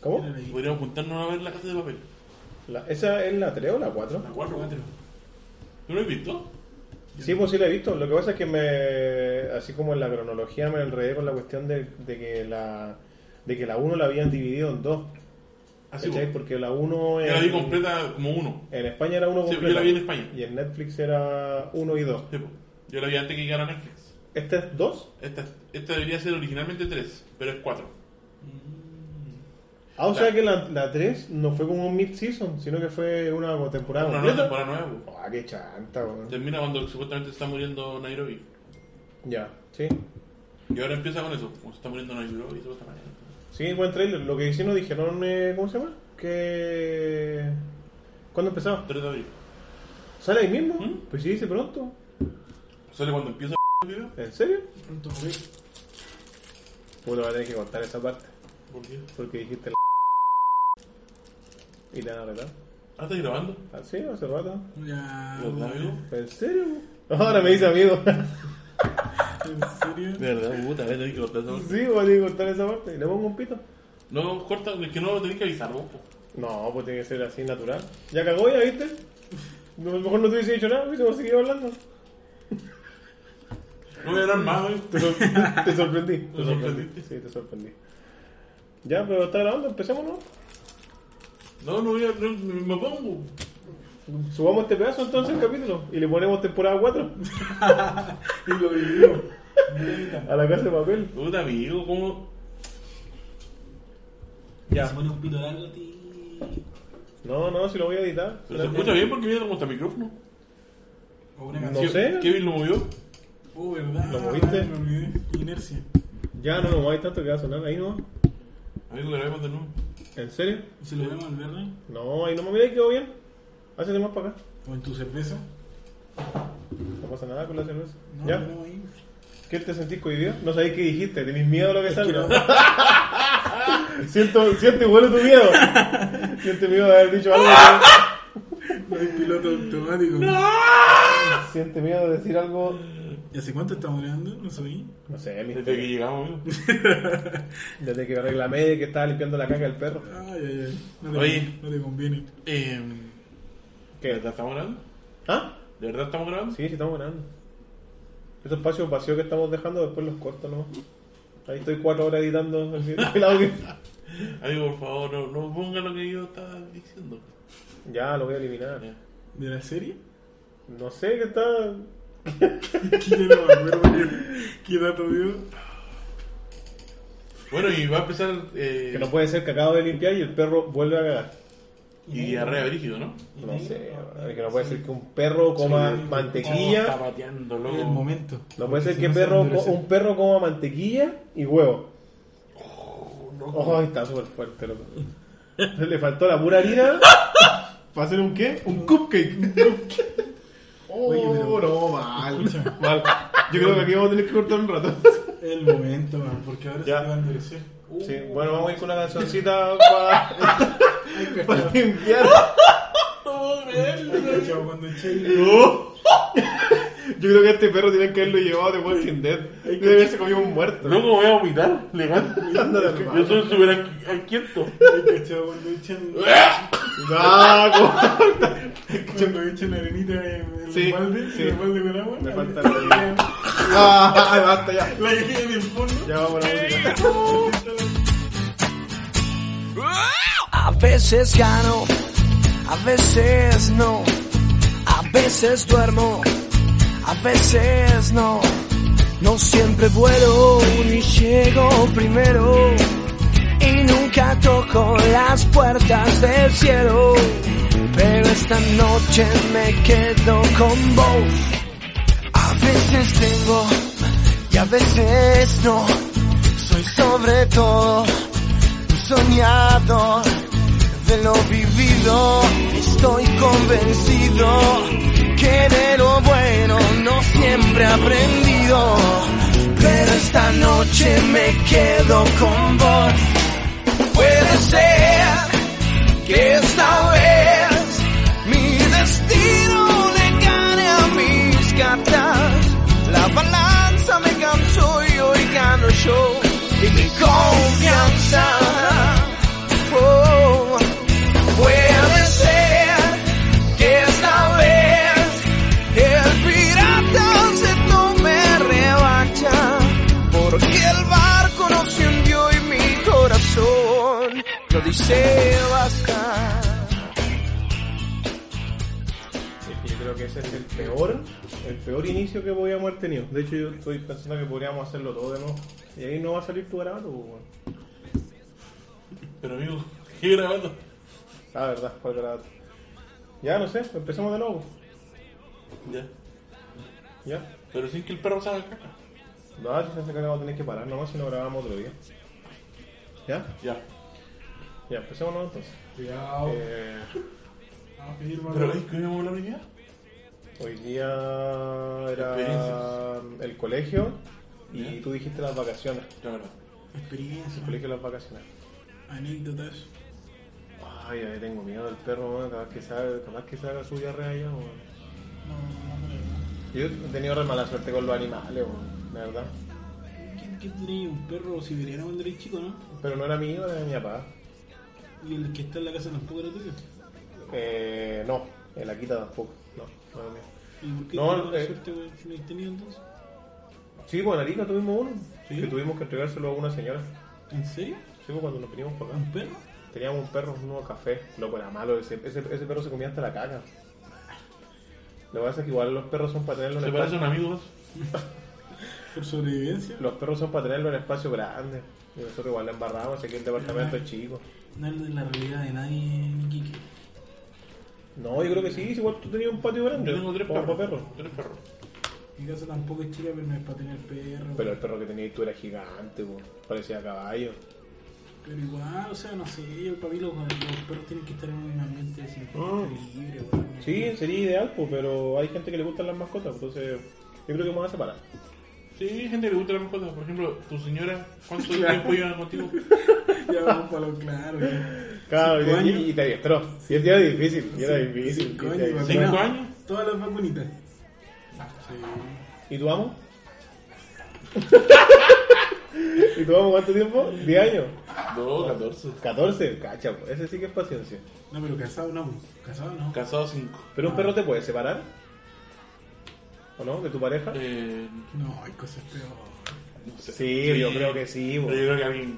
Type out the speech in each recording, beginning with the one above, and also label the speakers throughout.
Speaker 1: ¿Cómo?
Speaker 2: Podríamos juntarnos a ver la casa de papel.
Speaker 1: La- ¿Esa es la 3 o la 4?
Speaker 3: La 4, 4.
Speaker 2: ¿Tú lo has visto?
Speaker 1: Sí, pues sí la he visto. Lo que pasa es que me, así como en la cronología me enredé con la cuestión de, de que la de que la 1 la habían dividido en dos.
Speaker 2: Así
Speaker 1: ¿cachai?
Speaker 2: vos.
Speaker 1: Porque la 1
Speaker 2: Ah, pues. Yo
Speaker 1: en,
Speaker 2: la vi completa como uno.
Speaker 1: en España era 1
Speaker 2: Sí, yo
Speaker 1: completa.
Speaker 2: la vi en España.
Speaker 1: Y en Netflix era 1 y 2.
Speaker 2: Sí, po. Yo la vi antes que llegara Netflix.
Speaker 1: ¿Este es 2?
Speaker 2: Esta, esta debería ser originalmente tres, pero es cuatro.
Speaker 1: Ah, o
Speaker 2: La-
Speaker 1: sea que la, la 3 no fue como un mid-season, sino que fue una temporada
Speaker 2: Una nueva
Speaker 1: completa.
Speaker 2: temporada nueva. po.
Speaker 1: Ah, qué chanta, weón.
Speaker 2: Termina cuando supuestamente se está muriendo Nairobi.
Speaker 1: Ya, sí.
Speaker 2: Y ahora empieza con eso. Como se está muriendo Nairobi, todo está mal.
Speaker 1: Sí, buen trailer. Lo que hicieron, dijeron, eh, ¿cómo se llama? Que... ¿Cuándo empezaba?
Speaker 2: 3 de abril.
Speaker 1: ¿Sale ahí mismo?
Speaker 2: ¿Mm?
Speaker 1: Pues sí, dice pronto.
Speaker 2: Sale cuando empieza el video.
Speaker 1: ¿En serio?
Speaker 3: Pronto, a ver.
Speaker 1: Puta, voy a tener que contar esa parte.
Speaker 2: ¿Por qué?
Speaker 1: Porque dijiste la... Y te van a retar.
Speaker 2: Ah, ¿estás grabando?
Speaker 1: Ah, sí, hace rato.
Speaker 3: Ya.
Speaker 2: ¿Verdad, amigo?
Speaker 1: ¿En serio? Ahora me dice amigo.
Speaker 3: ¿En serio?
Speaker 2: De verdad, puta, a ver, tenés que cortar esa parte.
Speaker 1: sí, voy a tener que contar esa parte. ¿Y le pongo un pito?
Speaker 2: No, corta, es que no tenés que avisar vos. po.
Speaker 1: No, pues tiene que ser así natural. Ya cagó, ya viste. No, A lo mejor no te hubiese dicho nada, hubiésemos seguido hablando.
Speaker 2: No voy a hablar más, güey.
Speaker 1: Te, sor- te sorprendí.
Speaker 2: Te sorprendiste.
Speaker 1: Sí, te sorprendí. Ya, pero está grabando, empecemos, ¿no?
Speaker 2: No, no voy a. No, me pongo.
Speaker 1: Subamos este pedazo entonces el capítulo y le ponemos temporada 4
Speaker 3: Y lo vivimos.
Speaker 1: a la casa de papel.
Speaker 2: Puta, amigo, ¿cómo?
Speaker 3: Ya. Se pone un pito largo, ti.
Speaker 1: No, no, si lo voy a editar.
Speaker 2: Pero se escucha bien porque mira cómo está el micrófono.
Speaker 3: O una
Speaker 1: No
Speaker 3: canción.
Speaker 1: sé. ¿Eh?
Speaker 2: Kevin lo movió.
Speaker 3: Oh, ¿verdad?
Speaker 1: ¿Lo moviste?
Speaker 3: Me olvidé. Inercia.
Speaker 1: Ya no me voy tanto que va a sonar ahí, ¿no?
Speaker 2: Amigo, grabemos de nuevo.
Speaker 1: ¿En serio?
Speaker 3: Si lo vemos al verde,
Speaker 1: No, ahí no me miré quedó bien. Hácete más para acá.
Speaker 3: o en tu cerveza.
Speaker 1: No pasa nada con la cerveza.
Speaker 3: No,
Speaker 1: ¿Ya?
Speaker 3: lo vemos ahí.
Speaker 1: ¿Qué te sentís cohibido? No sabés qué dijiste, tenés miedo a lo que salga. siento, siento igual tu miedo. Siento miedo de haber dicho algo.
Speaker 3: No hay piloto automático.
Speaker 1: Siente miedo de decir algo.
Speaker 3: ¿Y hace cuánto estamos grabando? No soy.
Speaker 1: No sé, mi
Speaker 2: Desde que llegamos, amigo.
Speaker 1: Desde que reclamé de que estaba limpiando la caca del perro.
Speaker 3: Ay, ay, ay. No te,
Speaker 2: Oye.
Speaker 3: No te conviene.
Speaker 2: Eh, ¿De
Speaker 1: ¿Qué?
Speaker 2: verdad estamos grabando?
Speaker 1: ¿Ah?
Speaker 2: ¿De verdad estamos grabando?
Speaker 1: Sí, sí, estamos ganando. Esos espacios vacíos que estamos dejando, después los corto, ¿no? Ahí estoy cuatro horas editando el el audio.
Speaker 2: Amigo, por favor, no, no ponga lo que yo estaba diciendo.
Speaker 1: Ya, lo voy a eliminar.
Speaker 2: Ya.
Speaker 3: ¿De la serie?
Speaker 1: No sé qué está.
Speaker 3: ¿Quién no me acuerdo qué- qué dato dio?
Speaker 2: Bueno, y va a empezar. Eh,
Speaker 1: Que no puede ser que acabo de limpiar y el perro vuelve a cagar.
Speaker 2: Y diarrea brígido, ¿no?
Speaker 1: No sé, es que no puede ser que un perro coma
Speaker 2: Oh,
Speaker 3: Sí.
Speaker 2: está
Speaker 1: mantequilla.
Speaker 2: pateando,
Speaker 3: Es el
Speaker 2: loco.
Speaker 3: momento.
Speaker 1: No puede ser
Speaker 3: Si
Speaker 1: que
Speaker 3: no se
Speaker 1: perro, co-
Speaker 3: endurece.
Speaker 1: un perro coma mantequilla y huevo. Oh, está súper fuerte, loco. Le faltó la pura harina. ¿Para hacer un qué? Un cupcake.
Speaker 3: Oye,
Speaker 1: Oh,
Speaker 3: pero-
Speaker 1: no, mal.
Speaker 3: Escucha.
Speaker 1: mal. Yo creo que aquí vamos a tener que cortar un rato.
Speaker 3: Es el momento, man, porque ahora
Speaker 1: Ya.
Speaker 3: se te va a endurecer.
Speaker 1: Sí, bueno, vamos a ir con una cancioncita para, para limpiar.
Speaker 3: Ay, chavo, cuando eché el-
Speaker 1: No. Oh. Yo creo que este perro tiene que haberlo llevado de Walking Dead. Debe haberse comido un muerto.
Speaker 2: Luego voy a vomitar, legal.
Speaker 1: Ándale,
Speaker 2: Yo
Speaker 1: hermano.
Speaker 2: soy súper aquí- inquieto.
Speaker 3: Ay, cachado, cuando echan,
Speaker 1: No,
Speaker 3: cuando echan la arenita en el
Speaker 1: Sí,
Speaker 3: balde,
Speaker 1: sí.
Speaker 3: en el balde con agua.
Speaker 1: Me
Speaker 3: ahí-
Speaker 1: falta la Ah, basta ya.
Speaker 3: La idea del fondo.
Speaker 1: Ya vamos a la música.
Speaker 4: A veces gano, a veces no. A veces duermo, a veces no. No siempre vuelo ni llego primero. Y nunca toco las puertas del cielo. Pero esta noche me quedo con vos. A veces tengo y a veces no. Soy sobre todo un soñador de lo vivido. Estoy convencido que de lo bueno no siempre he aprendido. Pero esta noche me quedo con vos. Puede ser que esta vez mi destino le gane a mis cartas. La balanza me cansó y hoy gano yo. Y mi confianza fue Oh, lo dice basta.
Speaker 1: Es que yo creo que ese es el peor, el peor inicio que podíamos haber tenido. De hecho, yo estoy pensando que podríamos hacerlo todo de nuevo. Y ahí no va a salir tu grabado, pues, weón.
Speaker 2: Pero amigo, ¿qué grabando?
Speaker 1: La verdad, fue grabado. Ya, no sé, empecemos de nuevo.
Speaker 2: Ya.
Speaker 1: Ya.
Speaker 2: Pero sin que el perro salga caca.
Speaker 1: No, si se hace que vamos a tener que parar nomás si no grabamos otro día. ¿Ya?
Speaker 2: Ya.
Speaker 1: Ya, empecemos nomás entonces.
Speaker 3: Cuidado.
Speaker 1: Eh,
Speaker 3: Vamos a pedir más
Speaker 2: Pero
Speaker 3: de-
Speaker 2: ¿qué íbamos a hablar hoy día?
Speaker 1: hoy día era
Speaker 2: Experiencias.
Speaker 1: el colegio y
Speaker 2: Ya.
Speaker 1: tú dijiste las vacaciones.
Speaker 2: La verdad.
Speaker 1: El
Speaker 3: Experiencia.
Speaker 1: colegio y las vacaciones.
Speaker 3: Anécdotas.
Speaker 1: Ay, ay, tengo miedo del perro, weón. Capaz que se haga, capaz que se haga su diarrea ya, weón.
Speaker 3: No, no, no.
Speaker 1: Yo he tenido re mala suerte con los animales, weón, la verdad.
Speaker 3: ¿Qué, qué tenía un perro siberiano cuando eres chico, no?
Speaker 1: Pero no era mío, era de mi papá.
Speaker 3: Y el que está en la casa tampoco era tuyo.
Speaker 1: Eh, no, el Akita tampoco. No, no era mío.
Speaker 3: ¿Y por qué
Speaker 1: No,
Speaker 3: no, la
Speaker 1: eh.
Speaker 3: suerte, güey? Si no has tenido entonces.
Speaker 1: Sí, pues en Arica tuvimos uno.
Speaker 3: ¿Sí?
Speaker 1: Que tuvimos que entregárselo a una señora.
Speaker 3: ¿En serio?
Speaker 1: Sí, pues cuando nos vinimos para acá.
Speaker 3: ¿Un perro?
Speaker 1: Teníamos un perro, uno café. Loco, era malo. Ese, ese, ese perro se comía hasta la caca. Lo que pasa es que igual los perros son para tenerlo en
Speaker 2: ¿Se
Speaker 1: espacio.
Speaker 2: parecen amigos?
Speaker 3: ¿Por sobrevivencia?
Speaker 1: Los perros son para tenerlo en espacio grande. Y nosotros igual la embarramos, así que el departamento es chico.
Speaker 3: No es de la realidad de nadie en Iquique.
Speaker 1: No, yo creo que sí, igual tú tenías un patio grande.
Speaker 2: Yo tengo tres
Speaker 1: Como
Speaker 2: perros.
Speaker 1: para perros.
Speaker 2: Tres perros.
Speaker 3: Mi casa tampoco es chica, pero no es para tener perro.
Speaker 1: Pero el perro que tenías tú era gigante, po. parecía caballo.
Speaker 3: Pero igual, o sea, no sé, yo para mí los, los perros tienen que estar en un ambiente así,
Speaker 1: Mm.
Speaker 3: libre, weón.
Speaker 1: Sí, sería ideal, po, pero hay gente que le gustan las mascotas, entonces yo creo que vamos a separar.
Speaker 2: Sí, hay gente que le gusta las mascotas. Por ejemplo, tu señora, ¿cuánto
Speaker 3: Claro.
Speaker 2: tiempo lleva contigo?
Speaker 3: Ya vamos para lo claro, weón.
Speaker 1: Claro,
Speaker 3: Cinco
Speaker 1: y,
Speaker 3: años.
Speaker 1: y te adiestró. Sí, era difícil, y era difícil.
Speaker 3: Cinco
Speaker 1: y, te
Speaker 3: años,
Speaker 1: adiestró.
Speaker 2: ¿Cinco
Speaker 3: vacunado.
Speaker 2: años?
Speaker 3: Todas las vacunitas. Sí.
Speaker 1: ¿Y tu amo? ¿Y tu amo cuánto tiempo? ¿10 años?
Speaker 2: No, 14.
Speaker 1: ¿14? Cacha, po, ese sí que es paciencia.
Speaker 3: No, pero casado no, casado no.
Speaker 2: Casado 5.
Speaker 1: ¿Pero un perro te puede separar? ¿O no? ¿De tu pareja?
Speaker 2: Eh,
Speaker 3: No, hay cosas peores.
Speaker 2: no sé.
Speaker 1: Sí, yo creo que sí, po.
Speaker 2: Pero yo creo que a mí,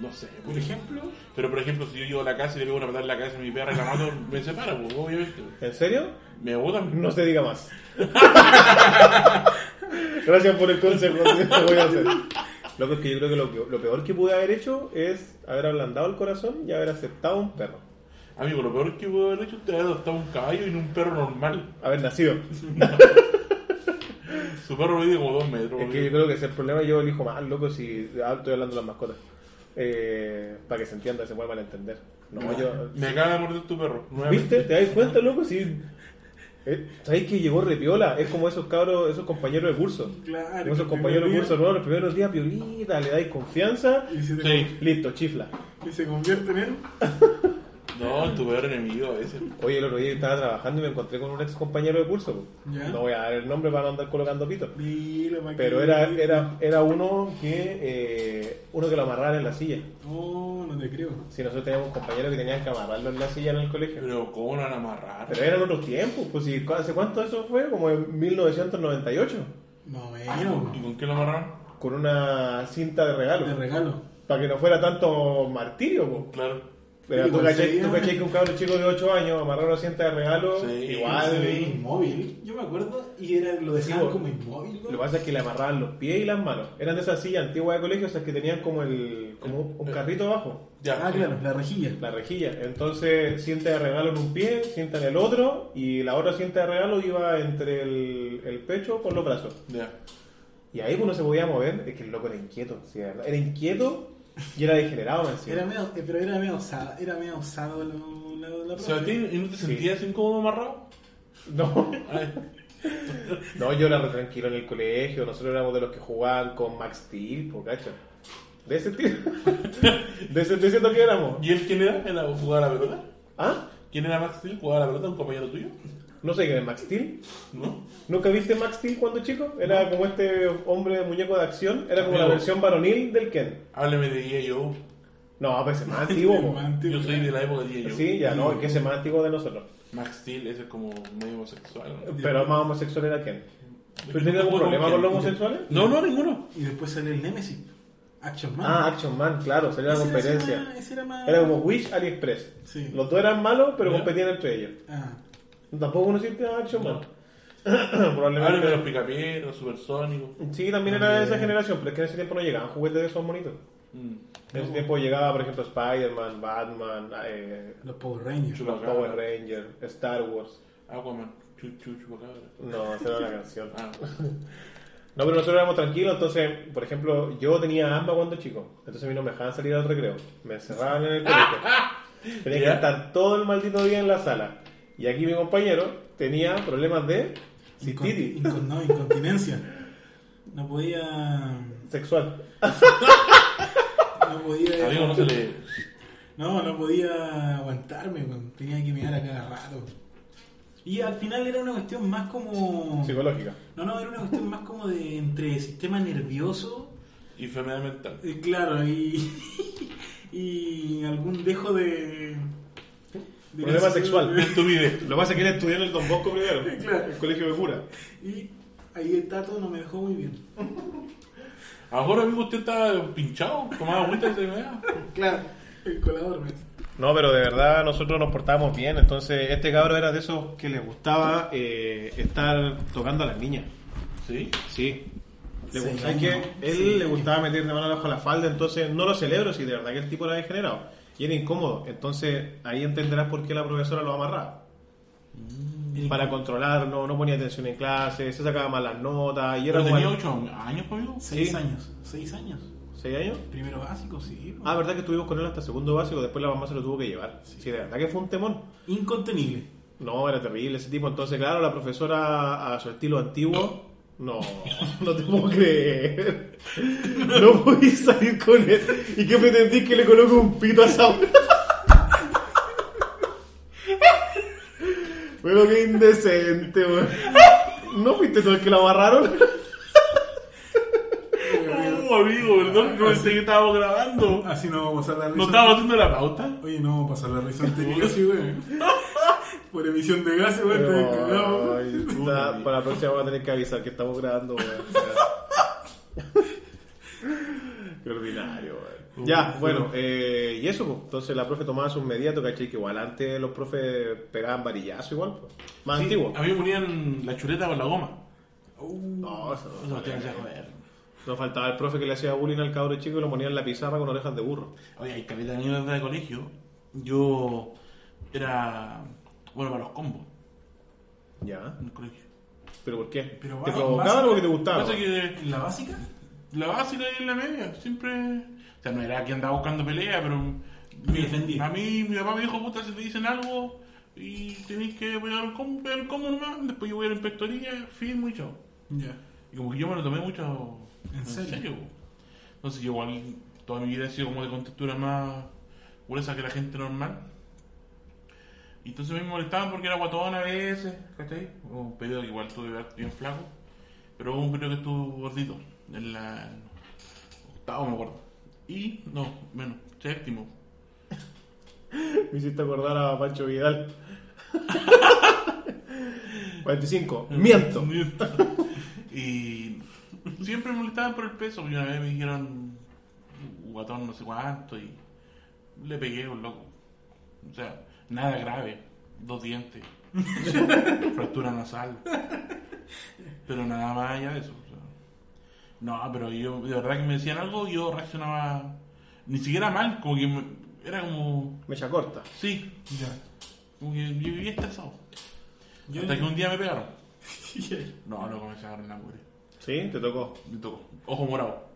Speaker 2: no sé.
Speaker 3: Por ejemplo,
Speaker 2: Pero por ejemplo, si yo llego a la casa y le pego una patada en la casa a mi perra reclamando, me separa, pues, obviamente.
Speaker 1: ¿En serio?
Speaker 2: Me agotan.
Speaker 1: No se diga más. Gracias por el consejo. Lo voy a hacer. Loco, es que yo creo que lo, peor- lo peor que pude haber hecho es haber ablandado el corazón y haber aceptado un perro.
Speaker 2: Amigo, lo peor que puedo haber hecho es te haber adoptado un caballo y no un perro normal.
Speaker 1: Haber nacido.
Speaker 2: Su perro mide como dos metros.
Speaker 1: Es que yo creo que ese es el problema. Yo elijo más, loco, si ah, estoy hablando de las mascotas. Eh, para que se entienda, se puede malentender. No, yo...
Speaker 2: Me acaba de morder tu perro. nuevamente.
Speaker 1: ¿Viste? ¿Te das cuenta, loco? Si... eh, ¿Sabes que llegó repiola? Es como esos cabros, esos compañeros de curso.
Speaker 3: Claro,
Speaker 1: Como esos
Speaker 3: el primer
Speaker 1: compañeros de
Speaker 3: día.
Speaker 1: curso nuevos, los primeros días, piolita, le dais confianza.
Speaker 3: y se, te-
Speaker 2: Sí.
Speaker 1: Listo, chifla.
Speaker 3: y se convierte en él.
Speaker 2: No, tu peor enemigo a veces.
Speaker 1: Oye, el otro día estaba trabajando y me encontré con un ex compañero de curso. po.
Speaker 3: Ya.
Speaker 1: No voy a dar el nombre para no andar colocando pito.
Speaker 3: Dilo, pa'
Speaker 1: Pero
Speaker 3: que-
Speaker 1: era, era, era uno que eh, uno que lo amarraban en la silla.
Speaker 3: No, no te creo.
Speaker 1: Si nosotros teníamos compañeros que tenían que amarrarlo en la silla en el colegio.
Speaker 2: Pero ¿cómo lo van a amarrar?
Speaker 1: Pero eran otros tiempos, pues ¿y cu- ¿hace cuánto eso fue? Como en 1998.
Speaker 3: No,
Speaker 2: ¿Y
Speaker 3: menos.
Speaker 2: con qué lo amarraron?
Speaker 1: Con una cinta de regalo.
Speaker 3: De regalo.
Speaker 1: Para que no fuera tanto martirio, po.
Speaker 2: Oh, Claro.
Speaker 1: Pero tú
Speaker 3: Igual
Speaker 1: cachai,
Speaker 3: sería-
Speaker 1: tú cachai que un cabro chico de 8 años amarró una cinta de regalo.
Speaker 2: Sí,
Speaker 1: igual.
Speaker 2: se
Speaker 3: Era inmóvil. Yo me acuerdo y era lo
Speaker 1: Sí,
Speaker 3: dejaban
Speaker 1: vos.
Speaker 3: como inmóvil,
Speaker 1: Lo que
Speaker 3: güey.
Speaker 1: pasa es que le amarraban los pies y las manos. Eran de esas sillas antiguas de colegio, esas que tenían como el como un carrito abajo,
Speaker 2: Ya.
Speaker 3: Ah, claro, la rejilla.
Speaker 1: la rejilla. Entonces, cinta de regalo en un pie, cinta en el otro, y la otra cinta de regalo iba entre el, el pecho con los brazos.
Speaker 2: Ya.
Speaker 1: Y ahí uno se podía mover, es que el loco era inquieto, sí, de verdad. Era inquieto y era degenerado, me decía.
Speaker 3: Era medio, eh, pero era medio osado, era medio osado lo- la, la,
Speaker 2: Sebastián, ¿y no te
Speaker 1: Sí.
Speaker 2: sentías incómodo amarrado?
Speaker 1: No,
Speaker 2: Ay,
Speaker 1: no, yo era re tranquilo en el colegio, nosotros éramos de los que jugaban con Max Steel, po, cacho. De ese tipo. de ese de ese toque éramos.
Speaker 2: ¿Y él quién era? ¿Era jugaba a la pelota?
Speaker 1: ¿Ah?
Speaker 2: ¿Quién era Max Steel? ¿Jugaba a la pelota? ¿Un compañero tuyo?
Speaker 1: No sé quién es Max Steel.
Speaker 2: ¿No?
Speaker 1: ¿Nunca viste Max Steel cuando chico? Era como este hombre muñeco de acción, era como la versión varonil del Ken.
Speaker 2: Hábleme de D.I. Joe.
Speaker 1: No, pues es más antiguo. po.
Speaker 2: Yo soy de la época de D.I. Joe.
Speaker 1: Sí, ya no, es que ese es más antiguo de nosotros.
Speaker 2: Max Steel, ese es como medio homosexual. ¿no?
Speaker 1: Pero más homosexual era Ken. ¿Pero tenía algún problema con los homosexuales?
Speaker 2: No, no, ninguno.
Speaker 3: Y después sale el Nemesis. Action Man.
Speaker 1: Ah, Action Man, claro, sería la
Speaker 3: Ese era-
Speaker 1: competencia.
Speaker 3: ese era- ese era más-
Speaker 1: Era como Wish AliExpress.
Speaker 3: Sí.
Speaker 1: Los dos eran malos, pero
Speaker 2: Ya.
Speaker 1: competían entre ellos.
Speaker 3: Ah,
Speaker 1: Tampoco conociste a Action Man.
Speaker 2: Hablen de los
Speaker 1: Probablemente.
Speaker 2: picapieros, supersónicos.
Speaker 1: Sí, también era de esa generación, pero es que en ese tiempo no llegaban juguetes de esos bonitos.
Speaker 2: Mm.
Speaker 1: En ese tiempo llegaba, por ejemplo, Spider-Man, Batman, eh,
Speaker 3: los Power Rangers.
Speaker 2: Chupa- Chupacabra.
Speaker 1: Power Ranger, Star Wars.
Speaker 2: Aquaman, chuchu, chupacabra.
Speaker 1: No, esa era la canción.
Speaker 2: Ah,
Speaker 1: No, pero nosotros éramos tranquilos, entonces, por ejemplo, yo tenía asma cuando chico, entonces a mí no me dejaban salir al recreo, me encerraban en el colegio. Tenía que
Speaker 2: Ya.
Speaker 1: estar todo el maldito día en la sala. Y aquí mi compañero tenía problemas de
Speaker 3: Incon-
Speaker 1: cistitis
Speaker 3: incon- no, incontinencia. No podía.
Speaker 1: sexual.
Speaker 3: No podía.
Speaker 2: amigo, no se le.
Speaker 3: No, no podía aguantarme, weón. tenía que mirar a cada rato. Y al final era una cuestión más como...
Speaker 1: Psicológica.
Speaker 3: No, no, era una cuestión más como de entre sistema nervioso,
Speaker 2: Enfermedad mental.
Speaker 3: eh, claro, y, y algún dejo de... de
Speaker 1: Problema sexual.
Speaker 2: Estupidez.
Speaker 1: Lo que pasa es que él estudió en el Don Bosco primero,
Speaker 3: Claro.
Speaker 1: el colegio de cura.
Speaker 3: Y ahí el tato no me dejó muy bien.
Speaker 2: A lo mejor amigo usted está pinchado, tomaba agüita y se vea.
Speaker 3: Claro, el colador. me-
Speaker 1: No, pero de verdad nosotros nos portábamos bien, entonces este cabro era de esos que les gustaba eh, estar tocando a las niñas.
Speaker 2: ¿Sí?
Speaker 1: Sí. Le
Speaker 3: Sí,
Speaker 1: gustaba,
Speaker 3: ¿no?
Speaker 1: que él
Speaker 3: Sí.
Speaker 1: le gustaba meter de mano bajo la falda, entonces no lo celebro si de verdad que el tipo era degenerado. Y era incómodo, entonces ahí entenderás por qué la profesora lo amarraba. Para controlarlo, no ponía atención en clase, se sacaba malas notas y era
Speaker 2: Pero tenía
Speaker 1: como...
Speaker 2: 8 años, pues, amigo.
Speaker 3: Seis
Speaker 1: Sí.
Speaker 3: años, seis años.
Speaker 1: ¿Seis años?
Speaker 3: Primero básico, sí. pues. weón.
Speaker 1: Ah, verdad que estuvimos con él hasta segundo básico, después la mamá se lo tuvo que llevar. Sí, de verdad que fue un temón.
Speaker 3: Incontenible.
Speaker 1: No, era terrible ese tipo. Entonces, claro, la profesora a su estilo antiguo. No, no te puedo creer. No voy a salir con él. ¿Y qué pretendís que le coloque un pito a esa Bueno, qué indecente, weón. ¿No fuiste tú el que lo amarraron?
Speaker 2: Uh, amigo, perdón, no pensé que estábamos grabando.
Speaker 3: Así no vamos a hablar de
Speaker 2: ¿No
Speaker 3: eso.
Speaker 2: estábamos haciendo la pauta?
Speaker 3: Oye, no vamos a pasar la risa anterior, así, güey. Por emisión de gases, güey, te cagamos.
Speaker 1: Ay, puta, para la próxima voy a tener que avisar que estamos grabando, weón. Qué ordinario, weón. Ya, bueno, eh, y eso, pues. entonces la profe tomaba sus medidas, tú ¿cachai? Que igual antes los profes pegaban varillazo igual, pues. Más
Speaker 2: Sí, Ah.
Speaker 1: antiguo.
Speaker 2: A mí me ponían la chuleta con la goma.
Speaker 1: No, eso no,
Speaker 2: Eso tiene que joder.
Speaker 1: No faltaba el profe que le hacía bullying al cabro chico y lo ponía en la pizarra con orejas de burro.
Speaker 2: Oye, hay caleta de anécdotas de colegio. Yo era bueno para los combos
Speaker 1: Ya.
Speaker 2: en el colegio.
Speaker 1: ¿Pero por qué?
Speaker 3: Pero
Speaker 1: ¿Te
Speaker 3: va-
Speaker 1: provocaban
Speaker 3: básica-
Speaker 1: o porque te gustaba?
Speaker 2: Pasa que
Speaker 3: ¿En la básica?
Speaker 2: la básica y la media, siempre. O sea, no era que andaba buscando pelea, pero.
Speaker 3: Me defendí.
Speaker 2: A mí, mi papá me dijo, puta, si te dicen algo y tenéis que pegar el combo, pegar el combo nomás. Después yo voy a la inspectoría, firmo y chao.
Speaker 3: Ya.
Speaker 2: Y como que yo me lo tomé mucho
Speaker 3: ¿En serio?
Speaker 2: po. Entonces yo igual toda mi vida he sido como de contextura más gruesa que la gente normal. Y entonces me molestaban porque era guatón a veces, ¿cachai? Hubo un periodo que igual estuve bien flaco, pero hubo un periodo que estuve gordito, en la octavo me acuerdo. Y, no, menos, séptimo.
Speaker 1: Me hiciste acordar a Pancho Vidal. 45.
Speaker 2: Mm.
Speaker 1: Miento.
Speaker 2: Miento. y siempre me molestaban por el peso. porque una vez me dijeron guatón no sé cuánto y le pegué un loco. O sea, nada grave. Dos dientes. fractura nasal. Pero nada más allá de eso. o sea. No, pero yo, de verdad que me decían algo, yo reaccionaba ni siquiera mal, como que me- era como,
Speaker 1: Mecha corta.
Speaker 2: sí,
Speaker 3: Ya.
Speaker 2: como que yo vivía estresado.
Speaker 3: Yo-
Speaker 2: Hasta que un día me pegaron.
Speaker 3: Ya.
Speaker 2: No, no comencé a agarrar la mugre.
Speaker 1: ¿Sí? Te tocó.
Speaker 2: Me tocó. Ojo morado.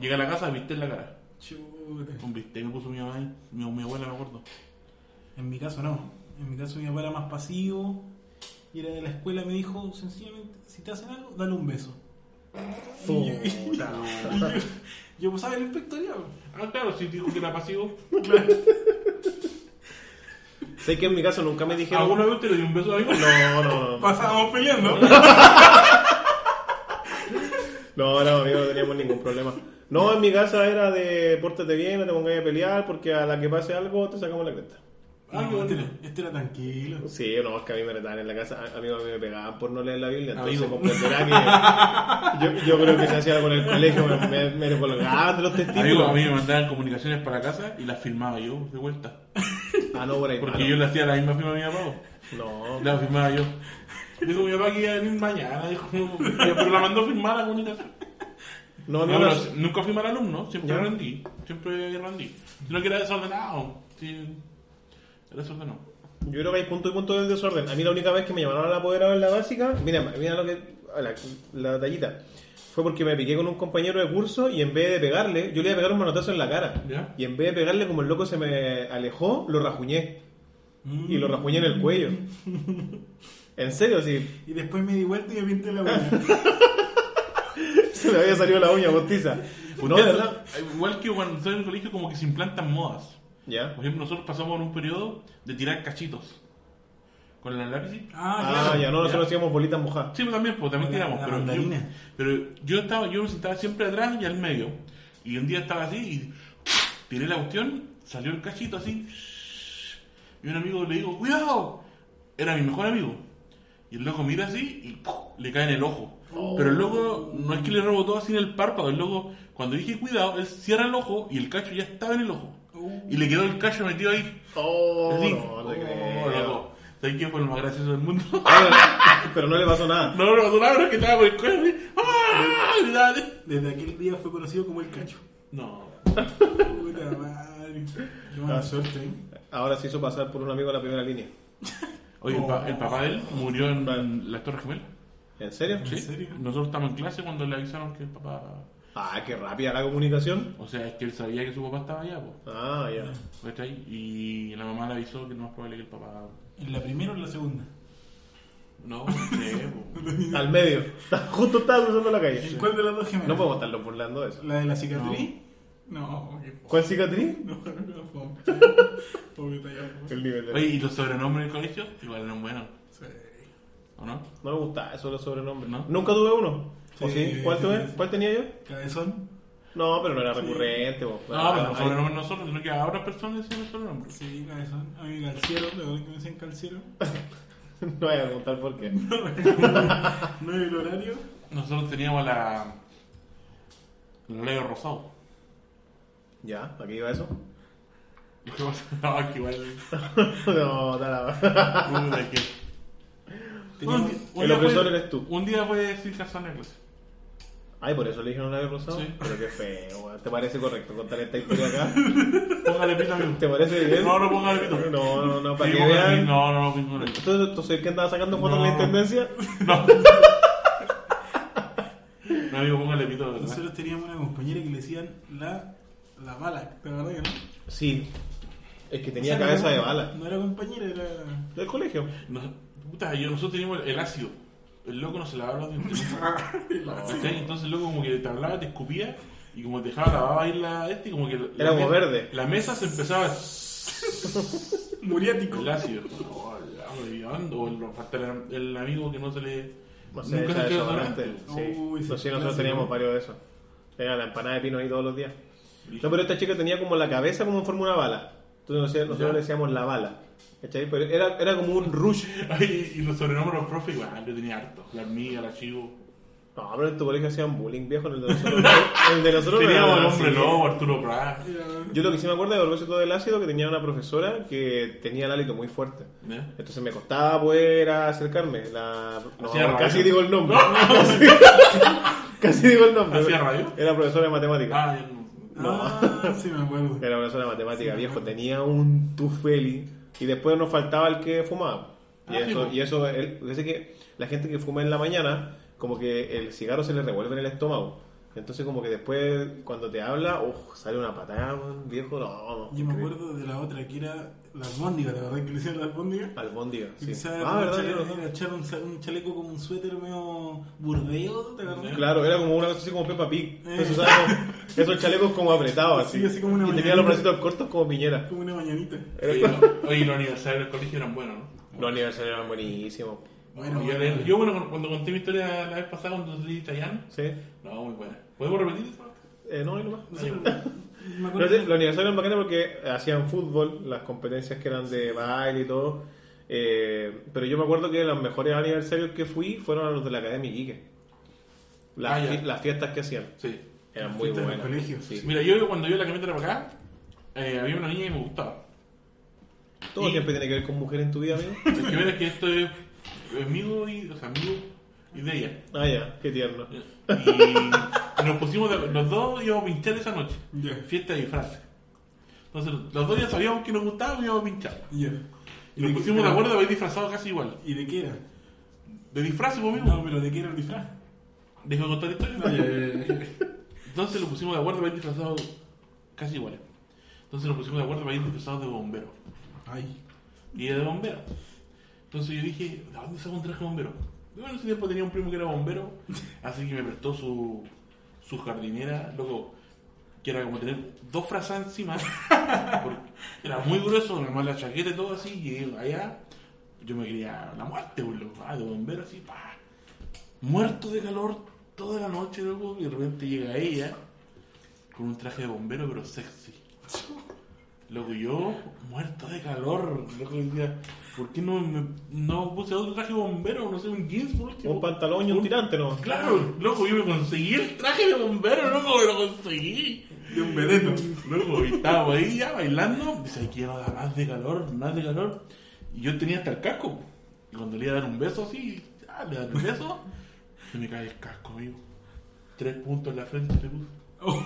Speaker 2: Llegué a la casa, viste en la cara.
Speaker 3: Chuta.
Speaker 2: Un bistec me puso mi mamá ahí. Mi, mi abuela, me acuerdo.
Speaker 3: En mi caso no. En mi caso mi papá era más pasivo. Y era de la escuela me dijo, sencillamente, si te hacen algo, dale un beso.
Speaker 1: Puta.
Speaker 3: Yo pues, pasaba el inspectorado.
Speaker 2: Ah, claro, sí, dijo que era pasivo.
Speaker 1: sé que en mi caso nunca me dijeron.
Speaker 2: ¿Alguna vez te le dio un beso a alguien?
Speaker 1: No, no,
Speaker 2: Ah.
Speaker 1: no.
Speaker 3: Pasábamos peleando.
Speaker 1: No, no, amigo, no teníamos ningún problema. No, en mi casa era de pórtate bien, no te pongas a pelear, porque a la que pase algo te sacamos la cresta.
Speaker 3: Algo este, era- este era tranquilo.
Speaker 1: Sí, no, es que a mí me retaban en la casa, a, a mí, a mí me pegaban por no leer la Biblia, entonces
Speaker 2: Amigo.
Speaker 1: comprenderá que yo, yo creo que se hacía algo en el colegio, me, me, me recolgaban de los testículos.
Speaker 2: Amigo, a mí me mandaban comunicaciones para casa y las firmaba yo de vuelta.
Speaker 1: Ah, no, por ahí.
Speaker 2: Porque
Speaker 1: ah,
Speaker 2: yo le hacía la misma firma a mi papá.
Speaker 1: no.
Speaker 2: po.
Speaker 1: No,
Speaker 2: La firmaba yo. Dijo mi papá que iba a venir mañana. Dijo, pero la mandó a firmar la comunicación.
Speaker 1: no, no,
Speaker 2: No,
Speaker 1: no,
Speaker 2: pero nunca fui mal alumno, siempre
Speaker 1: Ya.
Speaker 2: rendí. Siempre rendí. Sino que era desordenado. Sí, era desordenado.
Speaker 1: Yo creo que hay punto y punto del desorden. A mí la única vez que me llamaron al apoderado en la básica, mira, mira lo que. a La, la tallita. Fue porque me piqué con un compañero de curso y en vez de pegarle, yo le iba a pegar un manotazo en la cara.
Speaker 2: Ya.
Speaker 1: Y en vez de pegarle, como el loco se me alejó, lo rajuñé. Y lo rajuñé en el cuello. En serio, sí.
Speaker 3: Y después me di vuelta y me pinté la uña.
Speaker 1: Se le había salido la uña postiza. No, de verdad.
Speaker 2: Igual que cuando estoy en el colegio, como que se implantan modas.
Speaker 1: Ya.
Speaker 2: Por ejemplo, nosotros pasamos por un periodo de tirar cachitos con la lápiz.
Speaker 3: Ah,
Speaker 1: Ah,
Speaker 3: claro.
Speaker 1: ya no, nosotros hacíamos bolitas mojadas.
Speaker 2: Sí, pues también, pues también
Speaker 3: La-
Speaker 2: tiramos.
Speaker 3: la
Speaker 2: pero, yo,
Speaker 3: mandarina.
Speaker 2: pero yo estaba, yo me sentaba siempre atrás y al medio. Y un día estaba así y tiré la cuestión, salió el cachito así. Y un amigo le digo, cuidado. Era mi mejor amigo. Y el loco mira así y ¡puf! le cae en el ojo. Pero el loco no es que le rebotó así en el párpado. El loco, cuando dije cuidado, él cierra el ojo y el cacho ya estaba en el ojo. Y le quedó el cacho metido ahí.
Speaker 1: Oh,
Speaker 2: así.
Speaker 1: no, te
Speaker 2: Oh,
Speaker 1: creo.
Speaker 2: loco. ¿Sabes qué fue lo más gracioso del mundo?
Speaker 1: Pero no le pasó nada.
Speaker 2: No, no, no, no, no, que estaba con el cuello así. ¡Ah! Y nada de-
Speaker 3: Desde aquel día fue conocido como el cacho.
Speaker 2: No.
Speaker 3: Puta madre. Qué buena
Speaker 1: Ah.
Speaker 3: suerte, ¿eh?
Speaker 1: Ahora se hizo pasar por un amigo de la primera línea.
Speaker 2: Oye, el, pa- el papá de él murió en, en las Torres Gemelas.
Speaker 1: ¿En serio?
Speaker 3: ¿En serio?
Speaker 2: Nosotros estábamos en clase cuando le avisaron que el papá.
Speaker 1: Ah, qué rápida la comunicación.
Speaker 2: O sea, es que él sabía que su papá estaba allá, pues.
Speaker 1: Ah, ya.
Speaker 2: Y la mamá le avisó que no es probable que el papá.
Speaker 3: ¿En la primera o en la segunda?
Speaker 2: No, no sé, po.
Speaker 1: Al medio. Justo estaba cruzando la calle.
Speaker 3: ¿En cuál de las dos gemelas?
Speaker 1: No podemos estarlo burlando de eso.
Speaker 3: ¿La de la cicatriz? No, qué po-
Speaker 1: ¿Cuál cicatriz?
Speaker 3: no, no, po- Pobre tallado.
Speaker 1: El nivel
Speaker 2: Oye,
Speaker 1: de...
Speaker 2: ¿y los sobrenombres del colegio? Igual eran buenos,
Speaker 3: Sí.
Speaker 2: ¿o no?
Speaker 1: No me gustaba eso de los sobrenombres.
Speaker 2: ¿No?
Speaker 1: Nunca tuve uno. ¿O
Speaker 3: Sí,
Speaker 1: sí? ¿Cuál
Speaker 3: sí,
Speaker 1: tuve?
Speaker 3: sí.
Speaker 1: ¿Cuál tenía yo?
Speaker 3: Cabezón.
Speaker 1: No, pero no era recurrente. vos. pues.
Speaker 2: No, Ah, pero
Speaker 1: Ay,
Speaker 2: los sobrenombres nosotros, sino que a otras personas decían los sobrenombres.
Speaker 3: Sí, cabezón. A mí calciero, la verdad que me decían calciero.
Speaker 1: No voy a preguntar por qué.
Speaker 3: No era el horario.
Speaker 2: Nosotros teníamos la. El Leo Rosado.
Speaker 1: ¿Ya? ¿Para qué iba eso?
Speaker 2: ¿Qué pasa? No, que igual.
Speaker 1: no, nada.
Speaker 2: Puta, que-
Speaker 3: Teníamos-
Speaker 1: el
Speaker 2: Un día- un día
Speaker 1: opresor
Speaker 2: fue-
Speaker 1: eres tú.
Speaker 2: Un día fue pues. sin calzón en la clase.
Speaker 1: Ay, por eso le dijeron labio rosado.
Speaker 2: Sí.
Speaker 1: Pero qué feo. weón. ¿Te parece correcto contar esta historia acá?
Speaker 2: Póngale pito, amigo.
Speaker 1: ¿Te parece bien?
Speaker 2: No, no póngale pito. Sí,
Speaker 1: No, no, no, para que
Speaker 2: póngale pito.
Speaker 1: vean.
Speaker 2: No, no, no, póngale pito.
Speaker 1: Entonces, ¿tú soy el que andaba sacando fotos en la
Speaker 2: No.
Speaker 1: intendencia?
Speaker 2: No. No, amigo, póngale pito, de verdad.
Speaker 3: Nosotros teníamos una compañera que le decían la, la bala, ¿te acuerdas que no?
Speaker 1: Sí. Es que tenía
Speaker 3: O sea,
Speaker 1: cabeza
Speaker 3: no
Speaker 1: de
Speaker 3: era-
Speaker 1: bala.
Speaker 3: No era compañera, era.
Speaker 1: Del colegio.
Speaker 2: Nos- puta, yo, nosotros teníamos el, el ácido. El loco no se lavaba los dientes. ¿Cachai? Entonces el loco como que te hablaba, te escupía y como te dejaba lavada ahí la este y como que... la-
Speaker 1: Era como
Speaker 2: la-
Speaker 1: verde.
Speaker 2: La mesa se empezaba...
Speaker 3: Muriático.
Speaker 2: El ácido. Oh, la- O el, hasta el- el amigo que no se le.
Speaker 1: No sé,
Speaker 2: nunca
Speaker 1: esa
Speaker 2: se
Speaker 1: de
Speaker 2: echó
Speaker 1: desodorante.
Speaker 2: desodorante.
Speaker 1: Sí.
Speaker 3: Uy, sí,
Speaker 1: No, sí, nosotros
Speaker 3: clásico.
Speaker 1: teníamos varios de esos. Era la empanada de pino ahí todos los días. No, pero esta chica tenía como la cabeza como en forma de una bala. Entonces nosotros- nosotros
Speaker 2: Ya.
Speaker 1: le decíamos la bala. ¿Cachai? Pero era, era como un rush.
Speaker 2: Ay, y los sobrenombres de los profes, igual, yo tenía harto. La amiga, la chivo.
Speaker 1: No, pero en tu colegio hacían bullying viejo en el de nosotros. el de nosotros no era
Speaker 2: Teníamos el
Speaker 1: así.
Speaker 2: hombre lobo, Arturo Prat.
Speaker 3: Era-
Speaker 1: Yo lo que sí me acuerdo es a propósito del ácido que tenía una profesora que tenía el hálito muy fuerte.
Speaker 2: ¿Ya?
Speaker 1: Entonces me costaba poder acercarme. La... no,
Speaker 2: Hacía radio.
Speaker 1: casi digo el nombre. Casi, casi digo el nombre.
Speaker 2: ¿Hacía radio?
Speaker 1: Era profesora de matemáticas.
Speaker 2: Ah, ya no.
Speaker 3: Ah, sí, me acuerdo.
Speaker 1: Era profesora de matemáticas, viejo. Tenía un tufeli. Y después nos faltaba el que fumaba. Y
Speaker 2: Ah, sí,
Speaker 1: eso,
Speaker 2: po.
Speaker 1: y eso el- parece que la gente que fuma en la mañana, como que el cigarro se le revuelve en el estómago. Entonces como que después, cuando te habla, uf, sale una patada, weón, viejo. No, no,
Speaker 3: Yo me
Speaker 1: increíble.
Speaker 3: acuerdo de la otra que era la albóndiga, la verdad que le decían la albóndiga.
Speaker 1: Albóndiga,
Speaker 3: Que
Speaker 1: sí.
Speaker 3: quizá
Speaker 1: Ah,
Speaker 3: era un
Speaker 1: verdad,
Speaker 3: chale-
Speaker 1: claro.
Speaker 3: era echar un, sa- un chaleco como un suéter medio burdeo, ¿te acuerdas?
Speaker 1: Claro, era como una cosa así como Peppa Pig. Entonces usaba como- esos chalecos como apretados así.
Speaker 3: Sí, así como una
Speaker 1: y tenía los
Speaker 3: mañanita.
Speaker 1: bracitos cortos como piñera.
Speaker 3: Como una mañanita.
Speaker 2: Oye, lo- Oye, los aniversarios del colegio eran buenos, ¿no?
Speaker 1: Los aniversarios eran buenísimos.
Speaker 3: Bueno,
Speaker 2: yo,
Speaker 3: bueno.
Speaker 2: yo, bueno, cuando conté mi historia la vez pasada, cuando salí de Chayanne,
Speaker 1: ¿Sí?
Speaker 2: no, muy buena. ¿Podemos repetir eso?
Speaker 1: Eh, no, hay nomás.
Speaker 2: Ay, bueno.
Speaker 3: me acuerdo
Speaker 1: Pero sí,
Speaker 3: que-
Speaker 1: los aniversarios eran bacanes porque hacían fútbol, las competencias que eran de baile y todo. eh, pero yo me acuerdo que los mejores aniversarios que fui fueron a los de la Academia Iquique. Las,
Speaker 2: Ah, ya.
Speaker 1: fi- las fiestas que hacían
Speaker 2: Sí.
Speaker 1: eran
Speaker 3: Las
Speaker 1: muy
Speaker 3: fiestas de
Speaker 1: buenas.
Speaker 3: los colegios.
Speaker 1: Sí.
Speaker 2: Mira, yo cuando yo la camioneta era para acá, eh, había una niña que me gustaba.
Speaker 1: Todo
Speaker 2: Y-
Speaker 1: siempre tiene que ver con mujer en tu vida, amigo.
Speaker 2: Es que mira que esto es amigo y, o sea, amigo y de ella.
Speaker 1: Ah, ya, qué tierno.
Speaker 2: Y nos pusimos, de- los dos íbamos a pinchar esa noche.
Speaker 3: Ya.
Speaker 2: Fiesta de disfraces. Entonces, los dos ya sabíamos que nos gustaba y íbamos a pinchar.
Speaker 3: Ya.
Speaker 2: Y nos
Speaker 3: qué-
Speaker 2: pusimos de
Speaker 3: pero-
Speaker 2: acuerdo de haber disfrazado casi igual.
Speaker 3: ¿Y de qué era?
Speaker 2: De disfraces, pues, amigo.
Speaker 3: No, pero ¿de qué era el disfraz?
Speaker 2: Dejo de contar historias.
Speaker 3: Ah, ya, ya, ya.
Speaker 2: Entonces nos pusimos de acuerdo para ir disfrazados casi iguales. Entonces nos pusimos de acuerdo para ir disfrazados de bombero.
Speaker 3: Ay.
Speaker 2: Y era de bombero. Entonces yo dije, ¿de dónde saco un traje de bombero? Y bueno, en ese tiempo tenía un primo que era bombero, así que me prestó su, su jardinera, loco, que era como tener dos frazas encima. porque era muy grueso, además la chaqueta y todo así, y allá yo me quería la muerte, pues, loco. Ah, de bombero así, pa. Muerto de calor toda la noche, loco, y de repente llega ella con un traje de bombero, pero sexy. Loco, yo muerto de calor. Loco, decía, ¿por qué no, me, no puse otro traje de bombero? No sé, un jeans por último.
Speaker 1: Un pantalón y un tirante, ¿no?
Speaker 2: Claro, loco, yo me conseguí el traje de bombero, loco, me lo conseguí.
Speaker 3: De un vedeto.
Speaker 2: Loco, y estábamos ahí ya bailando. Dice, "Ay, quiero dar más de calor, más de calor. Y yo tenía hasta el casco. Y cuando le iba a dar un beso así, ah, le dar un beso, se me cae el casco, amigo. Tres puntos en la frente le puse.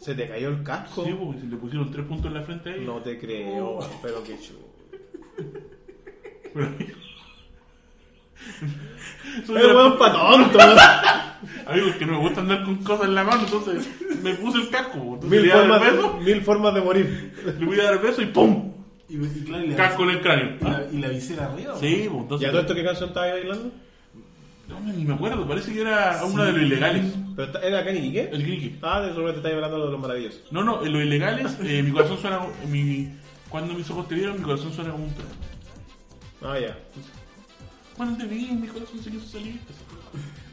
Speaker 1: Se te cayó el casco.
Speaker 2: Sí, pues, le pusieron tres puntos en la frente a ella.
Speaker 1: No te creo, pero qué chulo.
Speaker 2: Pero- Soy
Speaker 1: Pero
Speaker 2: una-
Speaker 1: weón, pa' tonto.
Speaker 2: Amigos, que no me gusta andar con cosas en la mano, entonces me puse el casco. pues. Entonces le
Speaker 1: Mil
Speaker 2: voy a dar
Speaker 1: formas,
Speaker 2: beso,
Speaker 1: mil formas de morir.
Speaker 2: le voy a dar beso y ¡pum!
Speaker 3: Y, me- y claro, y la,
Speaker 2: Casco en el cráneo.
Speaker 3: y la- y la visera arriba.
Speaker 2: Sí, pues,
Speaker 1: ¿Y
Speaker 2: entonces.
Speaker 1: a todo esto qué canción estabas bailando?
Speaker 2: No, ni me acuerdo, parece que era una de los ilegales.
Speaker 1: ¿Pero esta- ¿Era acá en Iquique?
Speaker 2: El Griki.
Speaker 1: Ah, de seguro te estáis hablando de los maravillosos.
Speaker 2: No, no, en los ilegales, eh, mi corazón suena. Mi, cuando mis ojos te vieron, mi corazón suena como un perro.
Speaker 1: Ah, ya.
Speaker 2: Cuando te vi, mi corazón se quiso salir.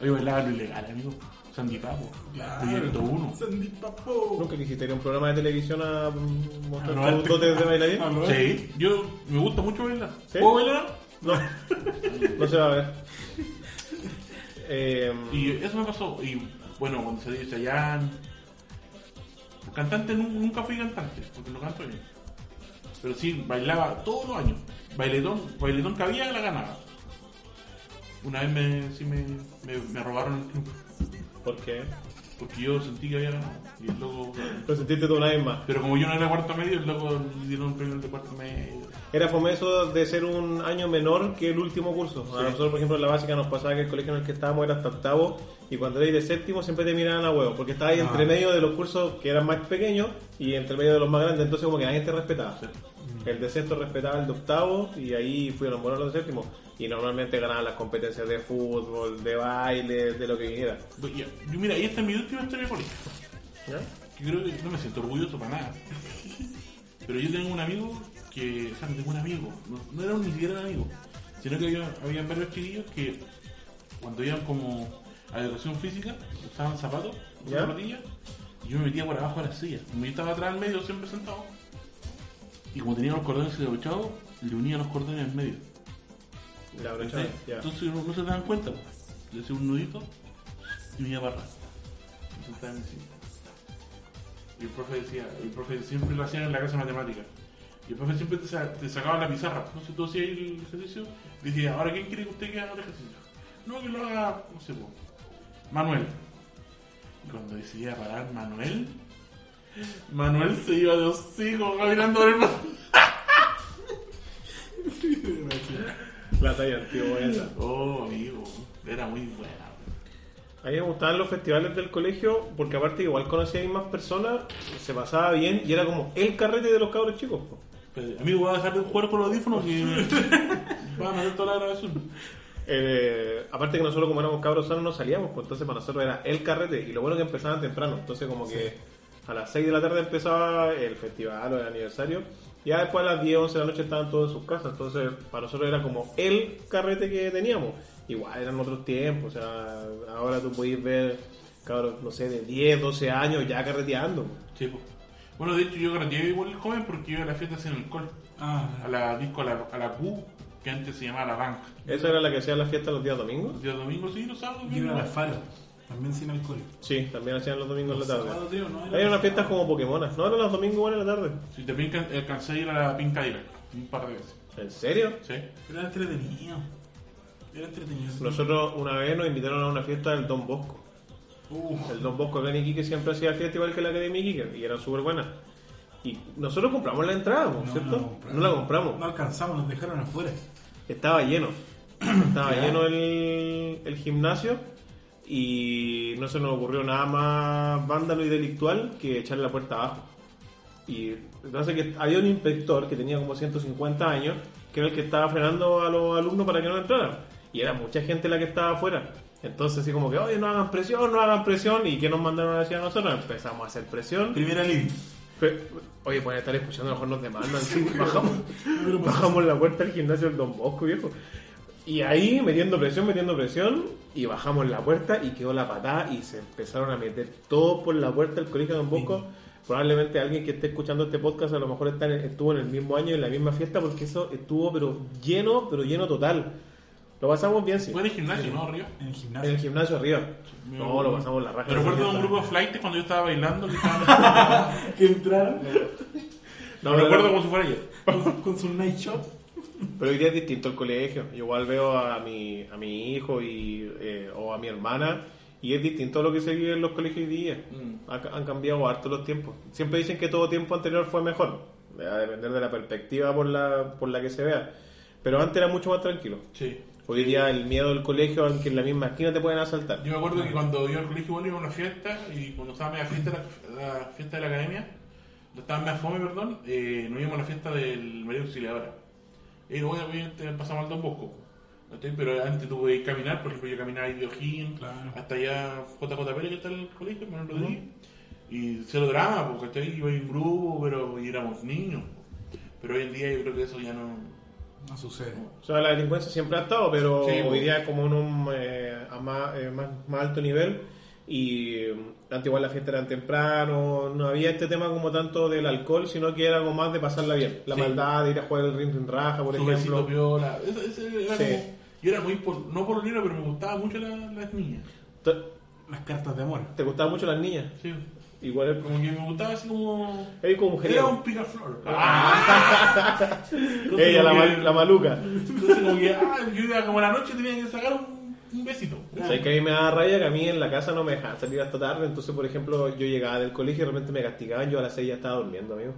Speaker 2: Oye, bailaba lo ilegal, amigo. Sandy Papo.
Speaker 3: Claro.
Speaker 2: Proyecto 1.
Speaker 3: Sandy Papo.
Speaker 1: Nunca quisiste ir a un programa de televisión a mm, mostrar
Speaker 2: Robarte.
Speaker 1: tus dotes de bailarín.
Speaker 3: Ah, ¿verdad?
Speaker 2: Sí, yo me gusta mucho bailar.
Speaker 1: ¿Sí?
Speaker 2: ¿Puedo bailar?
Speaker 1: No, no se va a ver. Eh,
Speaker 2: Y eso me pasó. Y bueno, cuando se dice ya. Cantante nu- nunca fui cantante, porque no canto bien. Pero sí, bailaba todos los años. Bailetón, bailetón que había, la ganaba. Una vez me, sí me, me, me robaron el club,
Speaker 1: ¿Por qué?
Speaker 2: porque yo sentí que había ganado. Y el loco.
Speaker 1: Lo sentiste tú una vez más.
Speaker 2: Pero como yo no era cuarto medio, el loco le dieron un premio de cuarto medio.
Speaker 1: Era fomeso de ser un año menor que el último curso. A nosotros, por ejemplo, en la básica nos pasaba que el colegio en el que estábamos era hasta octavo y cuando erais de séptimo siempre te miraban a huevo, porque estabas ahí entre medio de los cursos que eran más pequeños y entre medio de los más grandes, entonces como que nadie te respetaba. El de sexto respetaba el de octavo y ahí fueron buenos los de séptimo. Y normalmente ganaban las competencias de fútbol, de baile, de lo que viniera.
Speaker 2: Pues ya, yo- Mira, ahí está mi última historia política.
Speaker 1: ¿Ya?
Speaker 2: Yo creo que no me siento orgulloso para nada. Pero yo tengo un amigo que, o sea, tengo un amigo, no, no era un- ni siquiera un amigo, sino que había, había varios chiquillos que cuando iban como a educación física, usaban zapatos,
Speaker 1: ¿Ya?
Speaker 2: usaban zapatillas, y yo me metía por abajo de la silla. Como yo estaba atrás en medio, siempre sentado, y como tenía los cordones desabrochados, le unía los cordones en medio.
Speaker 1: La brocha,
Speaker 2: ¿Cachai?
Speaker 1: ya.
Speaker 2: Entonces no, no se dan cuenta, po. le hacía un nudito y me iba para atrás. Me sentaba en mi silla. Y el profe decía, el profe siempre lo hacían en la clase de matemáticas. Y el profe siempre te, sa- te sacaba la pizarra. Entonces tú hacías el ejercicio, decía, ahora ¿quién quiere que usted que haga el ejercicio? No, que lo haga, no sé, po, Manuel. Y cuando decidía parar Manuel, Manuel se iba de hocico caminando por el
Speaker 1: La talla antigua esa.
Speaker 2: Oh, amigo, era muy buena. pues.
Speaker 1: A mí me gustaban los festivales del colegio porque aparte igual conocía a más personas, se pasaba bien y era como el carrete de los cabros chicos. po.
Speaker 2: Pero, Pues, Amigo, voy a dejar de jugar con los audífonos y va a meter toda la grabación.
Speaker 1: Eh, aparte que nosotros como éramos cabros sanos no salíamos, pues entonces para nosotros era el carrete y lo bueno que empezaban temprano, entonces como que a las 6 de la tarde empezaba el festival o el aniversario, ya después a las 10, 11 de la noche estaban todos en sus casas, entonces para nosotros era como el carrete que teníamos, igual eran otros tiempos, o sea, ahora tú podés ver cabros, no sé, de 10, 12 años ya carreteando.
Speaker 2: Sí, po. Bueno, de hecho, yo carreteé igual joven porque iba a la fiesta sin alcohol. A
Speaker 3: Ah,
Speaker 2: la disco, a la, a la Q, que antes se llamaba La Banca.
Speaker 1: ¿Esa era la que hacía la fiesta los días domingos?
Speaker 2: Los días domingos sí, los sábados.
Speaker 3: yo
Speaker 2: bien,
Speaker 3: era la
Speaker 2: igual.
Speaker 3: Faro, también sin alcohol.
Speaker 1: Sí, también hacían los domingos en la
Speaker 3: Sábado,
Speaker 1: tarde.
Speaker 3: creo, ¿no?
Speaker 1: Hay unas fiestas como Pokémonas. No, eran los domingos igual en la tarde.
Speaker 2: Sí, también can- alcancé a ir a la Pincadera un par de veces.
Speaker 1: ¿En serio?
Speaker 2: ¿Sí?
Speaker 3: Era entretenido. Era entretenido.
Speaker 1: Nosotros una vez nos invitaron a una fiesta del Don Bosco.
Speaker 3: Uh,
Speaker 1: El Don Bosco acá en Iquique siempre hacía fiesta igual que la Academia Iquique y eran súper buenas. Y nosotros compramos la entrada, ¿no?
Speaker 3: no,
Speaker 1: ¿cierto?
Speaker 3: no
Speaker 1: No, la
Speaker 3: la compramos.
Speaker 1: compramos.
Speaker 3: no alcanzamos, nos dejaron afuera.
Speaker 1: Estaba lleno. Estaba lleno el, el gimnasio y no se nos ocurrió nada más vándalo y delictual que echarle la puerta abajo. Y entonces que había un inspector que tenía como 150 años, que era el que estaba frenando a los alumnos para que no entraran. Y era mucha gente la que estaba afuera. Entonces así como que, oye, no hagan presión, no hagan presión. ¿Y qué nos mandaron a decir a nosotros? Empezamos a hacer presión.
Speaker 3: Primera living.
Speaker 1: Fe- Oye, pueden estar escuchando, a lo mejor nos demandan. sí, bajamos,
Speaker 2: pues,
Speaker 1: bajamos la puerta del gimnasio del Don Bosco, viejo. Y ahí, metiendo presión, metiendo presión, y bajamos la puerta y quedó la patada y se empezaron a meter todo por la puerta del colegio Don Bosco. Probablemente alguien que esté escuchando este podcast a lo mejor está en- estuvo en el mismo año en la misma fiesta porque eso estuvo pero lleno, pero lleno total. Lo pasamos bien, sí.
Speaker 2: Fue en el gimnasio, ¿no? Arriba.
Speaker 3: En el
Speaker 1: En
Speaker 3: gimnasio.
Speaker 1: el gimnasio arriba. No, lo pasamos la raja.
Speaker 2: Me recuerdo de un grupo de flight cuando yo estaba bailando. Que estaban-
Speaker 3: Que entraron
Speaker 1: No,
Speaker 2: lo
Speaker 1: no,
Speaker 2: recuerdo
Speaker 1: no.
Speaker 2: como si fuera ayer.
Speaker 3: con, con su night shop.
Speaker 1: Pero hoy día es distinto el colegio. Yo igual veo a mi, a mi hijo y, eh, o a mi hermana y es distinto a lo que se vive en los colegios hoy día.
Speaker 2: Mm.
Speaker 1: Ha ca- han cambiado harto los tiempos. Siempre dicen que todo tiempo anterior fue mejor. Va a depender de la perspectiva por la, por la que se vea. Pero antes era mucho más tranquilo.
Speaker 2: Sí.
Speaker 1: Hoy día el miedo del colegio, aunque en la misma esquina te pueden asaltar.
Speaker 2: Yo me acuerdo que cuando iba al colegio igual iba a una fiesta y cuando estaba media fiesta, la, la fiesta de la academia, cuando estaba media fome, perdón, eh, nos íbamos a la fiesta del María Auxiliadora. Y luego obviamente pasamos al Don Bosco. ¿cachai? Pero antes tuve que caminar, por ejemplo, yo caminaba ahí de Ojín,
Speaker 3: Claro.
Speaker 2: hasta allá JJ Pérez que está en el colegio, Manuel Rodríguez. Y cero drama, porque ahí iba en grupo, pero y éramos niños. po. Pero hoy en día yo creo que eso ya no...
Speaker 3: No sucede.
Speaker 1: O sea, la delincuencia siempre ha estado, pero
Speaker 2: Sí,
Speaker 1: hoy
Speaker 2: pues.
Speaker 1: día es como en un eh, a más, eh, más, más alto nivel. Y eh, antes igual la fiesta era temprano, no había este tema como tanto del alcohol, sino que era algo más de pasarla bien. La
Speaker 2: Sí.
Speaker 1: maldad, de ir a jugar el ring en raja, por
Speaker 2: Su
Speaker 1: ejemplo.
Speaker 2: besito viola. Eso- eso era
Speaker 1: Sí.
Speaker 2: como- yo era muy, por, no por libro, pero me gustaban mucho la- las niñas.
Speaker 1: ¿Te-
Speaker 3: Las cartas de amor.
Speaker 1: ¿Te gustaban mucho las niñas?
Speaker 2: Sí.
Speaker 1: Igual
Speaker 2: Como que me gustaba así como.
Speaker 1: es como un
Speaker 2: Era
Speaker 1: genio.
Speaker 2: un picaflor.
Speaker 1: Ah.
Speaker 2: Ah. Entonces
Speaker 1: Ella, la,
Speaker 2: como
Speaker 1: mal-
Speaker 2: que-
Speaker 1: la maluca.
Speaker 2: Entonces, como que, ah, yo iba como a la noche tenía que sacar un, un besito.
Speaker 1: ¿Sabes que a mí me da raya que a mí en la casa no me dejaban salir hasta tarde? Entonces, por ejemplo, yo llegaba del colegio y de repente me castigaban, yo a las 6 ya estaba durmiendo, amigo.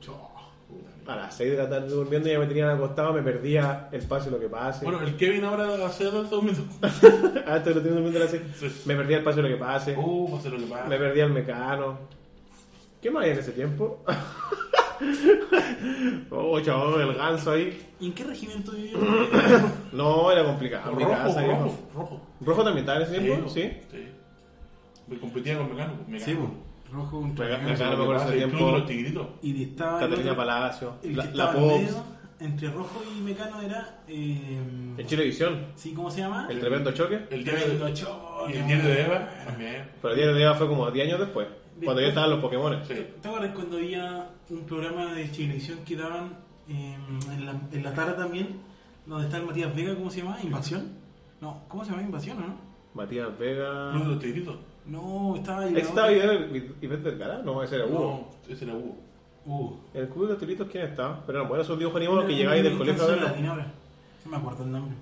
Speaker 2: Chao, puta mierda.
Speaker 1: a las 6 de la tarde durmiendo, ya me tenían acostado, me perdía el pase lo que pase.
Speaker 2: Bueno, el Kevin ahora hace tanto minutos.
Speaker 1: Ah, esto lo tengo durmiendo a las 6.
Speaker 2: Sí.
Speaker 1: Me perdía el pase lo que pase,
Speaker 3: Uh.
Speaker 2: Oh, pase lo que pasa.
Speaker 1: me perdía el mecano. ¿Qué más había en ese tiempo? oh, chabón, el ganso ahí.
Speaker 3: ¿Y en qué regimiento vivía?
Speaker 1: No, era complicado. mi
Speaker 2: rojo,
Speaker 1: casa,
Speaker 2: rojo,
Speaker 1: viejo.
Speaker 2: rojo.
Speaker 1: ¿Rojo también estaba en ese tiempo? Sí.
Speaker 2: Sí. Me competía con Mecano.
Speaker 1: pues.
Speaker 2: Mecano.
Speaker 3: sí, po. Rojo contra
Speaker 1: Regala-
Speaker 3: negro.
Speaker 1: regala-
Speaker 2: Lo que
Speaker 1: me acuerdo
Speaker 2: pasa,
Speaker 1: ese
Speaker 2: el club
Speaker 1: tiempo.
Speaker 2: de los tigritos.
Speaker 3: Y estaba. Ah, el
Speaker 1: Catalina
Speaker 3: otro-
Speaker 1: Palacio,
Speaker 3: El
Speaker 1: la,
Speaker 3: que
Speaker 1: la
Speaker 3: estaba en
Speaker 1: Pops,
Speaker 3: medio, entre rojo y mecano era. eh,
Speaker 1: en Chilevisión,
Speaker 3: sí, ¿cómo se llama?
Speaker 1: el tremendo choque.
Speaker 2: El día de
Speaker 3: Tremendo
Speaker 2: Y
Speaker 3: Chorro.
Speaker 2: el diario de Eva también.
Speaker 1: Pero el diario de Eva fue como 10 años después, cuando ya estaban los Pokémon.
Speaker 2: Sí.
Speaker 3: ¿Te acuerdas cuando había un programa de televisión que daban eh, en, la, en la tarde también? Donde está el Matías Vega, ¿cómo se llama? ¿Invasión? No, ¿cómo se llama Invasión, o no?
Speaker 1: Matías Vega.
Speaker 2: Club de los Tigritos.
Speaker 3: No, estaba ahí.
Speaker 1: ¿Ese estaba ¿eh? Ivette Ivette Vergara? No, ese era Hugo.
Speaker 2: No, ese era Hugo.
Speaker 3: Uh.
Speaker 1: El club de los turitos, ¿quién está? Pero bueno, esos dibujos animados que llegáis del colegio a
Speaker 3: Canción
Speaker 1: verlo.
Speaker 3: latina ahora. No me acuerdo el nombre.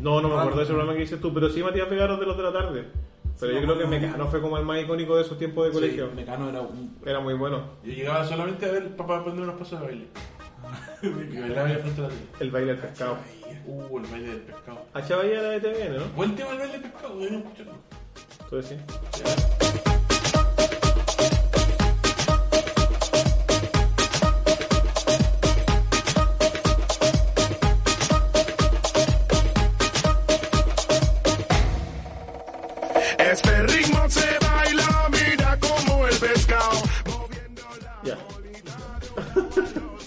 Speaker 1: No, no me
Speaker 3: Ah,
Speaker 1: acuerdo
Speaker 3: no.
Speaker 1: de ese programa que dices tú, pero sí Matías Pegaros de los de la tarde. Pero yo
Speaker 3: Sí, me
Speaker 1: creo que
Speaker 3: acuerdo.
Speaker 1: Mecano fue como el más icónico de esos tiempos de colegio.
Speaker 2: Sí, Mecano era un...
Speaker 1: Era muy bueno.
Speaker 2: Yo llegaba solamente a ver el papá aprender unos pasos de baile. Y bailaba ahí al frente de la tele.
Speaker 1: El baile del pescado.
Speaker 2: Uh, el baile del pescado.
Speaker 1: Achabay era de TVN, E ¿no?
Speaker 2: Buen tema el baile del pescado, deberíamos escucharlo.
Speaker 1: Tú decís.
Speaker 4: Este ritmo se baila, mira como el pescado. Moviendo la
Speaker 1: Ya.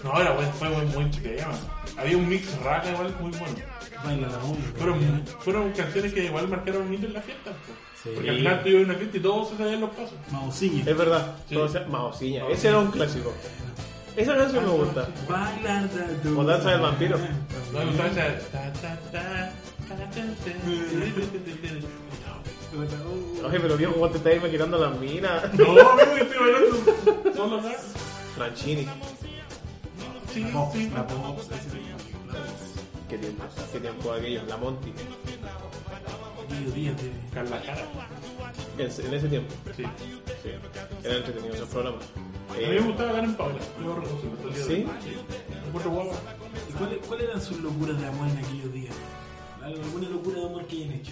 Speaker 2: No, era buen, fue buen, buen tema. Había un mix raga igual muy bueno.
Speaker 3: Baila la música.
Speaker 2: Fueron, fueron canciones que igual marcaron un hito en la fiesta. po.
Speaker 3: Sí.
Speaker 2: Porque al final tuve una fiesta y todos se sabían los pasos.
Speaker 3: Mausiña.
Speaker 1: Es verdad.
Speaker 2: Sí.
Speaker 1: Todo sea- Mausiña. Ese era un clásico. Esa canción me gusta.
Speaker 3: Bailar de tu-
Speaker 1: O Danza del Vampiro.
Speaker 3: Eh,
Speaker 2: No, no, no, esa- ta, ta, ta, ta, ta, ta, ta.
Speaker 1: Oye, pero viejo, ¿cómo te estás imaginando las minas?
Speaker 2: No, amigo, que estoy bailando. Solo acá.
Speaker 1: Franchini.
Speaker 2: Sí,
Speaker 3: La pop,
Speaker 2: sí.
Speaker 3: la pop, sí, sí.
Speaker 1: Qué tiempo, qué tiempo aquello. La Monty.
Speaker 3: Mediodía de-
Speaker 2: Carla Cara.
Speaker 1: En, en ese tiempo.
Speaker 2: Sí.
Speaker 1: Sí. Eran entretenidos esos programas.
Speaker 2: A mí me
Speaker 1: Eh,
Speaker 2: gustaba Karen Paula. Yo reconozco el día de
Speaker 1: ¿Sí?
Speaker 2: hoy. Me encuentro guapa.
Speaker 3: ¿Y cuál- cuáles eran sus locuras de amor en aquellos días? ¿Alguna locura de amor que hayan hecho?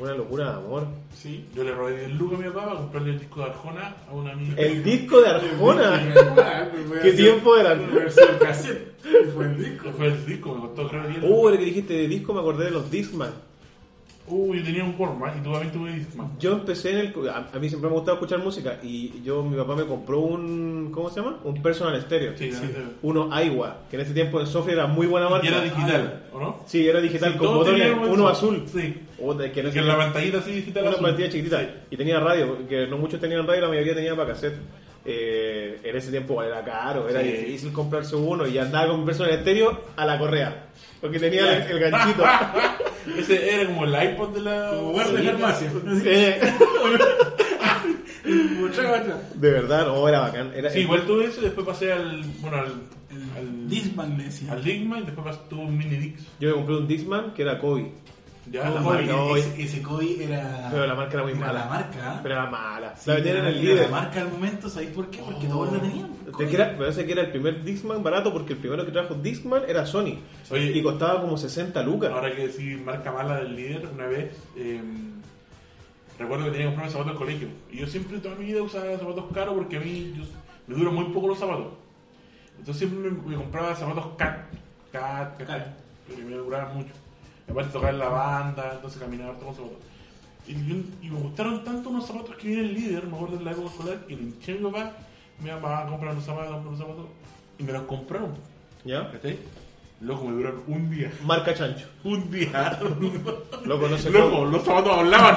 Speaker 1: una locura de amor.
Speaker 2: Sí, yo le robé 10 lucas a mi papá para comprarle el disco de Arjona a una amiga.
Speaker 1: El disco de Arjona. ¿Qué tiempo era?
Speaker 3: Ah, Versión cassette. Fue el disco.
Speaker 2: Fue el disco, me costó creo 10
Speaker 1: Uh, ahora que dijiste de disco, me acordé de los Discman.
Speaker 2: Uh, yo tenía un Walkman y tú también tuve Discman.
Speaker 1: Yo empecé en el. A, a mí siempre me ha gustado escuchar música. Y yo, mi papá me compró un. ¿Cómo se llama? Un personal stereo.
Speaker 2: Sí, sí.
Speaker 1: Uno Aiwa, que en ese tiempo en Sofía era muy buena marca.
Speaker 2: Y era digital, Ah, ¿o no?
Speaker 1: Sí, era digital
Speaker 2: Sí,
Speaker 1: con
Speaker 2: todos
Speaker 1: botones,
Speaker 2: tenían
Speaker 1: uno
Speaker 2: eso.
Speaker 1: azul.
Speaker 2: Sí.
Speaker 1: Otra, que en ese
Speaker 2: Que la pantallita así digital
Speaker 1: Una
Speaker 2: azul.
Speaker 1: partida chiquitita. Y tenía radio, que no muchos tenían radio, la mayoría tenían para cassette. Eh, en ese tiempo era caro, era
Speaker 2: Sí.
Speaker 1: difícil comprarse uno y andaba con mi persona en estéreo a la correa. Porque tenía el, el ganchito.
Speaker 2: Ese era como el iPod de la...
Speaker 3: Como guarda de farmacia.
Speaker 1: Eh,
Speaker 3: Como trago atrás.
Speaker 1: de verdad, no, era bacán. Era, eh,
Speaker 2: Sí, igual tuve eso y después pasé al... Bueno, al...
Speaker 3: El
Speaker 2: al-
Speaker 3: Disman le decía.
Speaker 2: Al Digma y después pasé- tuve un mini Dix.
Speaker 1: Yo me compré un Dixman que era Kobe.
Speaker 2: Ya,
Speaker 1: la
Speaker 2: la
Speaker 1: marca
Speaker 2: marca.
Speaker 1: hoy.
Speaker 3: Ese, ese COI era.
Speaker 1: Pero la marca era muy
Speaker 3: Ah, era
Speaker 1: mala.
Speaker 3: La marca. ¿ah?
Speaker 1: Pero era mala.
Speaker 3: Sí,
Speaker 1: la vendían en
Speaker 3: era
Speaker 1: el líder.
Speaker 3: La marca al momento, ¿sabéis por qué? Porque todos la tenían. pues,
Speaker 1: Te que era- parece que era el primer Dixman barato porque el primero que trajo Dixman era Sony
Speaker 2: Oye.
Speaker 1: y costaba como 60 lucas.
Speaker 2: Ahora que decir marca mala del líder, una vez eh, recuerdo que tenía que comprarme zapatos al colegio. Y yo siempre toda mi vida usaba zapatos caros porque a mí yo- me duran muy poco los zapatos. Entonces siempre me, me compraba zapatos cat, cat, cat,
Speaker 3: Cat.
Speaker 2: porque me duraban mucho. Y aparte tocaba en la banda, entonces caminaba harto con zapatos. Y, yo- y me gustaron tanto unos zapatos que vi en el líder, me acuerdo de la época escolar, y le hinché a mi papá, me va a comprar unos zapatos, comprar unos zapatos, y me los compraron.
Speaker 1: ¿Ya?
Speaker 2: ¿Cachai? Loco, me duraron un día.
Speaker 1: Marca Chancho.
Speaker 2: Un día.
Speaker 1: Loco, no se,
Speaker 2: Loco, los zapatos hablaban.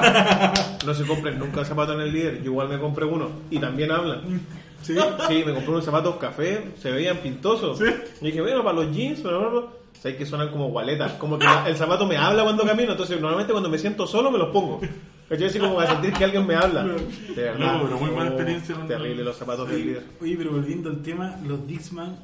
Speaker 1: compren- no se compren nunca zapatos en el líder. Yo igual me compré uno y también hablan.
Speaker 3: Sí.
Speaker 1: Sí, me compré unos zapatos café, se veían pintosos. Y dije, bueno, para los jeans, pero no, no. Sabes que suenan como gualetas. Como que la- el zapato me habla cuando camino, entonces normalmente cuando me siento solo me los pongo. Yo así como para sentir que alguien me habla. De verdad. Oh,
Speaker 2: No, pero muy mala experiencia.
Speaker 1: Terrible los zapatos del líder.
Speaker 3: Oye, pero volviendo al tema, los Dixman,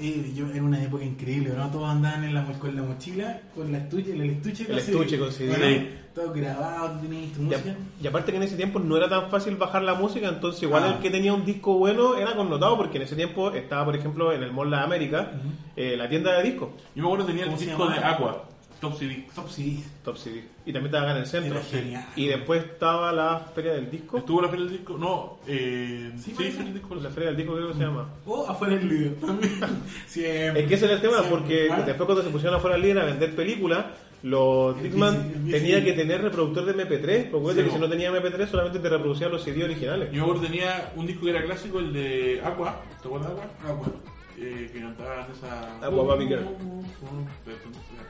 Speaker 3: eh, yo, era una época increíble, ¿no? Todos andaban en la, mo- con la mochila, con la estuche, el estuche
Speaker 1: El estuche con CD.
Speaker 3: Bueno, todo grabado, tú tenías tu
Speaker 1: Y,
Speaker 3: música.
Speaker 1: a- y aparte que en ese tiempo no era tan fácil bajar la música, entonces igual
Speaker 3: Ah.
Speaker 1: el que tenía un disco bueno era connotado, porque en ese tiempo estaba, por ejemplo, en el Mall La América, eh, la tienda de discos,
Speaker 2: Yo me acuerdo que tenía el
Speaker 3: ¿Cómo se
Speaker 2: disco de
Speaker 3: llamaba?
Speaker 2: Aqua, Top CD.
Speaker 3: Top CD.
Speaker 1: Top CD, y también estaba acá en el centro.
Speaker 3: Era genial.
Speaker 1: Y después estaba la Feria del Disco,
Speaker 2: ¿Estuvo la feria del disco? No, eh.
Speaker 3: Sí,
Speaker 2: Sí,
Speaker 3: parece.
Speaker 2: feria del disco.
Speaker 1: la Feria del Disco creo que se llama.
Speaker 3: O afuera del líder también. Siempre.
Speaker 1: Es que ese era el tema,
Speaker 3: Siempre.
Speaker 1: porque
Speaker 3: Ah,
Speaker 1: después cuando se pusieron afuera al líder a vender películas, los
Speaker 3: Es difícil, es
Speaker 1: Dickman
Speaker 3: difícil.
Speaker 1: tenía que tener reproductor de MP3, porque acuérdate
Speaker 2: Sí,
Speaker 1: que
Speaker 2: bo.
Speaker 1: si no tenía MP3 solamente te reproducía los CD originales.
Speaker 2: Yo me acuerdo que tenía un disco que era clásico, el de Aqua. ¿Te acuerdas de Aqua?
Speaker 3: Ah, bueno.
Speaker 2: Eh, que cantaban esa.
Speaker 1: Aqua Baby Girl.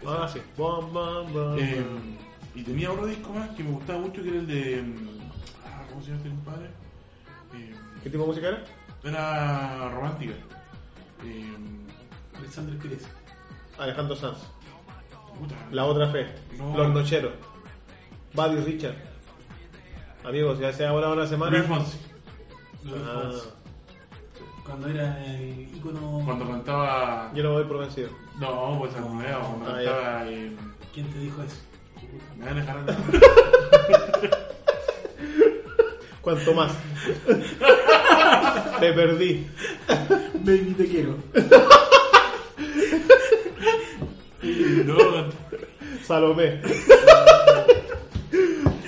Speaker 2: Ah,
Speaker 1: Ah, sí. Bum, bum, bum,
Speaker 2: Eh,
Speaker 1: bum.
Speaker 2: y tenía otro disco más que me gustaba mucho, que era el de. mm, Ah, ¿cómo se llama este compadre? Eh,
Speaker 1: ¿Qué tipo de música era?
Speaker 2: era romántica. Eh,
Speaker 3: Alexander Pires.
Speaker 1: Alejandro Sanz.
Speaker 2: puta,
Speaker 1: La otra fe.
Speaker 2: No.
Speaker 1: Los Nocheros. Buddy Richard. Amigos, ya sea ahora una
Speaker 2: Luis
Speaker 1: semana.
Speaker 2: Fonsi.
Speaker 1: Ah,
Speaker 3: Cuando era el ícono.
Speaker 2: Cuando cantaba.
Speaker 1: yo no voy por vencido.
Speaker 2: No, pues al nuevo, cuando
Speaker 1: Ah,
Speaker 2: cantaba. eh,
Speaker 3: ¿Quién te dijo eso?
Speaker 2: Me van a dejar hablar.
Speaker 1: Cuanto más. Te perdí.
Speaker 3: Baby, te quiero.
Speaker 2: No,
Speaker 1: Salomé.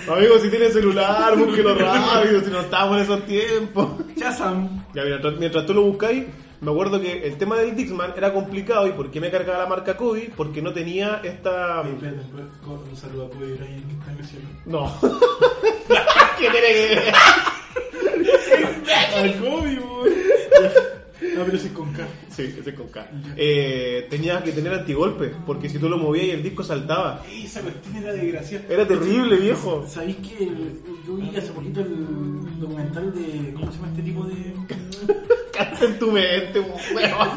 Speaker 1: Amigos, si tienen celular, búsquelo rápido. Si no estamos en esos tiempos.
Speaker 3: Chazam.
Speaker 1: Ya, mira, mientras, mientras tú lo buscáis, me acuerdo que el tema del Dixman era complicado. ¿Y por qué me cargaba la marca Kobe? Porque no tenía esta.
Speaker 3: Oye, espérate, con- Un saludo a Kobe Bryant que está en el cielo.
Speaker 1: No. ¿Qué tiene que ver?
Speaker 3: Al Kobe, No, Ah, pero sí con K.
Speaker 1: Sí, ese es con K. Eh, tenía que tener antigolpe, porque si tú lo movías y el disco saltaba.
Speaker 3: Esa cuestión era desgraciada.
Speaker 1: Era terrible, viejo.
Speaker 3: ¿Sabéis que el- yo vi hace poquito el documental de. ¿Cómo se llama este tipo de.?
Speaker 1: Canta en tu mente, weón.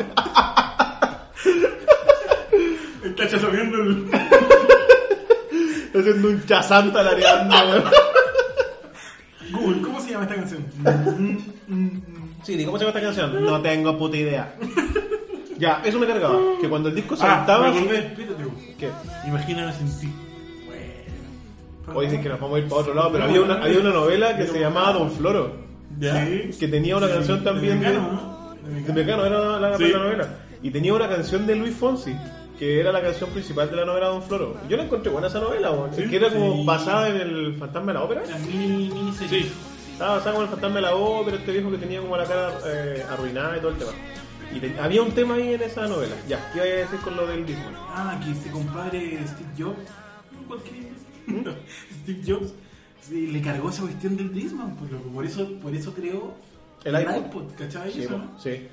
Speaker 3: El cacha sabiendo el.
Speaker 1: Haciendo un chazán talareando, weón.
Speaker 3: Google, ¿cómo se llama esta canción? Ah,
Speaker 1: Sí, ¿y ¿cómo se llama esta canción? No tengo puta idea. Ya, eso me cargaba. Que cuando el disco saltaba.
Speaker 2: Ah, me acordé.
Speaker 3: Espérate, güey.
Speaker 1: ¿Qué?
Speaker 2: Imagíname sin ti.
Speaker 1: Hoy dicen que nos vamos a ir para otro lado, pero había una, había una novela que se llamaba Don Floro,
Speaker 2: ¿Ya?
Speaker 1: que tenía una canción también
Speaker 3: De
Speaker 1: de.
Speaker 3: Mecano, ¿no? De
Speaker 1: de
Speaker 3: Mecano.
Speaker 1: Mecano, era la, la-
Speaker 2: Sí.
Speaker 1: la novela. Y tenía una canción de Luis Fonsi, que era la canción principal de la novela Don Floro. Yo la encontré buena esa novela, weón.
Speaker 2: Sí.
Speaker 1: que era como
Speaker 2: Sí.
Speaker 1: basada en el fantasma de la ópera.
Speaker 3: La mini, mini serie.
Speaker 2: Sí.
Speaker 1: Estaba basada como en el fantasma de la ópera, este viejo que tenía como la cara eh, arruinada y todo el tema. Y te- había un tema ahí en esa novela. Ya, ¿qué iba a decir con lo del disco?
Speaker 3: Ah, que este compadre Steve Jobs, cualquier
Speaker 1: ¿Mm?
Speaker 3: no, Steve Jobs, sí, le cargó esa cuestión del Disman, pues loco, por eso, por eso creó
Speaker 1: El iPod.
Speaker 3: ¿cachai?
Speaker 1: Sí,
Speaker 3: eso,
Speaker 1: po,
Speaker 3: ¿no?
Speaker 1: sí.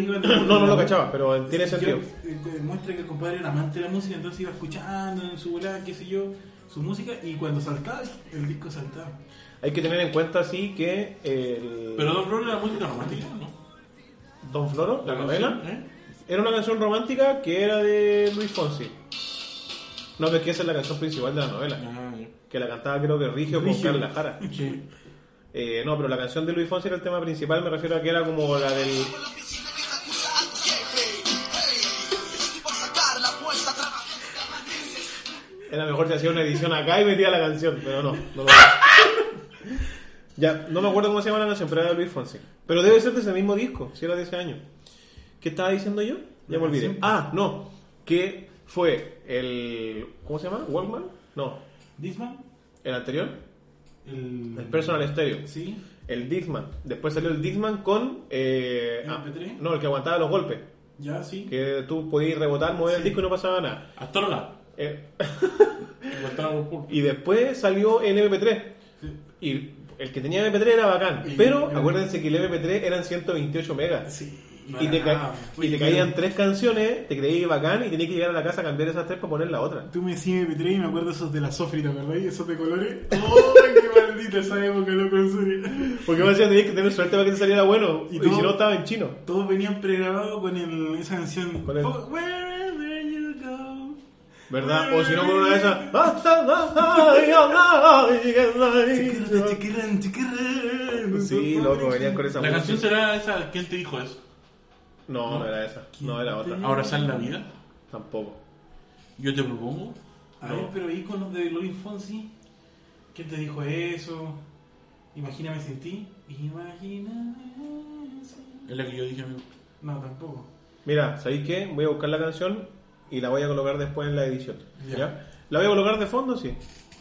Speaker 3: iba
Speaker 1: No, no lo cachaba, pero tiene sentido.
Speaker 3: eh, Muestra que el compadre era amante de la música, entonces iba escuchando en su volada, qué sé yo, su música, y cuando saltaba, el disco saltaba.
Speaker 1: Hay que tener en cuenta, sí, que el
Speaker 2: Pero Don Flor era música romántica, ¿no?
Speaker 1: Don Floro, la novela,
Speaker 2: ¿Eh?
Speaker 1: Era una canción romántica que era de Luis Fonsi. No, pero es que esa es la canción principal de la novela.
Speaker 2: Ah, ya.
Speaker 1: Que la cantaba creo que Rigio con
Speaker 3: Rigio.
Speaker 1: Carla Jara.
Speaker 2: Sí.
Speaker 1: Eh, no, pero la canción de Luis Fonsi era el tema principal. Me refiero a que era como la del... Era mejor si hacía una edición acá y metía la canción. Pero no, no lo Ya, no me acuerdo cómo se llama la canción, pero era de Luis Fonsi. Pero debe ser de ese mismo disco, si era de ese año. ¿Qué estaba diciendo yo? Ya me olvidé. Ah, no. Que fue el... ¿Cómo se llama? ¿Walkman? No.
Speaker 3: Disman,
Speaker 1: ¿El anterior?
Speaker 3: el.
Speaker 1: El Personal Stereo.
Speaker 3: Sí,
Speaker 1: El Disman. Después salió el Disman con... Eh, ah,
Speaker 3: MP3.
Speaker 1: no, el que aguantaba los golpes.
Speaker 3: ya, sí.
Speaker 1: Que tú podías rebotar, mover el
Speaker 3: Sí.
Speaker 1: disco y no pasaba nada.
Speaker 2: Astrola.
Speaker 1: Eh,
Speaker 2: Encontraron por
Speaker 1: y después salió el MP3.
Speaker 3: Sí.
Speaker 1: Y el que tenía MP3 era bacán.
Speaker 3: Y-
Speaker 1: pero acuérdense que el MP3 eran 128 megas.
Speaker 3: Sí,
Speaker 1: Y te, ca-
Speaker 3: nada.
Speaker 1: y te caían tres canciones, te creí bacán y tenías que llegar a la casa a cambiar esas tres para poner la otra.
Speaker 3: Tú me decías MP3 y me acuerdo esos de la sofrita, ¿verdad? Y esos de colores. ¡Oh, qué maldita esa época, loco! En serio.
Speaker 1: Porque me decían, tenías que tener suerte para que te saliera bueno. Y,
Speaker 3: Y todo-
Speaker 1: si no, estaba en chino.
Speaker 3: Todos venían pregrabados con el, esa canción.
Speaker 1: Con el-
Speaker 3: Oh, Wherever you go.
Speaker 1: ¿Verdad? O si no, con una de esas. "Hasta la- ay, ay, ay,
Speaker 3: Chiquirra,
Speaker 1: ay".
Speaker 3: chiquirra, chiquirra.
Speaker 1: Sí, loco, venían con esa
Speaker 2: La canción
Speaker 1: música.
Speaker 2: será esa. ¿Quién te dijo eso?
Speaker 1: No, no era esa. No era otra.
Speaker 3: ¿Quién
Speaker 2: Abrazar la vida.
Speaker 1: Tampoco.
Speaker 2: Yo te propongo.
Speaker 1: Ah,
Speaker 3: A ver, pero ahí con los de Luis Fonsi. ¿Quién te dijo eso? Imagíname sin ti. Imagíname sin-
Speaker 2: Es la que yo dije, amigo.
Speaker 3: No, tampoco.
Speaker 1: Mira, ¿sabéis qué? Voy a buscar la canción y la voy a colocar después en la edición.
Speaker 3: Ya.
Speaker 1: ¿Ya? ¿La voy a colocar de fondo? Sí.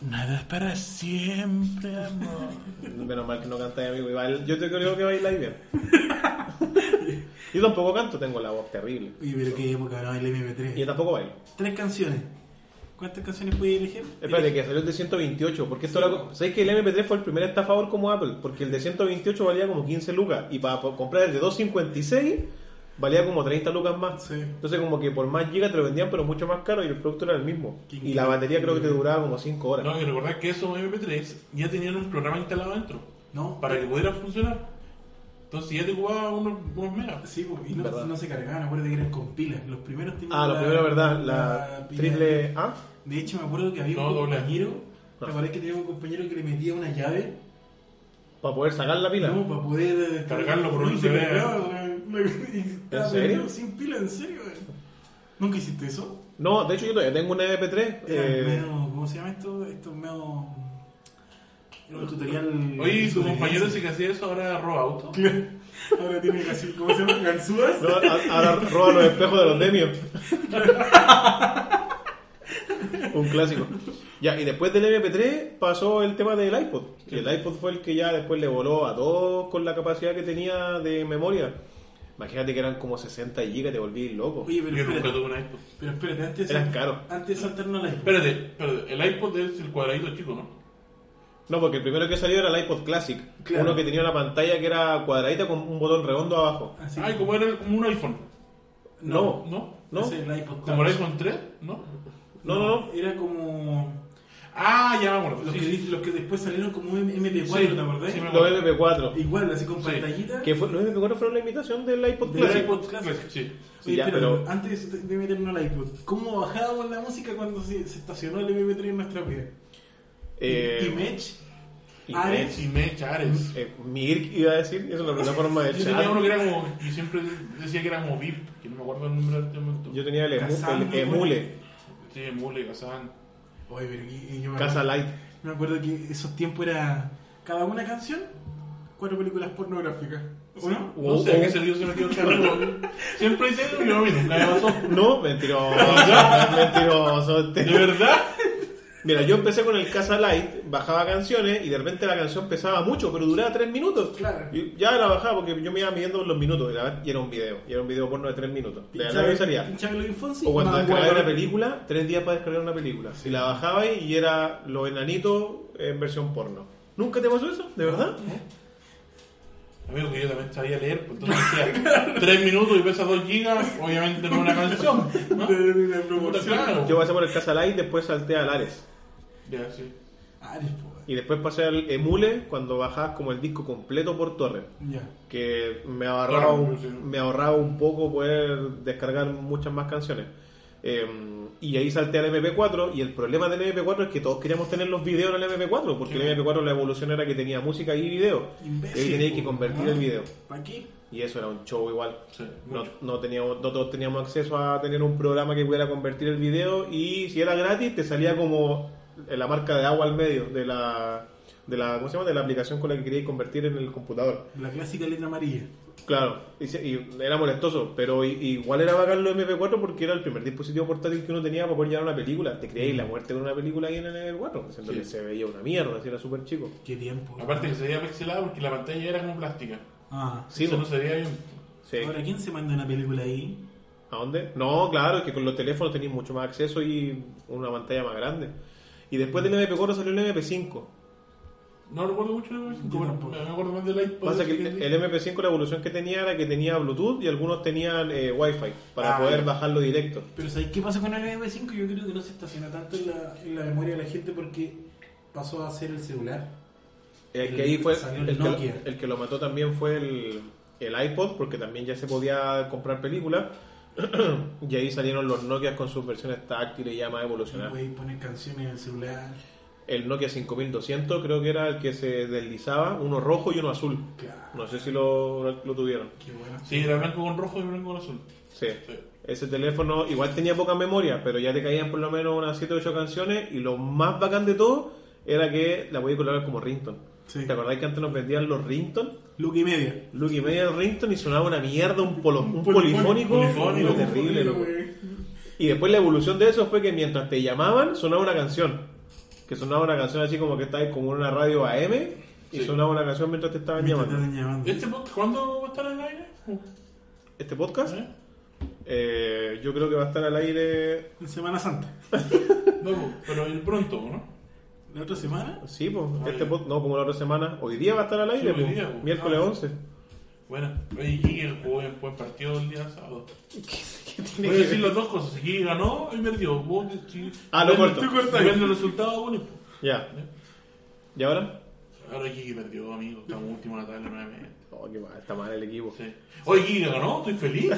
Speaker 2: Nada es para siempre, amor.
Speaker 1: Menos mal que no cantáis, amigo. y bail- Yo te creo que bailáis bien. Yo tampoco canto, tengo la voz terrible.
Speaker 3: Oye, pero qué época, ¿no? El MP3.
Speaker 1: Y yo tampoco bailo.
Speaker 3: Tres canciones. ¿Cuántas canciones puedes elegir?
Speaker 1: Espérate, que salió el de 128. Porque esto era. co- ¿Sabéis que el MP3 fue el primer estafador como Apple? Porque el de 128 valía como 15 lucas. Y para po- comprar el de 256 valía como 30 lucas más.
Speaker 3: Sí.
Speaker 1: Entonces, como que por más gigas te lo vendían, pero mucho más caro. Y el producto era el mismo.
Speaker 3: Qué
Speaker 1: Y la batería creo que te duraba como 5 horas.
Speaker 2: No, y recordar que esos MP3 ya tenían un programa instalado dentro.
Speaker 3: No. Eh,
Speaker 2: Para que pudiera funcionar. Entonces ya te jugaba unos, unos megas.
Speaker 3: Sí, po, y no,
Speaker 1: Verdad.
Speaker 3: no se cargaban, acuérdate que eran con pilas. Los primeros tenían.
Speaker 1: Ah, lo
Speaker 3: la-
Speaker 1: primero, ¿verdad? La
Speaker 3: pila.
Speaker 1: triple A.
Speaker 3: De hecho, me acuerdo que había
Speaker 2: No,
Speaker 3: un
Speaker 2: doble.
Speaker 3: compañero.
Speaker 1: No.
Speaker 3: ¿Te acuerdas que tenía un compañero que le metía una llave?
Speaker 1: Para poder sacar la pila.
Speaker 3: No, para poder. eh,
Speaker 2: Cargarlo por
Speaker 3: no,
Speaker 2: un
Speaker 3: se
Speaker 2: USB.
Speaker 3: cargaba, weón. Y estaba
Speaker 1: serio?
Speaker 3: prendido Sin pila, en serio, weón. ¿Nunca hiciste eso?
Speaker 1: No, de hecho yo todavía tengo una MP3.
Speaker 3: Era
Speaker 1: eh,
Speaker 3: medio- ¿Cómo se llama esto? Esto es medio. Era un tutorial.
Speaker 2: Oye, y tu
Speaker 3: supervivencia.
Speaker 2: compañero ese que hacía eso ahora roba auto.
Speaker 3: Ahora tiene casi. ¿Cómo se llama? ¿Ganzúas?
Speaker 1: no, a- ahora roba los espejos de los demios. Un clásico. Ya, y después del MP3 pasó el tema del iPod. Y el iPod fue el que ya después le voló a todos con la capacidad que tenía de memoria. Imagínate que eran como 60 gigas, te volví loco.
Speaker 3: Oye, pero
Speaker 2: Yo nunca
Speaker 3: espérate.
Speaker 2: tuve un iPod.
Speaker 3: Pero espérate, antes.
Speaker 1: Eran caros.
Speaker 3: Antes de saltarnos la.
Speaker 2: Espérate, espérate, el iPod es el cuadradito chico, ¿no?
Speaker 1: No, porque el primero que salió era el iPod Classic.
Speaker 3: Claro.
Speaker 1: Uno que tenía una pantalla que era cuadradita con un botón redondo abajo.
Speaker 3: Así.
Speaker 2: Ay, como era el- como un iPhone.
Speaker 1: No.
Speaker 2: ¿No?
Speaker 1: ¿No?
Speaker 3: Ese es el iPod
Speaker 2: ¿Como el
Speaker 3: Touch.
Speaker 2: iPhone 3? ¿No?
Speaker 1: No, no, no.
Speaker 3: Era como.
Speaker 2: Ah, ya me acuerdo.
Speaker 3: Los,
Speaker 2: Sí,
Speaker 3: que,
Speaker 2: sí.
Speaker 3: di- los que después salieron como M- MP4,
Speaker 2: Sí,
Speaker 3: ¿te acordás?
Speaker 2: sí me
Speaker 1: Los MP4.
Speaker 3: Igual, así con
Speaker 2: Sí.
Speaker 3: pantallita.
Speaker 1: Que fue, los MP4 fueron la imitación del iPod
Speaker 3: Del
Speaker 1: Classic.
Speaker 3: iPod.
Speaker 2: Classic, sí.
Speaker 1: Sí, ya,
Speaker 3: espera,
Speaker 1: pero-
Speaker 3: Antes de- de meternos al iPod, ¿cómo bajábamos la música cuando se, se estacionó el MP3 en nuestra vida?
Speaker 1: Eh,
Speaker 3: Image.
Speaker 1: y
Speaker 3: Ares.
Speaker 2: Sí, me Chares.
Speaker 1: eh, Mirk iba a decir, eso es la plataforma de
Speaker 2: Yo tenía uno
Speaker 1: chat.
Speaker 2: que era como. Yo siempre decía que era como VIP, que no me acuerdo el número de este momento.
Speaker 1: Yo tenía el, emu-
Speaker 3: Kazan,
Speaker 1: el Emule,
Speaker 2: Sí, Mule, Kazan.
Speaker 3: Oye, pero y- y yo me
Speaker 1: Casa
Speaker 3: acuerdo,
Speaker 1: Light.
Speaker 3: me acuerdo que esos tiempos era cada una canción, cuatro películas pornográficas. ¿O no?
Speaker 2: No sé, a qué se dio, se me quedó el carro. Siempre hice lo mismo, a mí nunca me pasó.
Speaker 1: No, mentiroso, mentiroso. este.
Speaker 2: ¿De verdad?
Speaker 1: Mira, yo empecé con el Casa Light, bajaba canciones y de repente la canción pesaba mucho, pero duraba tres minutos.
Speaker 3: Claro.
Speaker 1: Y ya la bajaba porque yo me iba midiendo los minutos y la- y era un video, y era un video porno de tres minutos. De la nada me salía.
Speaker 3: Pinchaba Luis Fonsi.
Speaker 1: O cuando
Speaker 3: más
Speaker 1: descargaba
Speaker 3: guay.
Speaker 1: una película, tres días para descargar una película. Y la bajaba y era Los Enanitos en versión porno. ¿Nunca te pasó eso? ¿De verdad?
Speaker 2: Amigo, que yo también sabía leer, pues entonces decía 3 minutos y pesa 2 gigas, obviamente no es una canción. ¿no?
Speaker 3: De- de- de
Speaker 2: Puta,
Speaker 3: proporción.
Speaker 2: claro.
Speaker 1: Yo pasé por el Casa Light, después salté al Ares.
Speaker 2: Ya, sí.
Speaker 3: Ares, po,
Speaker 1: Y después pasé al Emule cuando bajabas como el disco completo por torre.
Speaker 3: Ya.
Speaker 1: que me ahorraba,
Speaker 2: Claro,
Speaker 1: un,
Speaker 2: sí.
Speaker 1: me ahorraba un poco poder descargar muchas más canciones. Eh, y ahí salté al MP4 y el problema del MP4 es que todos queríamos tener los videos en el MP4, porque
Speaker 2: Sí.
Speaker 1: el MP4 la evolución era que tenía música y video.
Speaker 3: Imbécil,
Speaker 1: y ahí tenías
Speaker 3: po,
Speaker 1: que convertir
Speaker 3: ¿no?
Speaker 1: el video.
Speaker 3: ¿Para qué?
Speaker 1: Y eso era un show igual.
Speaker 2: Ah. Sí,
Speaker 1: No,
Speaker 2: mucho.
Speaker 1: no teníamos, no todos teníamos acceso a tener un programa que pudiera convertir el video y si era gratis te salía como la marca de agua al medio de la, de la, ¿cómo se llama? de la aplicación con la que queríais convertir en el computador.
Speaker 3: La clásica letra amarilla.
Speaker 1: Claro, y, se- y era molestoso, pero i- igual era bacán lo MP4 porque era el primer dispositivo portátil que uno tenía para poder llevar una película. Te creéis la muerte con una película ahí en el MP4, siento
Speaker 2: Sí.
Speaker 1: que se veía una mierda, si era súper chico.
Speaker 3: Qué tiempo.
Speaker 2: Aparte que se veía pixelado porque la pantalla era como plástica.
Speaker 3: Ah.
Speaker 1: Sí,
Speaker 2: Eso
Speaker 1: po.
Speaker 2: no se veía bien.
Speaker 1: Sí.
Speaker 3: Ahora, ¿quién se manda una película ahí?
Speaker 1: ¿A dónde? No, claro, es que con los teléfonos tenéis mucho más acceso y una pantalla más grande. Y después del MP4 salió el MP5.
Speaker 2: No recuerdo mucho el
Speaker 3: Yo
Speaker 2: MP5, bueno,
Speaker 3: tampoco.
Speaker 2: me acuerdo más del iPod.
Speaker 1: Pasa que el, el MP5 la evolución que tenía era que tenía Bluetooth y algunos tenían eh, Wi-Fi para
Speaker 2: Ah,
Speaker 1: poder
Speaker 2: ya.
Speaker 1: bajarlo directo.
Speaker 3: Pero ¿sabes qué pasa con el MP5? Yo creo que no se estaciona tanto en la, en la memoria de la gente porque pasó a ser el celular.
Speaker 1: El
Speaker 3: El
Speaker 1: que ahí fue
Speaker 3: salió
Speaker 1: el,
Speaker 3: el
Speaker 1: que,
Speaker 3: Nokia.
Speaker 1: el que lo mató también fue el, el iPod, porque también ya se podía comprar películas. y ahí salieron los Nokia con sus versiones táctiles ya más
Speaker 3: No
Speaker 1: evolucionadas.
Speaker 3: podéis poner canciones en el celular.
Speaker 1: El Nokia 5200 creo que era el que se deslizaba, uno rojo y uno azul.
Speaker 3: Claro.
Speaker 1: No sé si lo, lo tuvieron.
Speaker 3: Qué bueno.
Speaker 2: Sí, era blanco con rojo y blanco con azul.
Speaker 1: Sí.
Speaker 2: Sí.
Speaker 1: Ese teléfono igual tenía poca memoria, pero ya te caían por lo menos unas 7 o 8 canciones. Y lo más bacán de todo era que la podía colocar como ringtone.
Speaker 3: Sí.
Speaker 1: ¿Te acordáis que antes nos vendían los ringtone?
Speaker 3: Luke y media.
Speaker 1: Luke y media Rington y sonaba una mierda, un, polo- un
Speaker 3: Pol-
Speaker 1: polifónico,
Speaker 2: polifónico,
Speaker 1: fue terrible, loco.
Speaker 3: güey.
Speaker 1: Y después la evolución de eso fue que mientras te llamaban, sonaba una canción. Que sonaba una canción así como que estabas como en una radio AM y
Speaker 2: Sí.
Speaker 1: sonaba una canción mientras te estaban
Speaker 3: Mientras te
Speaker 1: llamando.
Speaker 3: están llamando.
Speaker 2: ¿Este podcast cuándo va a estar en el aire?
Speaker 1: Este podcast,
Speaker 2: ¿Eh?
Speaker 1: eh, yo creo que va a estar al aire.
Speaker 3: En Semana Santa.
Speaker 2: No, pero el pronto, ¿no?
Speaker 3: La otra semana.
Speaker 1: Sí, pues,
Speaker 2: Ah,
Speaker 1: este
Speaker 2: ya.
Speaker 1: podcast, no, como la otra semana. Hoy día va a estar al aire,
Speaker 2: hoy
Speaker 1: po,
Speaker 2: día, po.
Speaker 1: miércoles
Speaker 2: Ah.
Speaker 1: 11.
Speaker 2: Bueno, oye, Giger jugó en buen partido el día sábado.
Speaker 1: ¿Qué tiene
Speaker 2: Voy a
Speaker 1: que
Speaker 2: decir
Speaker 1: ver?
Speaker 2: las dos cosas. Si Giger ganó y perdió. Vos decí-
Speaker 1: Ah, lo
Speaker 2: ven-
Speaker 1: corto.
Speaker 2: tú cortas. Ven el resultado, bueno.
Speaker 1: Ya. ¿Y ahora?
Speaker 2: Ahora Giger perdió, amigo. Estamos último en la tabla nuevamente.
Speaker 1: Oh, qué mal, está mal el equipo.
Speaker 2: Sí. Oye, Giger ganó, estoy feliz.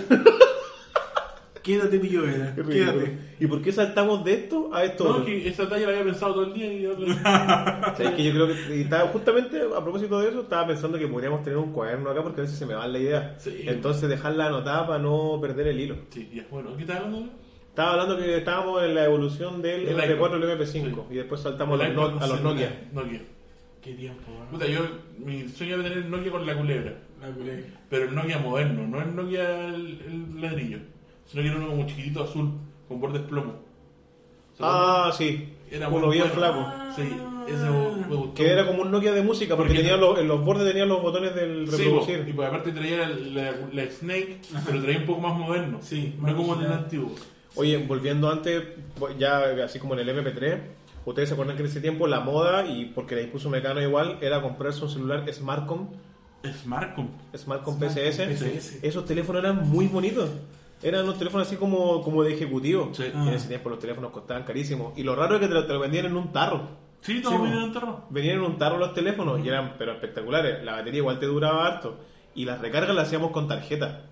Speaker 3: Quédate, pillovera.
Speaker 1: Qué ridículo.
Speaker 3: Quédate.
Speaker 1: ¿Y por qué saltamos de esto a esto?
Speaker 2: No,
Speaker 1: otro?
Speaker 2: que esa talla la había pensado todo el día y ahora...
Speaker 1: O sea, es que yo creo que y estaba, justamente a propósito de eso, estaba pensando que podríamos tener un cuaderno acá porque a veces se me va la idea.
Speaker 2: Sí.
Speaker 1: Entonces dejarla anotada para no perder el hilo.
Speaker 2: Sí, ya, bueno, ¿qué tal hablando?
Speaker 1: Estaba hablando que estábamos en la evolución del
Speaker 2: Del
Speaker 1: MP4 al
Speaker 2: iPhone.
Speaker 1: MP5 y después saltamos a los,
Speaker 2: iPhone,
Speaker 1: no- a los
Speaker 2: sí,
Speaker 1: Nokia.
Speaker 2: Nokia.
Speaker 3: Qué tiempo, güey.
Speaker 2: Puta, yo, mi sueño era tener el Nokia con la culebra,
Speaker 3: La culé.
Speaker 2: pero el Nokia moderno, no el Nokia el, el ladrillo, sino que era uno como chiquitito azul, con bordes plomo. ¿Se acuerdan?
Speaker 1: Ah, sí.
Speaker 2: era
Speaker 1: uno
Speaker 2: muy
Speaker 1: bien
Speaker 2: bueno.
Speaker 1: flaco.
Speaker 2: Sí, ese me gustó.
Speaker 1: Que era como un Nokia de música porque
Speaker 2: Porque-
Speaker 1: tenía los, en los bordes tenían los botones del
Speaker 2: Sí,
Speaker 1: reproducir.
Speaker 2: po, y pues aparte traía la, la- la Snake, pero traía un poco más moderno.
Speaker 3: Sí,
Speaker 2: no
Speaker 3: más
Speaker 2: como el
Speaker 3: original.
Speaker 2: antiguo.
Speaker 1: Oye, volviendo antes, ya así como en el MP3, Ustedes se acuerdan que en ese tiempo la moda, y porque la impuso Mecano igual, era comprarse un celular Smartcom,
Speaker 2: Smartcom.
Speaker 1: Smartcom
Speaker 3: Smartcom
Speaker 1: PCS.
Speaker 3: PCS.
Speaker 1: Esos teléfonos eran muy bonitos. Eran unos teléfonos así como, como de ejecutivo.
Speaker 2: Sí.
Speaker 1: Y En ese tiempo los teléfonos costaban carísimos. Y lo raro es que te lo, te lo vendían en un tarro.
Speaker 2: Sí,
Speaker 3: Sí,
Speaker 2: todos
Speaker 3: po.
Speaker 2: vinieron enterrados.
Speaker 1: Venían en un tarro los teléfonos y eran pero espectaculares. La batería igual te duraba harto. Y las recargas las hacíamos con tarjeta.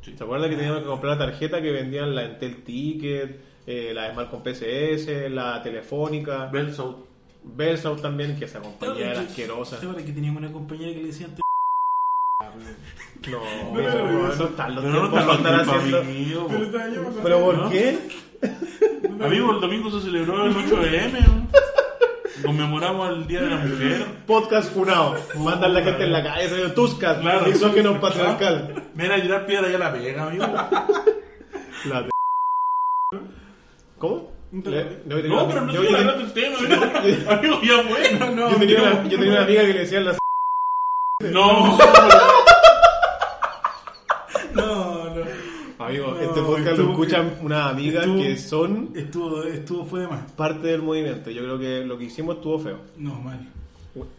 Speaker 2: Sí.
Speaker 1: ¿Se acuerdan que teníamos que comprar la tarjeta que vendían la Entel Ticket, eh, la Smartcom PCS, la Telefónica,
Speaker 2: Bell South.
Speaker 1: Belsaut también, que esa
Speaker 3: ¿Te acuerdas
Speaker 1: compañía era
Speaker 3: que-
Speaker 1: asquerosa?
Speaker 3: ¿Te acuerdas que teníamos una compañera que le decían te-
Speaker 1: No,
Speaker 3: pero-
Speaker 1: no, no están los
Speaker 2: Pero no
Speaker 1: tiempos para
Speaker 2: están
Speaker 1: andar
Speaker 2: los tiempos,
Speaker 1: haciendo...
Speaker 2: amigo.
Speaker 1: ¿Pero por
Speaker 3: ¿no?
Speaker 1: qué?
Speaker 2: Amigo, el domingo se celebró el 8M. ¿no? Conmemoramos el Día de la Mujer.
Speaker 1: Podcast funado. Mandan la gente en la calle, señor Tuscas,
Speaker 2: Claro.
Speaker 1: misógeno patriarcal.
Speaker 2: Mira, ayudar piedra ya la pega, amigo.
Speaker 1: La de- ¿Cómo? Le- no, yo tenía
Speaker 2: No,
Speaker 1: una-
Speaker 2: pero no
Speaker 1: yo-
Speaker 2: estoy
Speaker 1: yo-
Speaker 2: hablando del tema, amigo. Amigo, ya bueno, no.
Speaker 1: yo tenía una- Yo tenía una amiga que le decían las...
Speaker 2: No,
Speaker 3: No, no.
Speaker 1: Amigo,
Speaker 3: No,
Speaker 1: este podcast lo
Speaker 3: estuvo-
Speaker 1: escuchan unas amigas
Speaker 3: estuvo-
Speaker 1: que son...
Speaker 3: Estuvo, estuvo, fue de más.
Speaker 1: parte del movimiento. Yo creo que lo que hicimos estuvo feo.
Speaker 3: No, mal.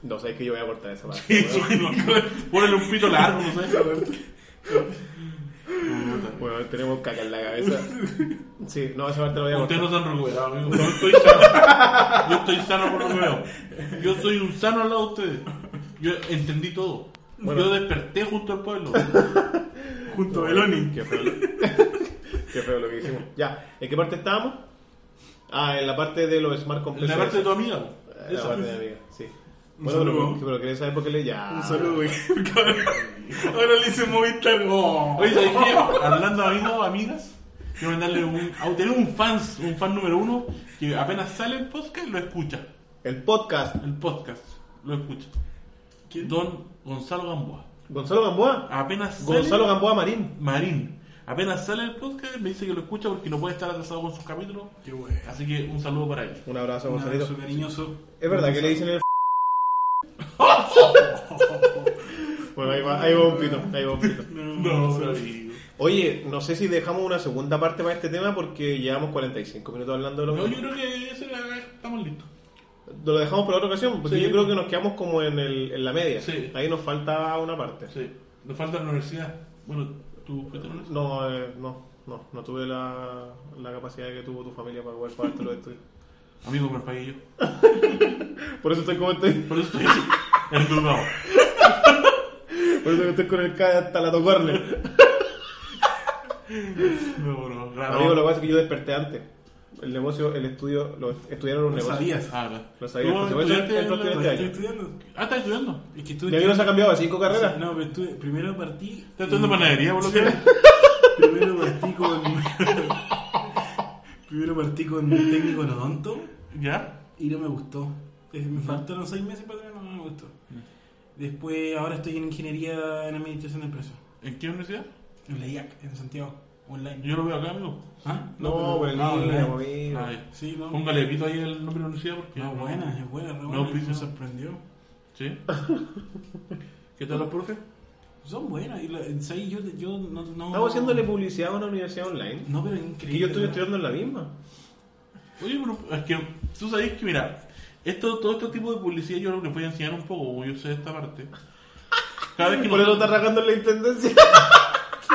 Speaker 1: No sé, es que yo voy a cortar esa parte.
Speaker 2: eso
Speaker 1: weón.
Speaker 2: que no. Ponele un pito largo, no sé. Puta.
Speaker 1: Weón, tenemos caca en la cabeza. Sí, no, esa parte la voy a
Speaker 2: Ustedes
Speaker 1: cortar.
Speaker 2: no se han recuperado, amigo. Yo estoy sano. Yo estoy sano por lo que veo. Yo soy un sano al lado de ustedes. Yo entendí todo.
Speaker 1: Bueno.
Speaker 2: Yo desperté junto al pueblo.
Speaker 3: Junto a Beloni.
Speaker 1: Qué feo, lo... Qué feo lo que hicimos. Ya, ¿en qué parte estábamos? Ah, en la parte de los smart
Speaker 2: En
Speaker 1: complexos.
Speaker 2: la parte de tu amiga. po.
Speaker 1: Ah, en la
Speaker 2: Esa.
Speaker 1: parte de mi amiga, sí.
Speaker 3: Un
Speaker 1: Bueno,
Speaker 3: saludo.
Speaker 1: pero, pero quería saber por qué le ya.
Speaker 3: Un saludo, güey. Ahora le hice Movistar. Oh.
Speaker 2: Oye, ¿sabes qué? Hablando amigos, amigas, quiero mandarle un. a- Tenemos un fans, un fan número uno, que apenas sale el podcast, lo escucha.
Speaker 1: El podcast.
Speaker 2: El podcast, lo escucha.
Speaker 3: ¿Quién?
Speaker 2: Don Gonzalo Gamboa.
Speaker 1: Gonzalo Gamboa.
Speaker 2: Apenas sale.
Speaker 1: Gonzalo Gamboa Marín.
Speaker 2: Marín. Apenas sale el podcast, me dice que lo escucha porque no puede estar atrasado con sus capítulos.
Speaker 3: Qué bueno.
Speaker 2: Así que un saludo para él.
Speaker 1: Un abrazo,
Speaker 3: Un
Speaker 1: Gonzalito.
Speaker 3: abrazo cariñoso.
Speaker 1: Es verdad que le dicen el. bueno, ahí va, ahí va un pito, ahí va un pito.
Speaker 2: No, amigo.
Speaker 1: Oye, no sé si dejamos una segunda parte para este tema porque llevamos 45 minutos hablando de lo
Speaker 2: No, yo
Speaker 1: mismo.
Speaker 2: creo que ese era- estamos listos.
Speaker 1: Lo dejamos para otra ocasión porque
Speaker 2: Sí.
Speaker 1: yo creo que nos quedamos como en, el, en la media.
Speaker 2: Sí.
Speaker 1: Ahí nos falta una parte.
Speaker 2: Sí. Nos falta la universidad. Bueno, tú fuiste a la universidad.
Speaker 1: No, eh, no, no, no tuve la, la capacidad que tuvo tu familia para poder pagarte los estudios.
Speaker 2: Amigo, me lo pagué yo.
Speaker 1: Por eso estoy como estoy,
Speaker 2: Por eso estoy así, endeudado.
Speaker 1: por eso que estoy con el K hasta la tocarle.
Speaker 2: No, no, claro.
Speaker 1: Amigo, lo que pasa es que yo desperté antes. El negocio, el estudio, lo estudiaron un
Speaker 3: No
Speaker 1: negocio.
Speaker 3: sabías.
Speaker 2: Ah, claro.
Speaker 1: Lo sabía,
Speaker 2: Tú
Speaker 1: por supuesto,
Speaker 2: estudiaste
Speaker 1: entró
Speaker 2: en la-
Speaker 1: estudiante
Speaker 3: ¿Estoy
Speaker 1: año.
Speaker 3: estudiando?
Speaker 2: Ah, estás estudiando.
Speaker 3: Es que
Speaker 1: Ya
Speaker 3: estuve
Speaker 1: vieron, se ha cambiado de cinco carreras.
Speaker 3: Sí, No, pero estuve, primero partí.
Speaker 2: Estás estudiando panadería, por lo que veo.
Speaker 3: Primero partí con. primero partí con un técnico en odonto
Speaker 2: ¿Ya?
Speaker 3: y no me gustó. Eh, Me faltaron seis meses para tenerlo, no me gustó. Después, ahora estoy en ingeniería en administración de empresas.
Speaker 2: ¿En qué universidad?
Speaker 3: En la IAC, en Santiago, online.
Speaker 2: Yo lo veo acá, amigo.
Speaker 3: ¿Ah?
Speaker 1: No,
Speaker 3: pero-
Speaker 1: por el
Speaker 3: ah,
Speaker 1: niño,
Speaker 3: online.
Speaker 1: amigo.
Speaker 2: Ah, ya.
Speaker 3: Sí, no.
Speaker 2: Póngale pito ahí el nombre de la universidad porque.
Speaker 1: Ah,
Speaker 3: No, buena, es buena, re
Speaker 2: No,
Speaker 3: buena,
Speaker 2: please,
Speaker 3: me
Speaker 2: no.
Speaker 3: sorprendió.
Speaker 2: ¿Sí? ¿Qué tal los profes?
Speaker 3: Son buenas, y la, ¿sabes? yo, yo no, no...
Speaker 1: Estamos haciéndole publicidad a una universidad online.
Speaker 3: No, pero es
Speaker 1: Que
Speaker 3: increíble.
Speaker 1: yo estoy
Speaker 3: ¿no?
Speaker 1: estudiando en la misma.
Speaker 2: Oye, pero es que tú sabes que, mira, esto, todo este tipo de publicidad yo les voy a enseñar un poco, como yo sé esta parte. Cada vez que
Speaker 1: Por eso
Speaker 2: nosotros-
Speaker 1: está rajando en la intendencia.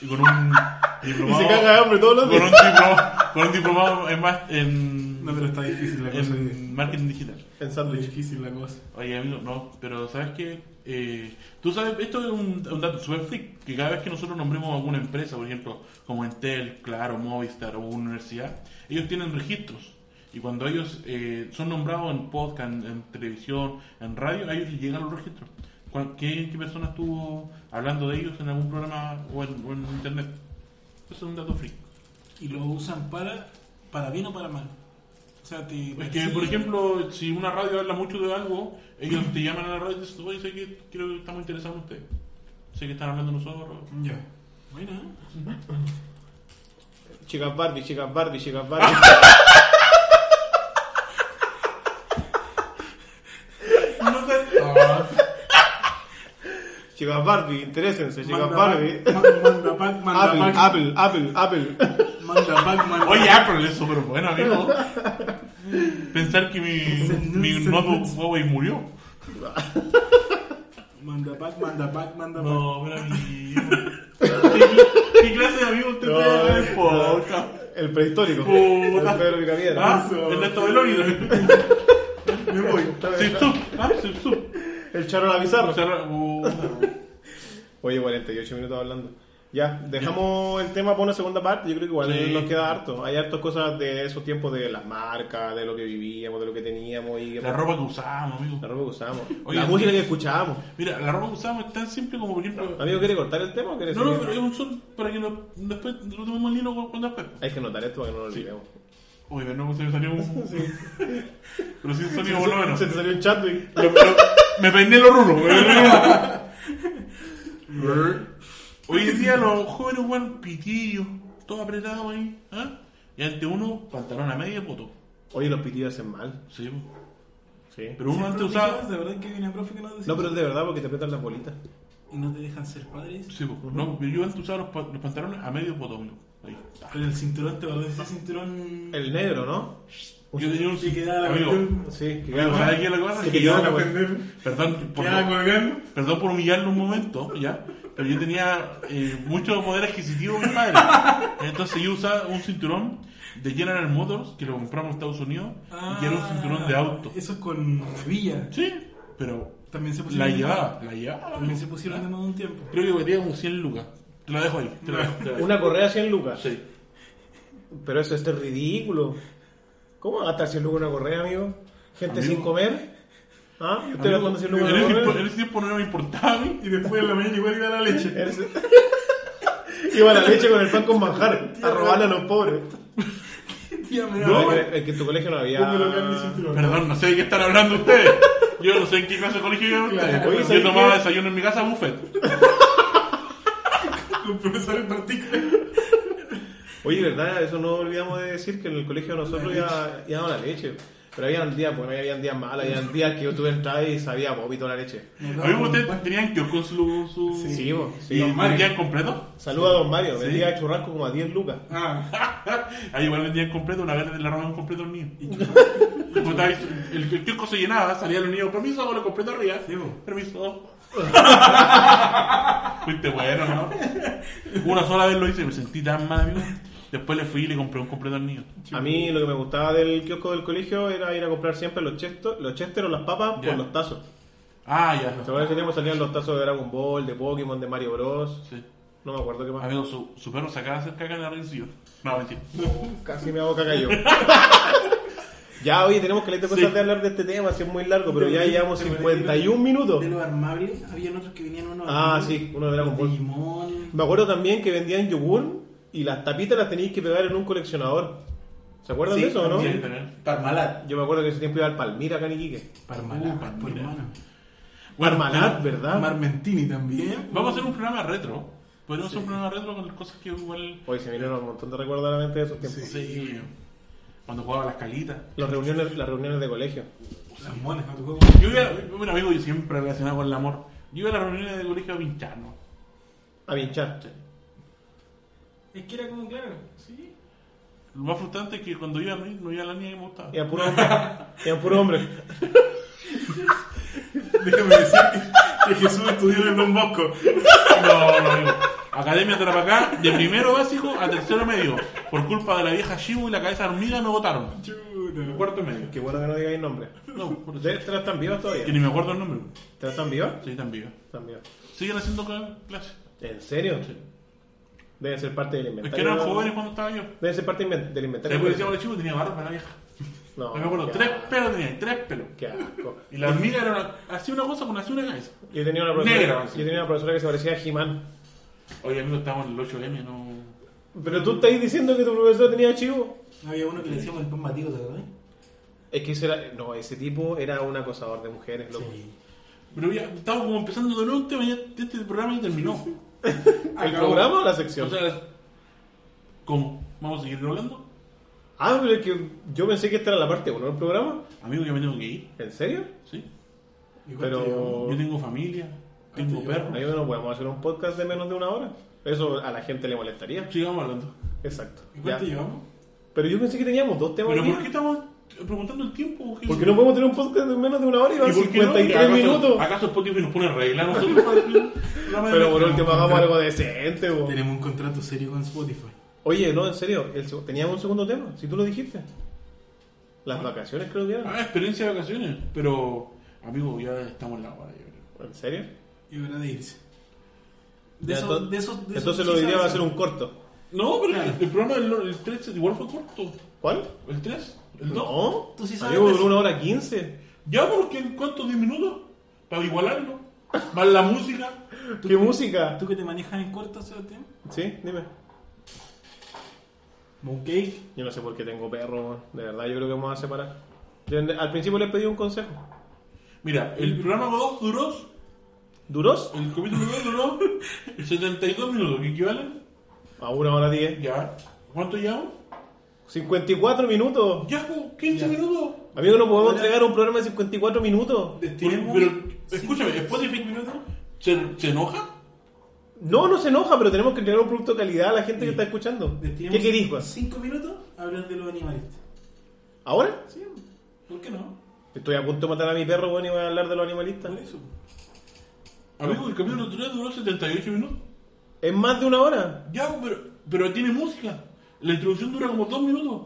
Speaker 2: Y con un
Speaker 1: Y
Speaker 2: diplomado.
Speaker 1: se caga de hambre todos los
Speaker 2: con un
Speaker 1: días.
Speaker 2: diplomado, con un diplomado en, ma- en,
Speaker 3: No, pero está difícil la cosa.
Speaker 2: en marketing digital.
Speaker 1: En
Speaker 3: Está
Speaker 1: sándwich.
Speaker 3: difícil la cosa.
Speaker 2: Oye, amigo, no, pero ¿sabes qué? Eh, Tú sabes, esto es un, un dato super freak, que cada vez que nosotros nombremos alguna empresa, por ejemplo, como Entel, Claro, Movistar o una universidad, ellos tienen registros. Y cuando ellos eh, son nombrados en podcast, en, en televisión, en radio, a ellos les llegan los registros. ¿Cuál- ¿Qué, ¿Qué persona estuvo hablando de ellos en algún programa o en, o en internet? Eso es un dato freak.
Speaker 3: Y lo usan para, para bien o para mal. O sea, te...
Speaker 2: Es que, por ejemplo, si una radio habla mucho de algo, ellos te llaman a la radio y te dicen, oye, sé que creo que estamos interesados en ustedes. Sé que están hablando nosotros.
Speaker 3: Ya. Buena, ¿eh?
Speaker 1: Chicas Barbie, chicas Barbie, chicas Barbie.
Speaker 2: Ah,
Speaker 3: No te...
Speaker 1: Chicas Barbie, interésense, chicas
Speaker 3: Manda
Speaker 1: Barbie.
Speaker 3: Pac- Manda Pac,
Speaker 1: Apple,
Speaker 3: Manda Pac.
Speaker 1: Apple, Apple, Apple.
Speaker 3: Manda Pac, Manda
Speaker 2: Oye, Apple es súper bueno, amigo. Pensar que mi, mi
Speaker 3: Se- se-
Speaker 2: notebook Huawei murió.
Speaker 3: Manda Pac, Manda Pac, Manda Pac.
Speaker 2: No, pero amigo. ¿Qué, ¿Qué clase de amigo usted
Speaker 1: No,
Speaker 2: trae en el
Speaker 1: no.
Speaker 2: podcast?
Speaker 1: El prehistórico.
Speaker 2: Puta.
Speaker 1: El Pedro Picapiedra.
Speaker 2: Ah, el de Tabelónido.
Speaker 3: Me voy.
Speaker 2: Sin sub. Ah, sin sub.
Speaker 1: El Charo la Bizarra.
Speaker 2: O sea, no- uh,
Speaker 1: Oye, 48 minutos hablando. Ya, dejamos el tema para una segunda parte. Yo creo que igual
Speaker 2: Sí.
Speaker 1: nos queda harto. Hay hartas cosas de esos tiempos de las marcas, de lo que vivíamos, de lo que teníamos y
Speaker 2: La ropa que usábamos,
Speaker 1: la
Speaker 2: amigo.
Speaker 1: ropa que usábamos.
Speaker 2: Oye,
Speaker 1: la
Speaker 2: sí.
Speaker 1: música que escuchábamos.
Speaker 2: Mira, la ropa que usábamos es tan simple como, por ejemplo...
Speaker 1: Amigo, ¿quiere cortar el tema o quiere
Speaker 2: No, no,
Speaker 1: seguir?
Speaker 2: pero es un son para que lo- después lo tomemos el hilo cuando después.
Speaker 1: Hay que anotar esto para que no lo olvidemos.
Speaker 2: Uy, de nuevo se me salió un... Pero sin sonido, por lo menos.
Speaker 1: Se te salió un chat, güey.
Speaker 2: Lo- lo- me peiné los rulos. me peiné los rulos. Hoy en día los jóvenes juegan pitillos, todo apretado ahí. ¿ah? Y ante uno, pantalón a media poto.
Speaker 1: Oye, los pitidos hacen mal.
Speaker 2: Sí, po.
Speaker 1: Sí.
Speaker 2: pero uno antes
Speaker 3: Profe,
Speaker 2: usaba.
Speaker 3: De verdad que hay una profe que no
Speaker 1: No, pero es de verdad porque te apretan las bolitas.
Speaker 3: Y no te dejan ser padres.
Speaker 2: Sí, po. No, pero yo antes usaba los, pa- los pantalones a medio poto. amigo. Ahí.
Speaker 3: Pero el cinturón, ¿te acordás de ese cinturón?
Speaker 1: El negro, ¿no?
Speaker 2: Yo tenía un.
Speaker 3: que quedaba la
Speaker 2: Amigo,
Speaker 3: cuestión-
Speaker 1: Sí, que
Speaker 2: amigo, ¿sabes qué es lo que pasa?
Speaker 1: Sí,
Speaker 2: Que
Speaker 1: que
Speaker 2: yo-
Speaker 1: quedaba la
Speaker 2: Perdón, por,
Speaker 3: Quedaba colgando.
Speaker 2: perdón por humillarlo un momento, ya. Pero yo tenía eh, mucho poder adquisitivo mi padre. Entonces yo usaba un cinturón de General Motors que lo compramos en Estados Unidos y era un cinturón de auto.
Speaker 3: Ah, Eso es con hebilla.
Speaker 2: Sí, pero
Speaker 3: También se
Speaker 2: la
Speaker 3: pusieron.
Speaker 2: llevaba, la llevaba.
Speaker 3: También se pusieron de moda un tiempo.
Speaker 2: Creo que valía como 100 lucas. Te lo dejo ahí. Te lo dejo, te lo dejo.
Speaker 1: Una correa 100 lucas.
Speaker 2: Sí.
Speaker 1: Pero eso, esto es ridículo. ¿Cómo va a gastar 100 lucas una correa, amigo? Gente
Speaker 2: Amigo.
Speaker 1: sin comer. ¿Ah? ¿Y usted
Speaker 2: Amigo,
Speaker 1: gastando 100
Speaker 2: en,
Speaker 1: lucas en
Speaker 2: ese
Speaker 1: una
Speaker 2: tiempo,
Speaker 1: correa?
Speaker 2: en ese tiempo no me importaba a mí.
Speaker 3: Y después en la mañana igual iba la leche.
Speaker 1: Eres- Iba la leche con el pan con manjar a robarle a los pobres.
Speaker 3: Tía, me da
Speaker 1: No,
Speaker 3: vergüenza.
Speaker 1: es que en tu colegio no había.
Speaker 3: Póngalo acá en mi cinturón.
Speaker 2: Perdón, no sé de qué están hablando ustedes. Yo no sé en qué clase de colegio iban ustedes.
Speaker 1: Claro. Oye, ¿sabes
Speaker 2: Yo tomaba
Speaker 1: qué?
Speaker 2: desayuno en mi casa buffet.
Speaker 3: Con profesor en particular.
Speaker 1: Oye, ¿verdad? Eso no olvidamos de decir que en el colegio nosotros ya, ya daba la leche. Pero había días, pues había días malos, había días que yo tuve entrada y sabía popito la leche.
Speaker 2: A mí ustedes tenían que con su... su...
Speaker 1: Sí, vos.
Speaker 2: ¿Y
Speaker 1: Sí.
Speaker 2: vendían completo?
Speaker 1: Saluda a don Mario, vendía churrasco como a 10 lucas.
Speaker 3: Ah,
Speaker 2: Ahí igual vendían completo, una vez la robaron completo al niño. Como estaba ahí, el, el kiosco se llenaba, salía el niño, permiso, con lo completo arriba.
Speaker 3: Sí, po.
Speaker 2: Permiso. Fuiste bueno, ¿no? Una sola vez lo hice, me sentí tan mal, amigo. Después le fui y le compré un completo al niño.
Speaker 1: A mí lo que me gustaba del kiosco del colegio era ir a comprar siempre los chester, los chester o las papas
Speaker 2: Ya.
Speaker 1: por los tazos.
Speaker 2: Ah, ya.
Speaker 1: ¿Se acuerdan que teníamos salían los tazos de Dragon Ball, de Pokémon, de Mario Bros?
Speaker 2: Sí. Ah,
Speaker 1: No me acuerdo qué más.
Speaker 2: Amigo, su, su perro sacaba hacer caca en la rencillo. No, mentira.
Speaker 1: Casi me hago caca yo. ya, oye, tenemos que leer cosas
Speaker 2: Sí.
Speaker 1: de hablar de este tema, si es muy largo, pero
Speaker 3: De-
Speaker 1: ya
Speaker 3: de-
Speaker 1: llevamos
Speaker 3: de-
Speaker 1: 51 minutos.
Speaker 3: De los armables, habían otros que venían unos.
Speaker 1: Ah,
Speaker 3: armables.
Speaker 1: sí, uno de Dragon
Speaker 3: Los de
Speaker 1: Ball.
Speaker 3: Digimon.
Speaker 1: Me acuerdo también que vendían yogur y las tapitas las teníais que pegar en un coleccionador. ¿Se acuerdan
Speaker 3: Sí,
Speaker 1: de eso o no?
Speaker 3: también. Parmalat.
Speaker 1: Yo me acuerdo que ese tiempo iba al Palmira acá en Iquique.
Speaker 3: Parmalat,
Speaker 2: Uh,
Speaker 3: por
Speaker 2: Parmalat.
Speaker 3: hermano.
Speaker 2: Bueno,
Speaker 1: Parmalat, ¿verdad?
Speaker 3: Marmentini también.
Speaker 2: Vamos a hacer un programa retro. Podemos hacer un programa retro con cosas que igual.
Speaker 1: Hoy se vinieron un montón de recuerdos a la mente de esos tiempos.
Speaker 2: Sí. Cuando jugaba a las calitas.
Speaker 1: Las reuniones, las reuniones de colegio.
Speaker 3: Las monas, no tocó.
Speaker 2: Yo iba, un amigo yo siempre relacionado con el amor. Yo iba a las reuniones de colegio a pincharnos.
Speaker 1: A pinchar.
Speaker 3: Es que era como claro.
Speaker 2: Sí. Lo más frustrante es que cuando iba no, no iba a la niña que me gustaba.
Speaker 1: Y a puro, y a puro hombre.
Speaker 3: Déjame decir que Jesús estudió en el Don Bosco.
Speaker 2: No, no, amigo. Academia Tarapacá, de primero básico a tercero medio. Por culpa de la vieja Shibu y la cabeza de hormiga me votaron.
Speaker 3: Chuta.
Speaker 2: Cuarto medio.
Speaker 1: Qué bueno que no digáis nombre.
Speaker 2: No, por eso.
Speaker 1: ¿Te te las están vivas todavía?
Speaker 2: Que ni me acuerdo el nombre.
Speaker 1: ¿Te las están vivas?
Speaker 2: Sí, tan viva.
Speaker 1: Están vivas.
Speaker 2: Siguen haciendo cla- clases.
Speaker 1: ¿En serio?
Speaker 2: Sí.
Speaker 1: Deben ser parte del
Speaker 2: Es
Speaker 1: inventario.
Speaker 2: que eran jóvenes cuando estaba yo.
Speaker 1: Deben ser parte inven- del inventario.
Speaker 2: Después que decíamos chivo tenía barba la vieja.
Speaker 1: No,
Speaker 2: No me acuerdo,
Speaker 1: qué
Speaker 2: tres
Speaker 1: asco,
Speaker 2: pelos tenía, tres pelos.
Speaker 1: Qué asco.
Speaker 2: Y la hormiga era una, hacía una cosa con hacía una cabeza.
Speaker 1: Yo tenía una profesora,
Speaker 2: Negra,
Speaker 1: yo
Speaker 2: sí.
Speaker 1: tenía una profesora que se parecía a He-Man.
Speaker 2: Oye, amigo, estábamos en el 8M, no.
Speaker 1: Pero tú estás diciendo que tu profesor tenía chivo.
Speaker 3: Había uno que le decíamos el pan batido, ¿te acordás?
Speaker 1: Es que ese era, no, ese tipo era un acosador de mujeres, loco.
Speaker 2: Pero ya, estábamos como empezando de nuevo un tema y ya este programa ya terminó.
Speaker 1: ¿El programa o la sección?
Speaker 2: O sea, ¿cómo? ¿Vamos a seguir hablando?
Speaker 1: ah, pero es que yo pensé que esta era la parte 1 del programa.
Speaker 2: Amigo, yo me tengo que ir,
Speaker 1: ¿En serio?
Speaker 2: ¿sí?
Speaker 3: ¿Y cuánto
Speaker 1: Pero
Speaker 2: Yo tengo familia. Tengo perro.
Speaker 1: Oh. Ah, Ahí no podemos hacer un podcast de menos de una hora. Eso a la gente le molestaría.
Speaker 2: Sigamos hablando.
Speaker 1: Exacto.
Speaker 3: ¿Y cuánto
Speaker 1: Ya.
Speaker 3: llevamos?
Speaker 1: Pero yo pensé que teníamos dos temas.
Speaker 2: Pero
Speaker 1: hoy día.
Speaker 2: ¿por qué estamos preguntando el tiempo? ¿Qué-
Speaker 1: Porque no podemos tener un podcast de menos de una hora y van
Speaker 2: ¿Y por qué no?
Speaker 1: 53
Speaker 2: ¿Acaso-
Speaker 1: minutos.
Speaker 2: ¿Acaso Spotify nos pone regla a nosotros? para el programa de
Speaker 1: Pero por
Speaker 2: media?
Speaker 1: último hagamos algo decente. bo.
Speaker 3: Tenemos un contrato serio con Spotify.
Speaker 1: Oye, no, en serio, el seg- teníamos un segundo tema, si tú lo dijiste. Las vacaciones creo que eran.
Speaker 2: Ah, experiencia de vacaciones. Pero, amigo, ya estamos en la hora. yo creo.
Speaker 1: ¿En serio?
Speaker 3: Y hora de irse. De
Speaker 1: Ya,
Speaker 3: eso-
Speaker 1: entonces-
Speaker 3: de eso- de eso
Speaker 1: entonces
Speaker 3: sí
Speaker 1: lo diría va a
Speaker 3: sabes.
Speaker 1: ser un corto.
Speaker 2: No, pero
Speaker 3: Claro.
Speaker 2: el programa del el 3 igual fue corto.
Speaker 1: ¿Cuál?
Speaker 2: ¿El 3? ¿El 2?
Speaker 1: No.
Speaker 3: tú sí
Speaker 1: A mí
Speaker 3: sabes
Speaker 1: me duró
Speaker 3: eso.
Speaker 1: una hora quince.
Speaker 2: Ya, porque ¿cuántos? ¿10 minutos? Para igualarlo. Más la música.
Speaker 1: ¿Qué música?
Speaker 3: ¿Tú que te manejas en corto, Sebastián?
Speaker 1: Sí, dime.
Speaker 3: Mooncake.
Speaker 1: Yo no sé por qué tengo perro, man. de verdad yo creo que vamos a separar. Yo en- al principio les pedí un consejo.
Speaker 2: Mira, el programa 2 duró,
Speaker 1: ¿Duros?
Speaker 2: el capítulo 2 duró 72 minutos, que equivalen
Speaker 1: A una hora diez.
Speaker 2: ya. ¿Cuánto llevamos?
Speaker 1: 54 minutos.
Speaker 2: Ya, como 15 minutos.
Speaker 1: Amigo, no podemos
Speaker 3: Ahora-
Speaker 1: entregar un programa de 54 minutos.
Speaker 3: Destinemos.
Speaker 2: Pero, escúchame, Spotify se, se enoja.
Speaker 1: No, no se enoja, pero tenemos que entregar un producto de calidad a la gente que está escuchando. ¿Qué querís, Juan?
Speaker 3: 5 minutos a hablar de los animalistas.
Speaker 1: ¿Ahora?
Speaker 3: Sí, ¿por qué no?
Speaker 1: Estoy a punto de matar a mi perro, bueno, y voy a hablar de los
Speaker 3: Por
Speaker 1: animalistas.
Speaker 3: eso.
Speaker 2: Amigo, el capítulo 3 duró 78 minutos.
Speaker 1: Es más de una hora.
Speaker 2: Ya, pues, pero, pero tiene música. La introducción dura como 2 minutos.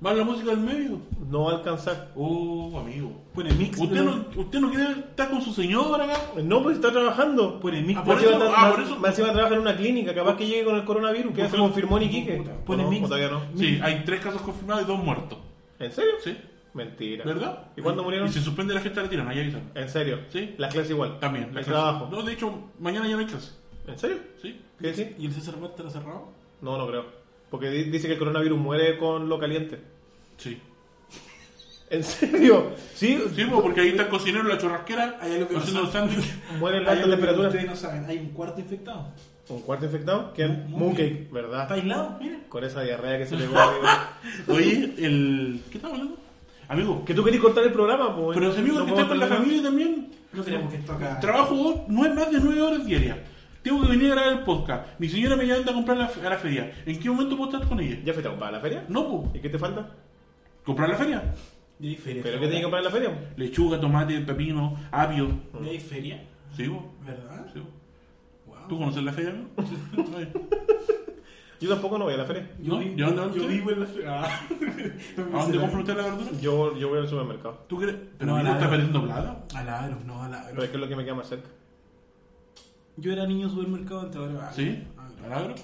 Speaker 2: Más la música del medio.
Speaker 1: No va a alcanzar.
Speaker 2: Oh, amigo.
Speaker 3: Pone mix.
Speaker 2: ¿Usted
Speaker 3: pero-
Speaker 2: no, usted no quiere estar con su señora acá?
Speaker 1: No, pues está trabajando.
Speaker 3: Pone mix.
Speaker 2: Ah,
Speaker 1: Más
Speaker 2: por
Speaker 1: encima
Speaker 2: eso-
Speaker 1: tra-
Speaker 2: ah,
Speaker 1: más-
Speaker 2: por eso-
Speaker 1: más encima trabaja en una clínica, capaz que llegue con el coronavirus, que ya se confirmó ni Quique.
Speaker 3: Pone
Speaker 1: ¿O no?
Speaker 3: mix.
Speaker 1: ¿O todavía no?
Speaker 2: Sí, hay 3 casos confirmados y 2 muertos.
Speaker 1: ¿En serio?
Speaker 2: Sí,
Speaker 1: Mentira.
Speaker 2: ¿verdad?
Speaker 1: ¿Y cuándo murieron?
Speaker 2: Y se suspende la gente de la tiran, ahí avisan.
Speaker 1: ¿En serio?
Speaker 2: Sí.
Speaker 1: Las clases igual.
Speaker 2: También,
Speaker 1: El
Speaker 2: la clase.
Speaker 1: trabajo.
Speaker 2: No, de hecho, mañana ya no hay clase.
Speaker 1: ¿En serio?
Speaker 2: ¿Sí?
Speaker 1: ¿Qué decís?
Speaker 3: ¿Y el César Huerta lo cerrado?
Speaker 1: No, no creo. Porque di- dice que el coronavirus muere con lo caliente.
Speaker 2: Sí.
Speaker 1: ¿En serio? Sí,
Speaker 2: Sí, pues, porque ahí está el cocinero, la churrasquera,
Speaker 3: Ahí es lo que
Speaker 2: haciendo
Speaker 3: pasa.
Speaker 2: el sándwich.
Speaker 1: muere en la
Speaker 3: Hay
Speaker 1: alta
Speaker 3: algo que
Speaker 1: temperatura.
Speaker 3: ustedes no saben, hay un cuarto infectado.
Speaker 1: ¿Un cuarto infectado? ¿Quién?
Speaker 3: Moon-
Speaker 1: Mooncake,
Speaker 3: Está
Speaker 1: ¿verdad?
Speaker 3: aislado, mira.
Speaker 1: Con esa diarrea que se pegó. amigo.
Speaker 2: Oye, el... ¿Qué estamos hablando? Amigo,
Speaker 1: Que tú querés cortar el programa, pues.
Speaker 2: pero los amigos que están con la familia también.
Speaker 3: No queremos que esto acá.
Speaker 2: Trabajo no es más de nueve horas diarias. Tengo que venir a grabar el podcast. Mi señora me lleva a comprar la- a la feria. ¿En qué momento puedo estar con ella?
Speaker 1: ¿Ya fuiste a comprar a la feria?
Speaker 2: No, pues.
Speaker 1: ¿Y qué te falta?
Speaker 2: Comprar la feria.
Speaker 3: ¿Y hay feria?
Speaker 1: ¿Pero qué tenés que comprar en la feria?
Speaker 2: Lechuga, tomate, pepino, apio.
Speaker 3: ¿Y hay feria?
Speaker 2: Sí, po.
Speaker 3: ¿Verdad?
Speaker 2: Sí, po.
Speaker 3: Wow.
Speaker 2: ¿Tú conoces la feria, amigo? Ay.
Speaker 1: Yo tampoco no voy a la feria.
Speaker 2: ¿No?
Speaker 3: vi-
Speaker 2: ¿Y a dónde van
Speaker 3: yo
Speaker 2: ustedes?
Speaker 3: vivo en la feria.
Speaker 2: ¿A dónde compra usted la verdura?
Speaker 1: Yo, yo voy al supermercado.
Speaker 2: ¿Tú crees?
Speaker 3: No,
Speaker 2: Pero amigo,
Speaker 3: nada.
Speaker 2: está perdiendo plata.
Speaker 3: Al agro, no al
Speaker 1: Pero
Speaker 3: agro.
Speaker 1: es que es lo que me queda más cerca.
Speaker 3: Yo era niño supermercado antes, ahora agro.
Speaker 2: ¿Sí?
Speaker 3: Agro.
Speaker 2: ¿Al agro?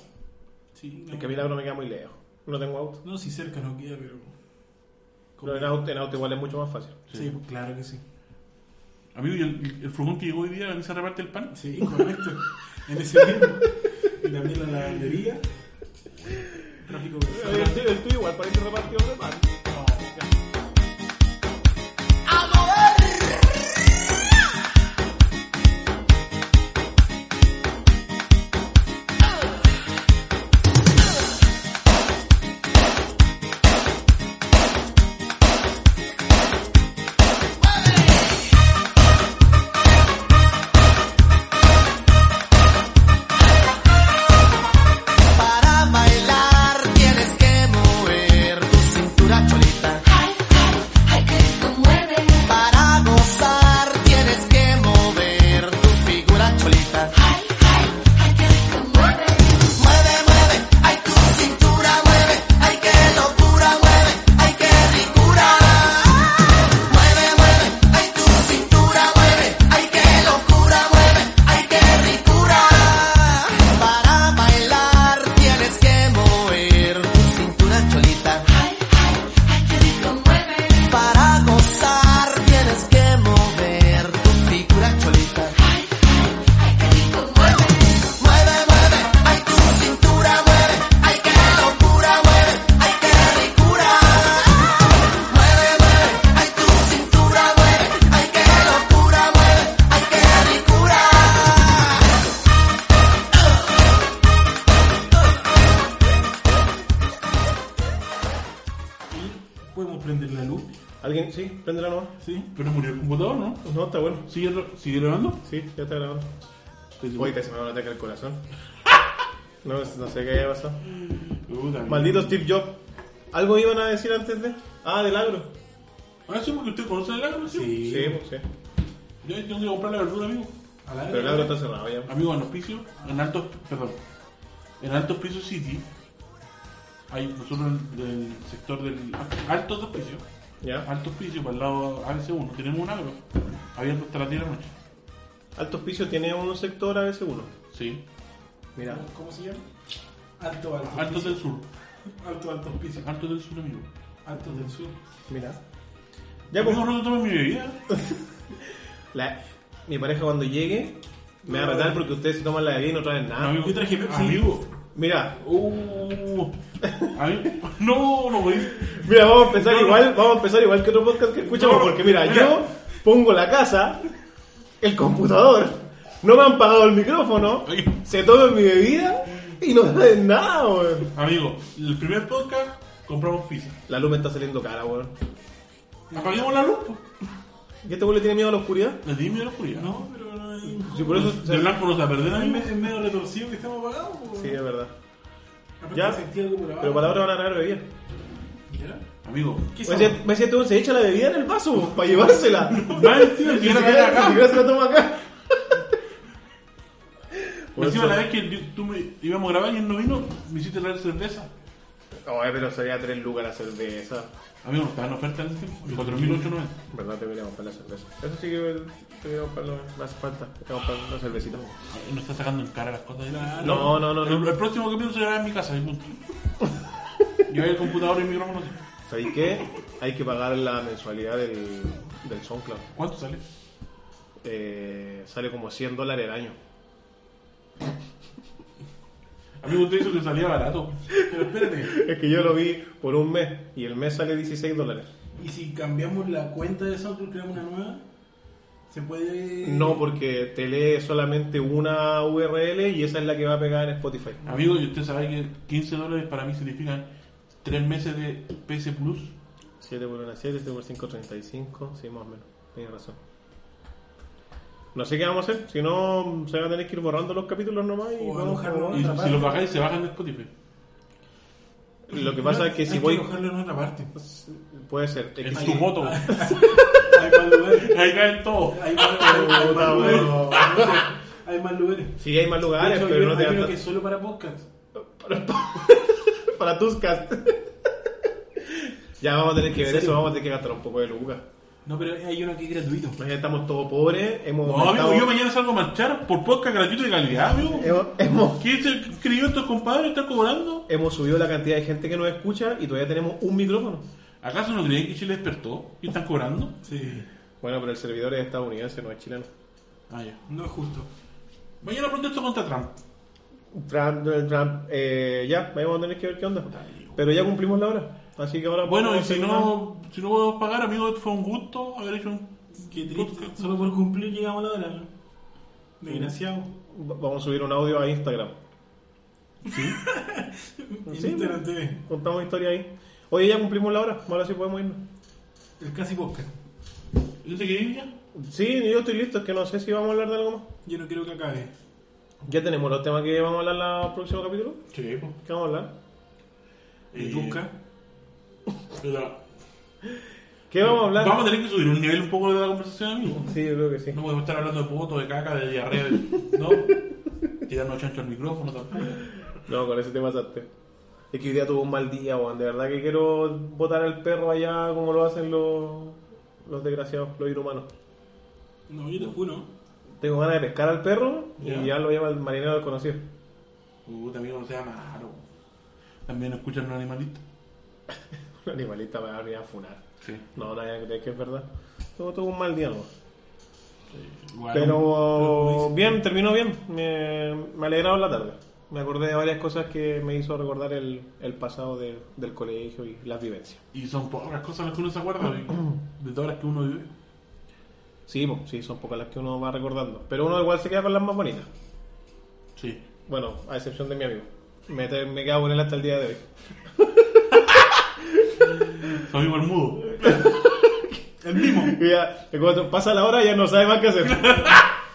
Speaker 3: Sí,
Speaker 1: Es que a mí el agro me queda muy lejos. No tengo auto.
Speaker 3: No, si cerca no queda, pero.
Speaker 1: Pero en auto, en auto igual es mucho más fácil.
Speaker 3: Sí, pues, claro que sí.
Speaker 2: Amigo, ¿y el, el furgón que llegó hoy día, ¿a mí se reparte el pan?
Speaker 3: Sí, correcto. en ese tiempo. Y también la lavandería. Tráfico
Speaker 1: Eh,
Speaker 3: pesado.
Speaker 1: El tuyo igual parece repartido de pan.
Speaker 5: Para bailar tienes que mover tu cintura cholita.
Speaker 6: Ay, ay, ay, que tú mueves.
Speaker 5: Para gozar tienes que mover tu figura cholita.
Speaker 6: Ay, ay, ay, que tú mueves.
Speaker 5: Mueve, mueve, ay tu cintura mueve, ay que locura mueve, ay que ricura. Mueve, mueve, ay tu cintura mueve, ay que locura mueve, ay que ricura. Para bailar tienes que mover tu cintura cholita.
Speaker 6: Ay, ay, ay, que tú mueves.
Speaker 5: Para gozar tienes que mover tu figura cholita.
Speaker 6: Ay, ay, ay, que tú mueves.
Speaker 5: Mueve, mueve, ay tu cintura mueve, ay que locura mueve, ay que ricura. Mueve, mueve, ay tu cintura mueve, ay que locura mueve, ay que ricura.
Speaker 3: Podemos prender la luz.
Speaker 1: ¿Alguien? Sí, prende la nueva.
Speaker 3: Sí.
Speaker 2: Pero murió el computador, ¿no?
Speaker 1: No, está bueno.
Speaker 2: ¿Sigue, ro- sigue grabando?
Speaker 1: Sí, ya está grabando.
Speaker 3: Estoy seguro.
Speaker 1: Hoy te se me va a ataque al corazón. No, no sé qué pasó.
Speaker 2: Puta,
Speaker 1: Maldito Steve Jobs. ¿Algo iban a decir antes de? Ah, del agro.
Speaker 2: Ah, sí, porque usted conoce el agro, sí.
Speaker 3: Sí.
Speaker 1: Sí, pues sí.
Speaker 2: Yo, yo voy a comprar la verdura, amigo.
Speaker 3: A la
Speaker 1: Pero el agro está cerrado ya.
Speaker 2: Amigo, en los pisos, en altos, perdón, en altos pisos City, hay nosotros en- del sector del altos dos pisos,
Speaker 1: ¿Ya?
Speaker 2: altos pisos para el lado ABC1, tenemos un agro, abierto hasta las 10 de la noche.
Speaker 1: Alto Hospicio tiene un sector ABC1.
Speaker 2: Sí,
Speaker 1: Mira.
Speaker 3: ¿Cómo se llama? Alto, alto.
Speaker 2: altos del sur,
Speaker 3: Alto, alto hospicio.
Speaker 2: altos del sur, amigo.
Speaker 3: Alto del sur.
Speaker 1: Mira. Ya
Speaker 2: Ya,
Speaker 1: pues.
Speaker 2: por no tomo mi bebida.
Speaker 1: La- mi pareja cuando llegue me va a retar porque ustedes se toman la bebida y no traen nada.
Speaker 2: amigo,
Speaker 3: yo traje Pepsi.
Speaker 2: Amigo,
Speaker 1: Mira,
Speaker 2: uh, ami- no, no voy.
Speaker 1: mira, vamos a empezar
Speaker 2: No, no.
Speaker 1: igual, vamos a empezar igual que otro podcast que escuchamos,
Speaker 2: No, no,
Speaker 1: porque mira,
Speaker 2: mira.
Speaker 1: yo pongo la casa, el computador, no me han pagado el micrófono,
Speaker 2: Oye.
Speaker 1: se toman mi bebida y no traen nada, weón.
Speaker 2: Amigo, el primer podcast compramos pizza.
Speaker 1: La luz me está saliendo cara, weón.
Speaker 2: Apaguemos la luz, po.
Speaker 1: ¿Y este weón le tiene miedo a la oscuridad?
Speaker 2: le di miedo a la oscuridad.
Speaker 3: No, pero no hay...
Speaker 1: Sí, por eso. o sea,
Speaker 2: De blanco no se va a perder,
Speaker 3: Es
Speaker 2: amigo.
Speaker 3: me- es medio retorcido que estamos apagados. po.
Speaker 1: sí, es verdad.
Speaker 3: Aparte
Speaker 1: Ya.
Speaker 3: sentí algo por abajo.
Speaker 1: Pero para ahora van a traer bebida.
Speaker 3: ¿Ya?
Speaker 2: Amigo,
Speaker 3: ¿Qué
Speaker 1: Me
Speaker 3: son?
Speaker 1: decía- me decía, este weón se echa la bebida en el vaso weón, para llevársela.
Speaker 2: Más encima,
Speaker 1: Ni
Speaker 2: que era
Speaker 1: siquiera-
Speaker 2: acá.
Speaker 1: ni siquiera se la toma acá.
Speaker 2: Más encima la vez que yo- tú me íbamos a grabar y él no vino, me hiciste traer cerveza.
Speaker 1: Oye, pero sería 3 lucas la cerveza.
Speaker 2: Amigo, estaba en oferta en ese tiempo, 4.890.
Speaker 1: En verdad te deberíamos comprar la cerveza. Eso sí que deberíamos comprarlo. Me hace falta. Deberíamos comprar una cervecita.
Speaker 2: Ay, No está sacando en cara las cosas.
Speaker 3: Claro.
Speaker 1: No, no, no,
Speaker 2: El,
Speaker 1: no.
Speaker 2: el próximo que pienso será en mi casa, y punto. Yo el computador y el micrófono. sí.
Speaker 1: ¿Sabéis qué? Hay que pagar la mensualidad del, del SoundCloud.
Speaker 2: ¿Cuánto sale?
Speaker 1: Eh, sale como 100 dólares al año.
Speaker 2: Amigo, usted dijo que salía barato.
Speaker 3: Pero espérate.
Speaker 1: Es que yo lo vi por un mes y el mes sale 16 dólares.
Speaker 3: ¿Y si cambiamos la cuenta de SoundCloud, creamos una nueva? ¿Se puede...?
Speaker 1: No, porque te lee solamente una URL y esa es la que va a pegar en Spotify.
Speaker 2: Amigo, y usted sabe que 15 dólares para mí significan 3 meses de PS Plus.
Speaker 1: 7 por 1, 7, 7 por 5, 35. Sí, más o menos. Tienes razón. No sé qué vamos a hacer. Si no, se van a tener que ir borrando los capítulos nomás. Y
Speaker 3: O
Speaker 1: vamos a-
Speaker 3: alojarlo.
Speaker 2: Y
Speaker 3: Otra
Speaker 2: si
Speaker 3: parte.
Speaker 2: lo bajáis, se bajan de Spotify.
Speaker 1: Lo que pasa es que si
Speaker 3: Hay
Speaker 1: voy.
Speaker 3: que bajarlo en otra parte. pues.
Speaker 1: Puede ser. Es que
Speaker 2: En
Speaker 1: si-
Speaker 2: tu moto.
Speaker 3: Ah. Hay más lugares.
Speaker 2: Ahí caen todos.
Speaker 3: Hay más lugares. Hay más lugares.
Speaker 1: no.
Speaker 3: Hay más lugares.
Speaker 1: Sí, hay más
Speaker 3: De
Speaker 1: lugares,
Speaker 3: hecho,
Speaker 1: pero
Speaker 3: yo
Speaker 1: no te
Speaker 3: creo
Speaker 1: dan
Speaker 3: que es solo para podcast.
Speaker 1: para tus cast. ya vamos a tener que ver
Speaker 3: ¿En serio?
Speaker 1: eso. Vamos a tener que gastar un poco de lucas.
Speaker 3: No, pero hay uno que es gratuito. pues.
Speaker 1: Imagínate, estamos todos pobres. Hemos
Speaker 2: No,
Speaker 1: aumentado-
Speaker 2: amigo, yo mañana salgo a marchar por podcast gratuito de calidad, amigo.
Speaker 1: hemos, hemos-
Speaker 2: ¿Qué se creyó estos compadres? ¿Están cobrando?
Speaker 1: hemos subido la cantidad de gente que nos escucha y todavía tenemos un micrófono.
Speaker 2: ¿Acaso no creen que Chile despertó? ¿Y están cobrando?
Speaker 3: Sí.
Speaker 1: Bueno, pero el servidor es estadounidense, no es chileno.
Speaker 2: Ah, ya.
Speaker 3: No es justo.
Speaker 2: Mañana protesto contra Trump.
Speaker 1: Trump, Donald Trump, eh, ya, vamos a tener que ver qué onda. Pero ya cumplimos la hora. Así que ahora.
Speaker 2: Bueno, y
Speaker 1: podemos
Speaker 2: si
Speaker 1: terminar.
Speaker 2: no, si no podemos pagar, amigo, fue un gusto haber hecho un...
Speaker 3: Qué triste. Solo por cumplir llegamos a la hora. Desgraciado.
Speaker 1: Va- Vamos a subir un audio a Instagram.
Speaker 3: En Instagram TV.
Speaker 1: Contamos historia ahí. Oye, ya cumplimos la hora. Ahora sí podemos irnos.
Speaker 3: El casi podcast.
Speaker 2: ¿Yo sé que ya?
Speaker 1: Sí, yo estoy listo. Es que no sé si vamos a hablar de algo más.
Speaker 3: Yo no quiero que acabe.
Speaker 1: Ya tenemos los temas que vamos a hablar en el próximo capítulo.
Speaker 2: Sí, Eh, pues.
Speaker 1: ¿Qué vamos a hablar?
Speaker 3: Y Tuca.
Speaker 1: ¿Qué vamos a hablar?
Speaker 2: Vamos a tener que subir un nivel un poco de la conversación, amigo.
Speaker 1: Sí, yo creo que sí.
Speaker 2: No podemos estar hablando de votos, de caca, de diarrea, de... ¿no? Tirarnos chancho al micrófono tampoco.
Speaker 1: No, con ese te pasaste. Es que hoy día tuve un mal día, weón. De verdad que quiero botar al perro allá como lo hacen los, los desgraciados, los inhumanos.
Speaker 3: No, yo te juro.
Speaker 1: Tengo ganas de pescar al perro
Speaker 2: Ya.
Speaker 1: y ya lo lleva el marinero al conocido.
Speaker 2: Puta, amigo, no sea malo. También escuchan un animalito.
Speaker 1: Un animalista me va a venir a funar.
Speaker 2: Sí.
Speaker 1: No, nadie cree que es verdad. Tuvo, tuvo un mal día, ¿no?
Speaker 2: Igual,
Speaker 1: Pero bien, terminó bien. Me, me alegraron la tarde. Me acordé de varias cosas que me hizo recordar el, el pasado de- del colegio y las vivencias.
Speaker 2: Y son pocas cosas las que uno se acuerda amigo, de todas las que uno vive.
Speaker 1: Sí, po, sí, son pocas las que uno va recordando. Pero uno igual se queda con las más bonitas.
Speaker 2: Sí.
Speaker 1: Bueno, a excepción de mi amigo. Me, te- me queda con él hasta el día de hoy.
Speaker 2: Su amigo el mudo.
Speaker 3: El mismo.
Speaker 1: Y ya, y cuando pasa la hora ya no sabe más qué hacer.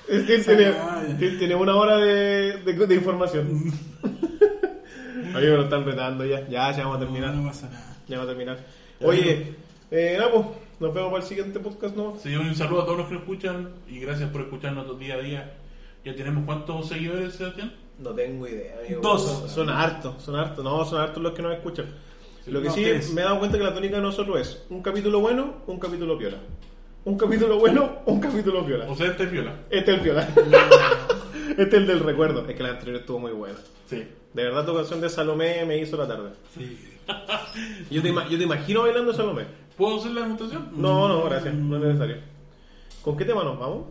Speaker 1: Él tiene, él tiene una hora de, de, de información. Oye, me lo están retando ya. Ya, ya vamos a terminar.
Speaker 3: No, no pasa nada.
Speaker 1: Mm. Ya vamos a terminar. Oye, eh, Napo, nos vemos para el siguiente podcast, ¿no?
Speaker 2: Sí, un saludo a todos los que nos escuchan y gracias por escucharnos día a día. Ya tenemos cuántos seguidores, Sebastián.
Speaker 1: No tengo idea, amigo.
Speaker 3: Dos.
Speaker 1: Son- Son hartos, son hartos. No, son hartos los que nos escuchan. Lo que
Speaker 3: No,
Speaker 1: sí,
Speaker 3: tres.
Speaker 1: me he dado cuenta que la tónica de nosotros es un capítulo bueno, un capítulo piola. Un capítulo bueno, un capítulo piola.
Speaker 2: O sea, este es viola.
Speaker 1: Este es el piola. este es el del recuerdo. Es que la anterior estuvo muy buena.
Speaker 2: Sí.
Speaker 1: De verdad, tu canción de Salomé me hizo la tarde.
Speaker 3: Sí.
Speaker 1: Yo te, ima- yo te imagino bailando Salomé.
Speaker 2: ¿Puedo hacer la anotación?
Speaker 1: No, no, gracias. No es necesario. ¿Con qué tema nos vamos?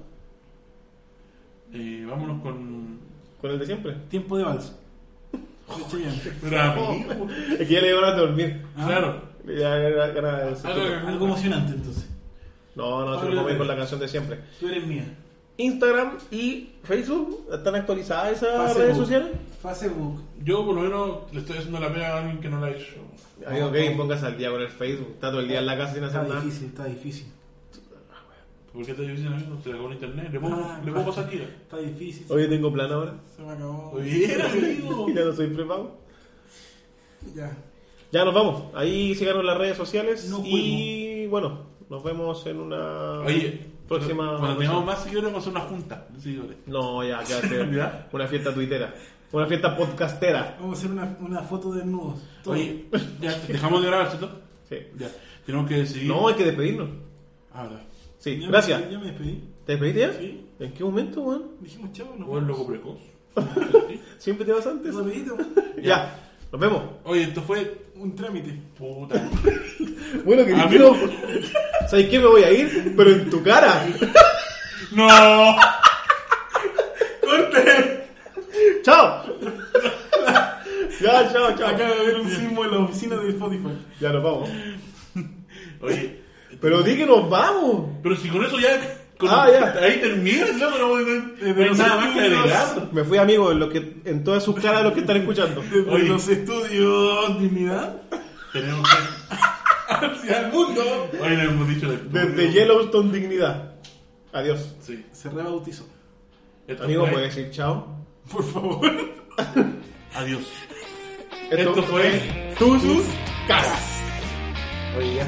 Speaker 2: Eh, vámonos con.
Speaker 1: ¿Con el de siempre?
Speaker 3: Tiempo de vals. De Chayanne.
Speaker 2: Pero amigo.
Speaker 1: Es que ya le dio ganas de dormir.
Speaker 3: Ah.
Speaker 2: Claro.
Speaker 1: Ya ganas ganas de...
Speaker 3: Algo emocionante entonces.
Speaker 1: No, no, se lo vamos a ir con la canción de siempre.
Speaker 3: Tú eres mía.
Speaker 1: Instagram y Facebook, ¿están actualizadas esas
Speaker 3: Facebook.
Speaker 1: redes sociales?
Speaker 3: Facebook.
Speaker 2: Yo por lo menos le estoy haciendo la pega a alguien que no la ha hecho.
Speaker 1: Amigo, que póngase al día con el Facebook. Está todo el día en la casa sin hacer
Speaker 3: Está
Speaker 1: nada.
Speaker 3: difícil, está difícil.
Speaker 2: ¿Por qué te dicen a mí? No te la con internet. Le puedo,
Speaker 3: Ah,
Speaker 2: le puedo pasar tira.
Speaker 3: Está difícil.
Speaker 1: Oye, tengo plan ahora.
Speaker 3: Se me acabó.
Speaker 2: Bien, amigo.
Speaker 1: Y ya no soy prepago.
Speaker 3: Ya.
Speaker 1: Ya nos vamos. Ahí síganos en las redes sociales.
Speaker 3: Nos
Speaker 1: y bueno, nos vemos en una
Speaker 2: Oye,
Speaker 1: próxima.
Speaker 2: Cuando tengamos más seguidores, vamos a hacer una junta de seguidores.
Speaker 1: No, ya, que va a ser
Speaker 2: ¿Ya?
Speaker 1: una fiesta tuitera. Una fiesta podcastera.
Speaker 3: Vamos a hacer una, una foto de desnudos. Todo.
Speaker 2: Oye, ya dejamos de grabar, ¿cierto?
Speaker 1: Sí.
Speaker 2: Ya. Tenemos que decidir.
Speaker 1: No, hay que despedirnos.
Speaker 2: Ah, verdad.
Speaker 1: Sí,
Speaker 3: Ya me-
Speaker 1: gracias.
Speaker 3: Ya me despedí.
Speaker 1: ¿Te despediste ya?
Speaker 3: Sí.
Speaker 1: ¿En qué momento, weón?
Speaker 3: Dijimos chao, no.
Speaker 2: O el loco precoz.
Speaker 1: Siempre te vas antes.
Speaker 3: Rapidito.
Speaker 1: Ya. nos vemos.
Speaker 2: Oye, esto fue.
Speaker 3: Un trámite.
Speaker 2: Puta.
Speaker 1: Bueno, que
Speaker 2: Amigo.
Speaker 1: quiero. ¿Sabes qué? Me voy a ir, pero en tu cara.
Speaker 2: ¡No!
Speaker 1: ¡Chao! ya, chao, chao.
Speaker 3: Acaba de haber un sismo en la oficina de Spotify.
Speaker 1: Ya nos vamos.
Speaker 2: Oye,
Speaker 1: Pero di que nos vamos.
Speaker 2: pero si con eso ya. con-
Speaker 1: Ah, ya.
Speaker 2: Ahí termina, ¿no? Pero, no-
Speaker 3: Pero
Speaker 2: no hay
Speaker 3: no
Speaker 2: nada
Speaker 3: sé
Speaker 2: más que
Speaker 3: tú, Dios.
Speaker 2: agregar.
Speaker 1: Me fui, amigo, en, lo que, en todas sus caras de los que están escuchando.
Speaker 3: Desde
Speaker 2: Oye.
Speaker 3: los estudios, dignidad,
Speaker 2: Tenemos que.
Speaker 3: hacia el mundo.
Speaker 2: Hoy le hemos dicho de
Speaker 1: Desde Yellowstone Dignidad. Adiós.
Speaker 2: Sí.
Speaker 3: Se rebautizó.
Speaker 2: Esto
Speaker 1: Amigo, pues.
Speaker 2: fue-
Speaker 1: puedes decir chao.
Speaker 3: Por favor.
Speaker 2: Adiós.
Speaker 1: Esto,
Speaker 2: Esto
Speaker 1: fue Tus, Caras.
Speaker 2: Oye, ya.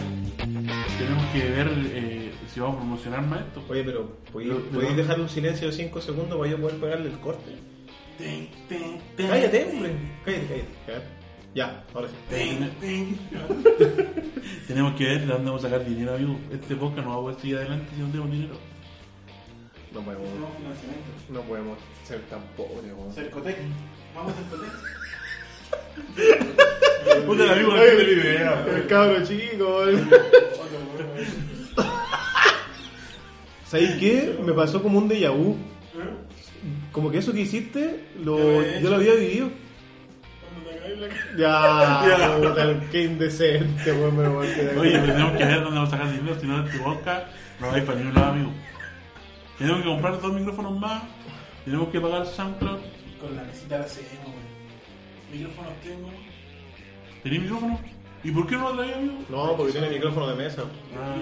Speaker 2: Tenemos que ver eh, si vamos a promocionar más esto. pues.
Speaker 1: Oye, pero ¿podéis
Speaker 2: Lo- lo-
Speaker 1: podéis dejar un silencio de 5 segundos para yo poder pegarle el corte?
Speaker 3: Ten, ten, ten.
Speaker 1: Cállate, hombre. Cállate, cállate. cállate. Ya, ahora sí.
Speaker 3: Ten, ten.
Speaker 2: Tenemos que ver de dónde vamos a sacar dinero, amigo. Este podcast no va a poder seguir adelante si no tenemos dinero.
Speaker 1: No podemos, no podemos ser tan pobres, weón.
Speaker 3: Cercotec. Vamos a Cercotec.
Speaker 2: Puta, el amigo no
Speaker 1: Ay,
Speaker 2: tiene ni idea.
Speaker 1: El cabro chico. el- ¿Sabes qué? Me pasó como un déjà vu. Como que eso que hiciste, lo,
Speaker 3: Ya lo he hecho.
Speaker 1: yo lo había vivido.
Speaker 3: Cuando te acabé la
Speaker 1: Ya,
Speaker 2: Ya.
Speaker 1: puta, qué indecente, weón, me lo voy a quedar.
Speaker 2: Oye, pero tenemos que ver dónde vamos a sacar dinero, si no este podcast no va a ir para ningún lado, amigo. Tenemos que comprar dos micrófonos más, tenemos que pagar SoundCloud.
Speaker 3: Con la mesita la hacemos, güey. Micrófonos tengo.
Speaker 2: ¿Tenéis micrófono? ¿Y por qué no lo traía, amigo?
Speaker 1: No, porque tiene micrófono de mesa.
Speaker 2: Ah,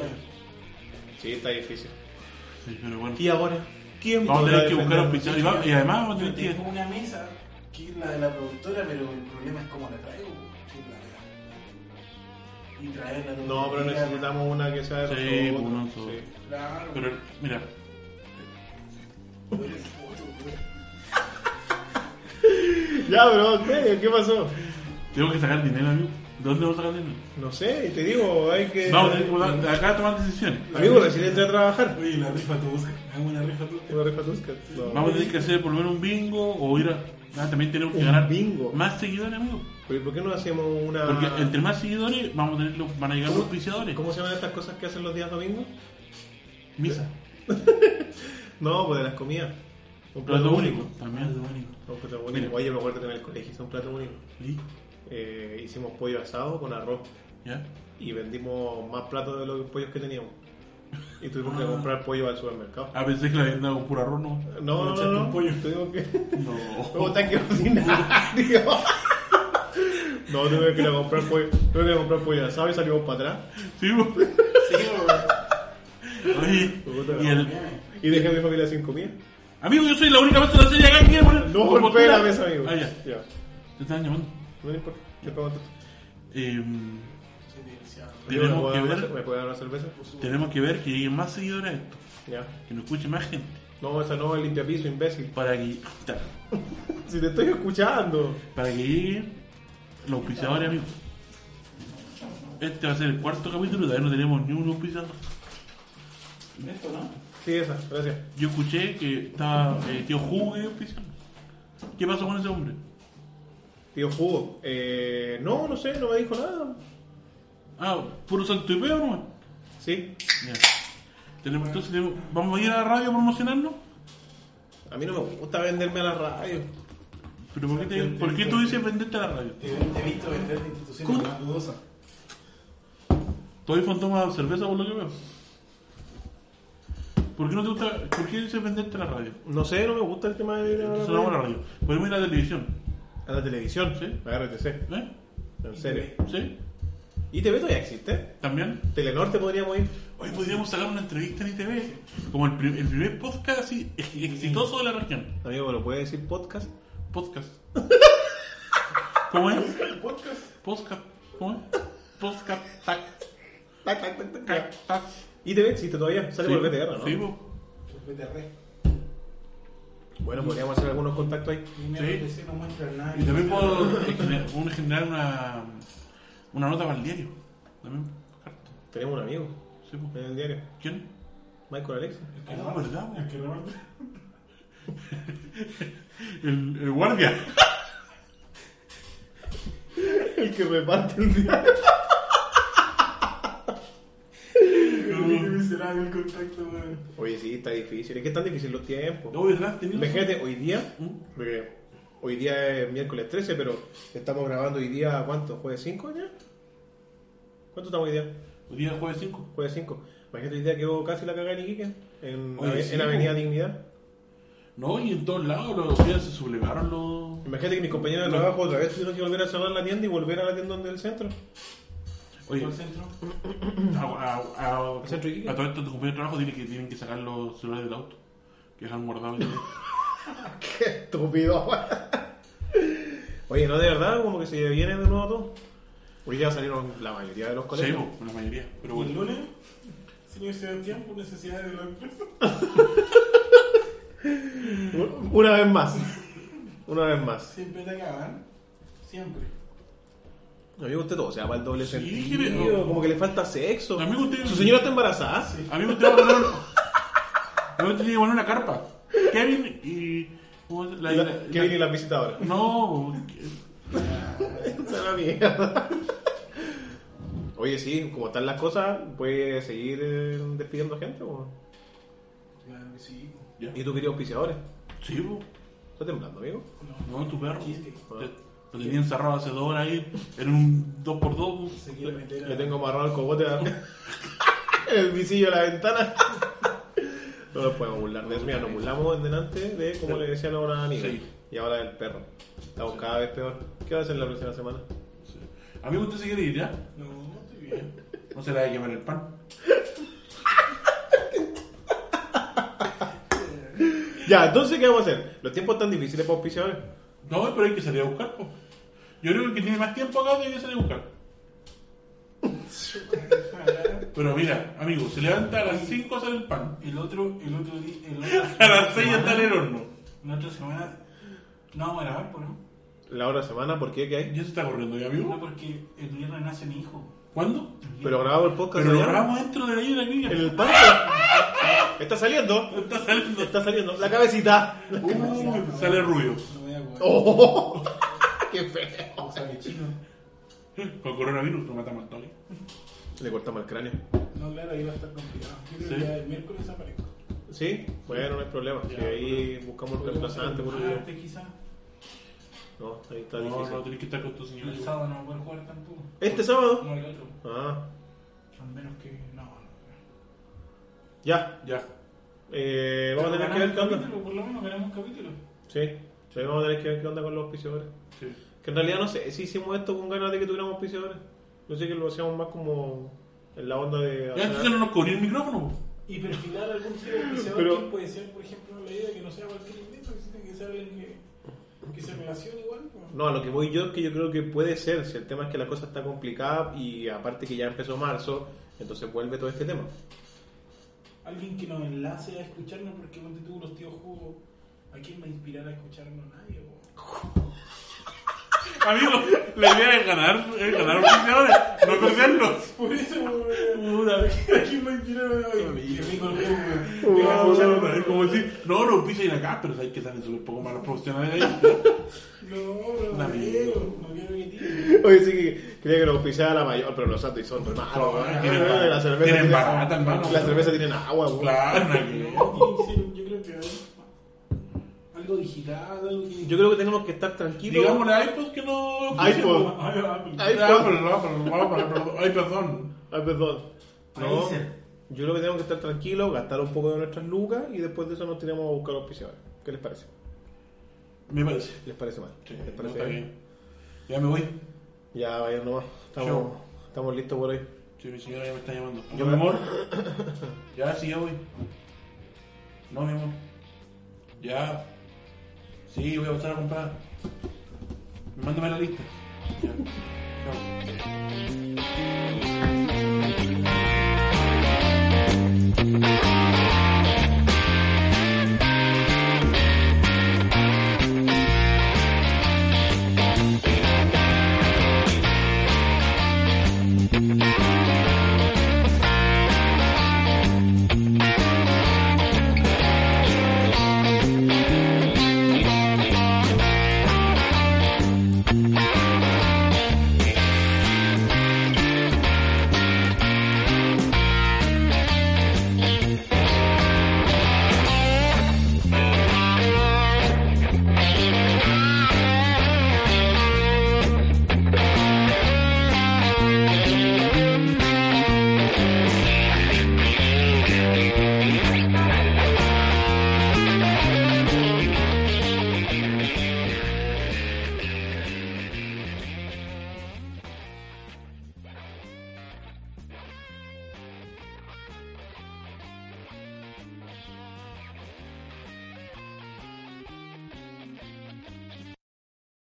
Speaker 1: Sí, está difícil.
Speaker 2: sí, pero bueno.
Speaker 1: ¿Y ahora? ¿Quién
Speaker 2: Vamos a
Speaker 1: podrá
Speaker 2: tener que buscar
Speaker 1: defender?
Speaker 2: auspiciar y, va- y además vamos a
Speaker 7: Yo
Speaker 2: tener que...
Speaker 7: tengo una mesa que es la de la productora, pero el problema es cómo la traigo. sí, la- Y traerla. de
Speaker 1: No, pero
Speaker 7: una manera-
Speaker 1: necesitamos una que sea de
Speaker 2: Sí, pues,
Speaker 1: nosotros,
Speaker 2: uno solo.
Speaker 1: sí.
Speaker 7: Claro,
Speaker 2: Pero, mira,
Speaker 7: pero es foto, güey.
Speaker 1: Ya, bro, ¿qué? ¿Qué pasó?
Speaker 2: tengo que sacar dinero, amigo. ¿De dónde vamos a sacar dinero?
Speaker 1: No sé, te digo, hay que...
Speaker 2: Vamos a tener que votar- de acá tomar decisiones.
Speaker 1: Amigo, recién entré a trabajar.
Speaker 3: Oye, la rifa tú busca. Hagamos una rifa tú.
Speaker 1: Una rifa Tusca. No.
Speaker 2: Vamos a tener que hacer por lo menos un bingo o ir a... Ah, también tenemos que ganar
Speaker 1: bingo.
Speaker 2: más seguidores, amigo.
Speaker 1: Pero ¿y por qué no hacemos una...
Speaker 2: Porque entre más seguidores vamos a tener los- van a llegar los auspiciadores.
Speaker 1: ¿Cómo se llaman estas cosas que hacen los días domingos?
Speaker 2: Misa.
Speaker 1: No, pues de las comidas. Un
Speaker 2: Plato único. También.
Speaker 1: Un plato único.
Speaker 2: Mira.
Speaker 1: Oye, me acuerdo que en el colegio hice un plato único.
Speaker 2: Sí,
Speaker 1: Eh, hicimos pollo asado con arroz
Speaker 2: ¿Ya?
Speaker 1: y vendimos más platos de los pollos que teníamos. Y tuvimos que comprar pollo al supermercado.
Speaker 2: Ah, pensé que la habían dado con pura rono.
Speaker 1: No, no, no, no. Pollo. Tuvimos que...
Speaker 2: No.
Speaker 1: ¿Cómo está que cocinar? Digo. No, tuve que ir a comprar pollo, tuve que ir a comprar pollo asado y salimos para atrás.
Speaker 2: Sí, bo.
Speaker 7: Sí, güey.
Speaker 2: Oye. Y el...
Speaker 1: Y dejé a mi familia sin comida.
Speaker 2: Amigo, yo soy la única persona seria acá que quiere poner.
Speaker 1: No
Speaker 2: como
Speaker 1: golpeé la
Speaker 2: postura.
Speaker 1: mesa, amigo.
Speaker 2: Ah, ya.
Speaker 1: Ya.
Speaker 2: Te estaban llamando.
Speaker 1: No importa. Yo pago todo.
Speaker 2: Eh,
Speaker 7: Sí, demasiado.
Speaker 2: Tenemos
Speaker 1: ¿Me
Speaker 2: que
Speaker 1: puedo dar
Speaker 2: ver.
Speaker 1: una- ¿Me puede dar una cerveza?
Speaker 2: tenemos que ver que lleguen más seguidores a esto.
Speaker 1: Ya.
Speaker 2: Que nos escuche más gente.
Speaker 1: No, esa no, limpia piso, imbécil.
Speaker 2: Para que,
Speaker 1: Si te estoy escuchando.
Speaker 2: para que lleguen los auspiciadores, amigos. Este va a ser el cuarto capítulo, todavía no tenemos ni un auspiciador.
Speaker 3: Esto, ¿no?
Speaker 1: Sí, esa, gracias.
Speaker 2: Yo escuché que estaba eh, tío Jugo y auspiciando. ¿Qué pasó con ese hombre?
Speaker 1: Tío Jugo, eh, no, no sé, no me dijo nada.
Speaker 2: Ah, puro santo y peo, ¿no?
Speaker 1: Sí,
Speaker 2: Ya. Tenemos, entonces, tenemos- ¿vamos a ir a la radio a promocionarnos?
Speaker 1: a mí no me gusta venderme a la radio.
Speaker 2: ¿Pero por qué, te- por qué tú dices venderte a la radio?
Speaker 7: Te te he visto vender de instituciones más dudosas.
Speaker 2: Todo iPhone toma cerveza por lo que veo. ¿Por qué no te gusta? ¿Por qué dices venderte a la radio?
Speaker 1: No sé, no me gusta el tema de ir a la
Speaker 2: Entonces no
Speaker 1: radio.
Speaker 2: vamos a la radio. Podemos ir a la televisión.
Speaker 1: A la televisión,
Speaker 2: Sí.
Speaker 1: La RTC,
Speaker 2: ¿Eh?
Speaker 1: en serio.
Speaker 2: ¿Sí?
Speaker 1: ¿ITV todavía existe?
Speaker 2: ¿También?
Speaker 1: Telenorte podríamos ir.
Speaker 2: Hoy podríamos sacar una entrevista en ITV. Como el, pri- el primer podcast así ex- exitoso de la región.
Speaker 1: Amigo, ¿me lo puede decir podcast?
Speaker 2: Podcast. ¿Cómo es? Podcast. Podcast. ¿Cómo es? Podcast. Tac,
Speaker 1: Tac, tac, tac, tac,
Speaker 2: tac,
Speaker 1: tac.
Speaker 2: tac.
Speaker 1: ITV existe todavía, sale por BTR, ¿no?
Speaker 2: Sí, po.
Speaker 7: Vete a red.
Speaker 1: Bueno, podríamos hacer algunos contactos ahí.
Speaker 7: Y me
Speaker 2: Sí.
Speaker 7: apetece, no muestra nada.
Speaker 2: Y también puedo eh, gener- un- generar una, una nota para el diario. También. Harto.
Speaker 1: Tenemos un amigo
Speaker 2: Sí, po.
Speaker 1: en el diario,
Speaker 2: ¿Quién?
Speaker 1: Michael Alexa.
Speaker 2: Ah, ¿verdad? po?
Speaker 7: El que remate.
Speaker 2: El, el guardia.
Speaker 1: El que reparte el diario.
Speaker 7: El que miserable el contacto, weón.
Speaker 1: Oye, sí, está difícil. Es que están difíciles los tiempos.
Speaker 2: No, ¿verdad? Tenía razón.
Speaker 1: Imagínate, hoy día,
Speaker 2: ¿Mm?
Speaker 1: porque hoy día es miércoles 13, pero estamos grabando hoy día, ¿cuánto? ¿Jueves 5 ya? ¿Cuánto estamos hoy día?
Speaker 2: Hoy día es jueves 5.
Speaker 1: Jueves 5. Imagínate hoy día que hubo casi la cagada en Iquique, en,
Speaker 2: Oye,
Speaker 1: ave-
Speaker 2: sí,
Speaker 1: en Avenida
Speaker 2: po.
Speaker 1: Dignidad.
Speaker 2: No, y en todos lados los días se sublevaron los.
Speaker 1: Imagínate que mis compañeros de
Speaker 2: No.
Speaker 1: trabajo otra vez tuvieron que volver a cerrar la tienda y volver a la tienda donde el centro.
Speaker 2: Oye,
Speaker 7: ¿Cuál centro?
Speaker 2: a, a, a, a,
Speaker 1: ¿El centro de Iquique?
Speaker 2: todo esto, tu compañero de trabajo tiene que, tienen que sacar los celulares del auto. Que dejan guardados.
Speaker 1: ¡Qué estúpido! Oye, no, de verdad, como que se viene de nuevo todo. Hoy día salieron la mayoría de los
Speaker 2: Sí,
Speaker 1: colegios.
Speaker 2: po, la mayoría. Pero
Speaker 7: ¿Y el
Speaker 2: bueno.
Speaker 7: lunes? Señor Sebastián, por necesidades de la empresa.
Speaker 1: Un- Una vez más. Una vez más.
Speaker 7: Siempre te acaban. Siempre.
Speaker 1: Amigo, usted todo se va para el doble
Speaker 2: Sí,
Speaker 1: sentido.
Speaker 2: pero-
Speaker 1: Como que le falta sexo.
Speaker 2: Amigo, usted-
Speaker 1: ¿Su señora está embarazada?
Speaker 2: A mí me gustaría poner. A mí me gustaría poner una carpa. Kevin y. ¿cómo es? La,
Speaker 1: La-
Speaker 2: la-
Speaker 1: que viene
Speaker 2: la-
Speaker 1: la visitadora.
Speaker 2: No,
Speaker 1: Se la mierda. Oye, sí, como están las cosas, puede seguir eh, despidiendo gente. po.
Speaker 7: Claro que sí.
Speaker 1: Y tú querías auspiciadores.
Speaker 2: sí, po.
Speaker 1: ¿Estás temblando, amigo?
Speaker 2: no, tu perro.
Speaker 7: Quiere.
Speaker 2: Te- Lo tenía encerrado hace dos horas ahí en un 2x2.
Speaker 7: Se quiere meter a...
Speaker 1: Le tengo amarrado el cogote a- en el visillo de la ventana. No nos podemos burlar de eso. Mira, nos burlamos en delante de, como le decían a una amiga.
Speaker 2: Sí.
Speaker 1: Y ahora del perro. Estamos cada vez peor. ¿Qué va a hacer la próxima semana?
Speaker 2: Amigo, usted se quiere ir ya.
Speaker 7: No, no estoy bien.
Speaker 2: No se le va a llevar el pan.
Speaker 1: Ya, entonces, ¿qué vamos a hacer? Los tiempos están difíciles para auspiciadores.
Speaker 2: No, pero hay que salir a buscar. po. Yo creo que el que tiene más tiempo acá debe salir a buscar. Pero mira, amigo, se levanta a las 5 a hacer el pan.
Speaker 3: El otro, el otro día. El otro,
Speaker 2: A las 6 ya está en el horno.
Speaker 3: La otra semana. No vamos a grabar, po, ¿no?
Speaker 1: La hora de semana, ¿por qué? ¿Qué hay?
Speaker 2: Ya se está corriendo, ya,
Speaker 3: No,
Speaker 2: amigo.
Speaker 3: porque el viernes nace mi hijo.
Speaker 2: ¿Cuándo?
Speaker 1: Pero grabamos el podcast
Speaker 2: Pero lo
Speaker 1: allá.
Speaker 2: grabamos dentro de la isla, niña.
Speaker 1: en el parque. Está saliendo.
Speaker 2: Está saliendo.
Speaker 1: Está saliendo. La cabecita.
Speaker 2: Uh, sale ruido.
Speaker 7: No voy a jugar.
Speaker 1: Oh, qué feo.
Speaker 7: O sea, que chino.
Speaker 2: Con coronavirus no matamos al Tony.
Speaker 1: Le cortamos el cráneo.
Speaker 7: No, claro, ahí va a estar complicado. Yo creo
Speaker 2: Sí.
Speaker 7: que ya el miércoles aparezco.
Speaker 1: Sí, bueno, no hay problema. Si ahí buscamos el reemplazante por último.
Speaker 3: Martes, quizá.
Speaker 1: No, ahí está
Speaker 2: No,
Speaker 1: difícil.
Speaker 2: no, tenés que estar con tu
Speaker 3: Y el
Speaker 2: señora.
Speaker 3: sábado no voy a poder jugar tampoco.
Speaker 2: Eh.
Speaker 1: ¿Este sábado?
Speaker 3: No el otro.
Speaker 1: Ah,
Speaker 3: Al menos que. No, no.
Speaker 1: ya.
Speaker 2: Ya.
Speaker 1: Eh, vamos a tener que ver qué onda.
Speaker 3: Capítulo, por lo menos ganamos capítulo.
Speaker 1: Sí, sí, vamos a tener que ver qué onda con los auspiciadores.
Speaker 2: Sí.
Speaker 1: Que en realidad no sé si hicimos esto con ganas de que tuviéramos auspiciadores. Yo sé que lo hacíamos más como en la onda de.
Speaker 2: Ya, entonces no nos cobrió el micrófono. po.
Speaker 3: y perfilar algún tipo de auspiciador
Speaker 1: Pero-
Speaker 3: que puede ser, por ejemplo, una medida que no sea cualquier invento, que sea- que sea alguien que, que se relacione igual. pues.
Speaker 1: No, a lo que voy yo es que yo creo que puede ser, si el tema es que la cosa está complicada y aparte que ya empezó marzo, entonces vuelve todo este tema.
Speaker 3: Alguien que nos enlace a escucharnos, porque ponte tú los tíos jugos, ¿a quién va a inspirar a escucharnos? Nadie, po.
Speaker 2: Amigo, la idea es ganar, es ganar auspiciadores, no perderlos.
Speaker 3: Por eso, weón. Aquí me tiraron Qué rico el juego,
Speaker 2: Digo,
Speaker 3: weón.
Speaker 2: o sea, no, es como decir, no, no auspician acá, pero sabes que salen súper poco malos profesionales ahí.
Speaker 3: No, no, no,
Speaker 2: Un amigo.
Speaker 3: quiero, no quiero que tire.
Speaker 1: Oye, sí que creía que lo auspiciaba la mayor, pero los santos son malos.
Speaker 2: Tienen
Speaker 1: ¿eh? La
Speaker 2: barata,
Speaker 1: cerveza
Speaker 2: tienen
Speaker 1: tiene-
Speaker 2: barata, hermano.
Speaker 1: La cerveza tienen agua, güey.
Speaker 2: Claro, no hay que-
Speaker 3: No, tiene que ser, Yo creo que algo- algo digital, algo que...
Speaker 1: Yo creo que tenemos que estar tranquilos.
Speaker 2: Digámosle a iPod que no.
Speaker 1: iPod.
Speaker 3: Ay, Apple.
Speaker 1: iPod.
Speaker 2: Ah, pero no, pero no, pero no, Ay, perdón.
Speaker 1: Ay, perdón. No,
Speaker 7: Razer.
Speaker 1: yo creo que tenemos que estar tranquilos, gastar un poco de nuestras lucas y después de eso nos tiramos a buscar auspiciadores. ¿Qué les parece?
Speaker 2: Me parece.
Speaker 1: ¿Les parece mal?
Speaker 2: Sí,
Speaker 1: ¿Les
Speaker 2: no,
Speaker 1: parece
Speaker 2: está
Speaker 1: bien?
Speaker 2: bien. Ya me voy.
Speaker 1: Ya, vayan nomás. Estamos,
Speaker 2: Chao.
Speaker 1: estamos listos por hoy.
Speaker 2: Sí, mi señora ya me está llamando.
Speaker 1: Yo
Speaker 2: mi
Speaker 1: me-
Speaker 2: amor. Ya, sí, ya voy. No, mi amor. Ya. Sí, voy a pasar a comprar. Mándame la lista. Ya. Chao.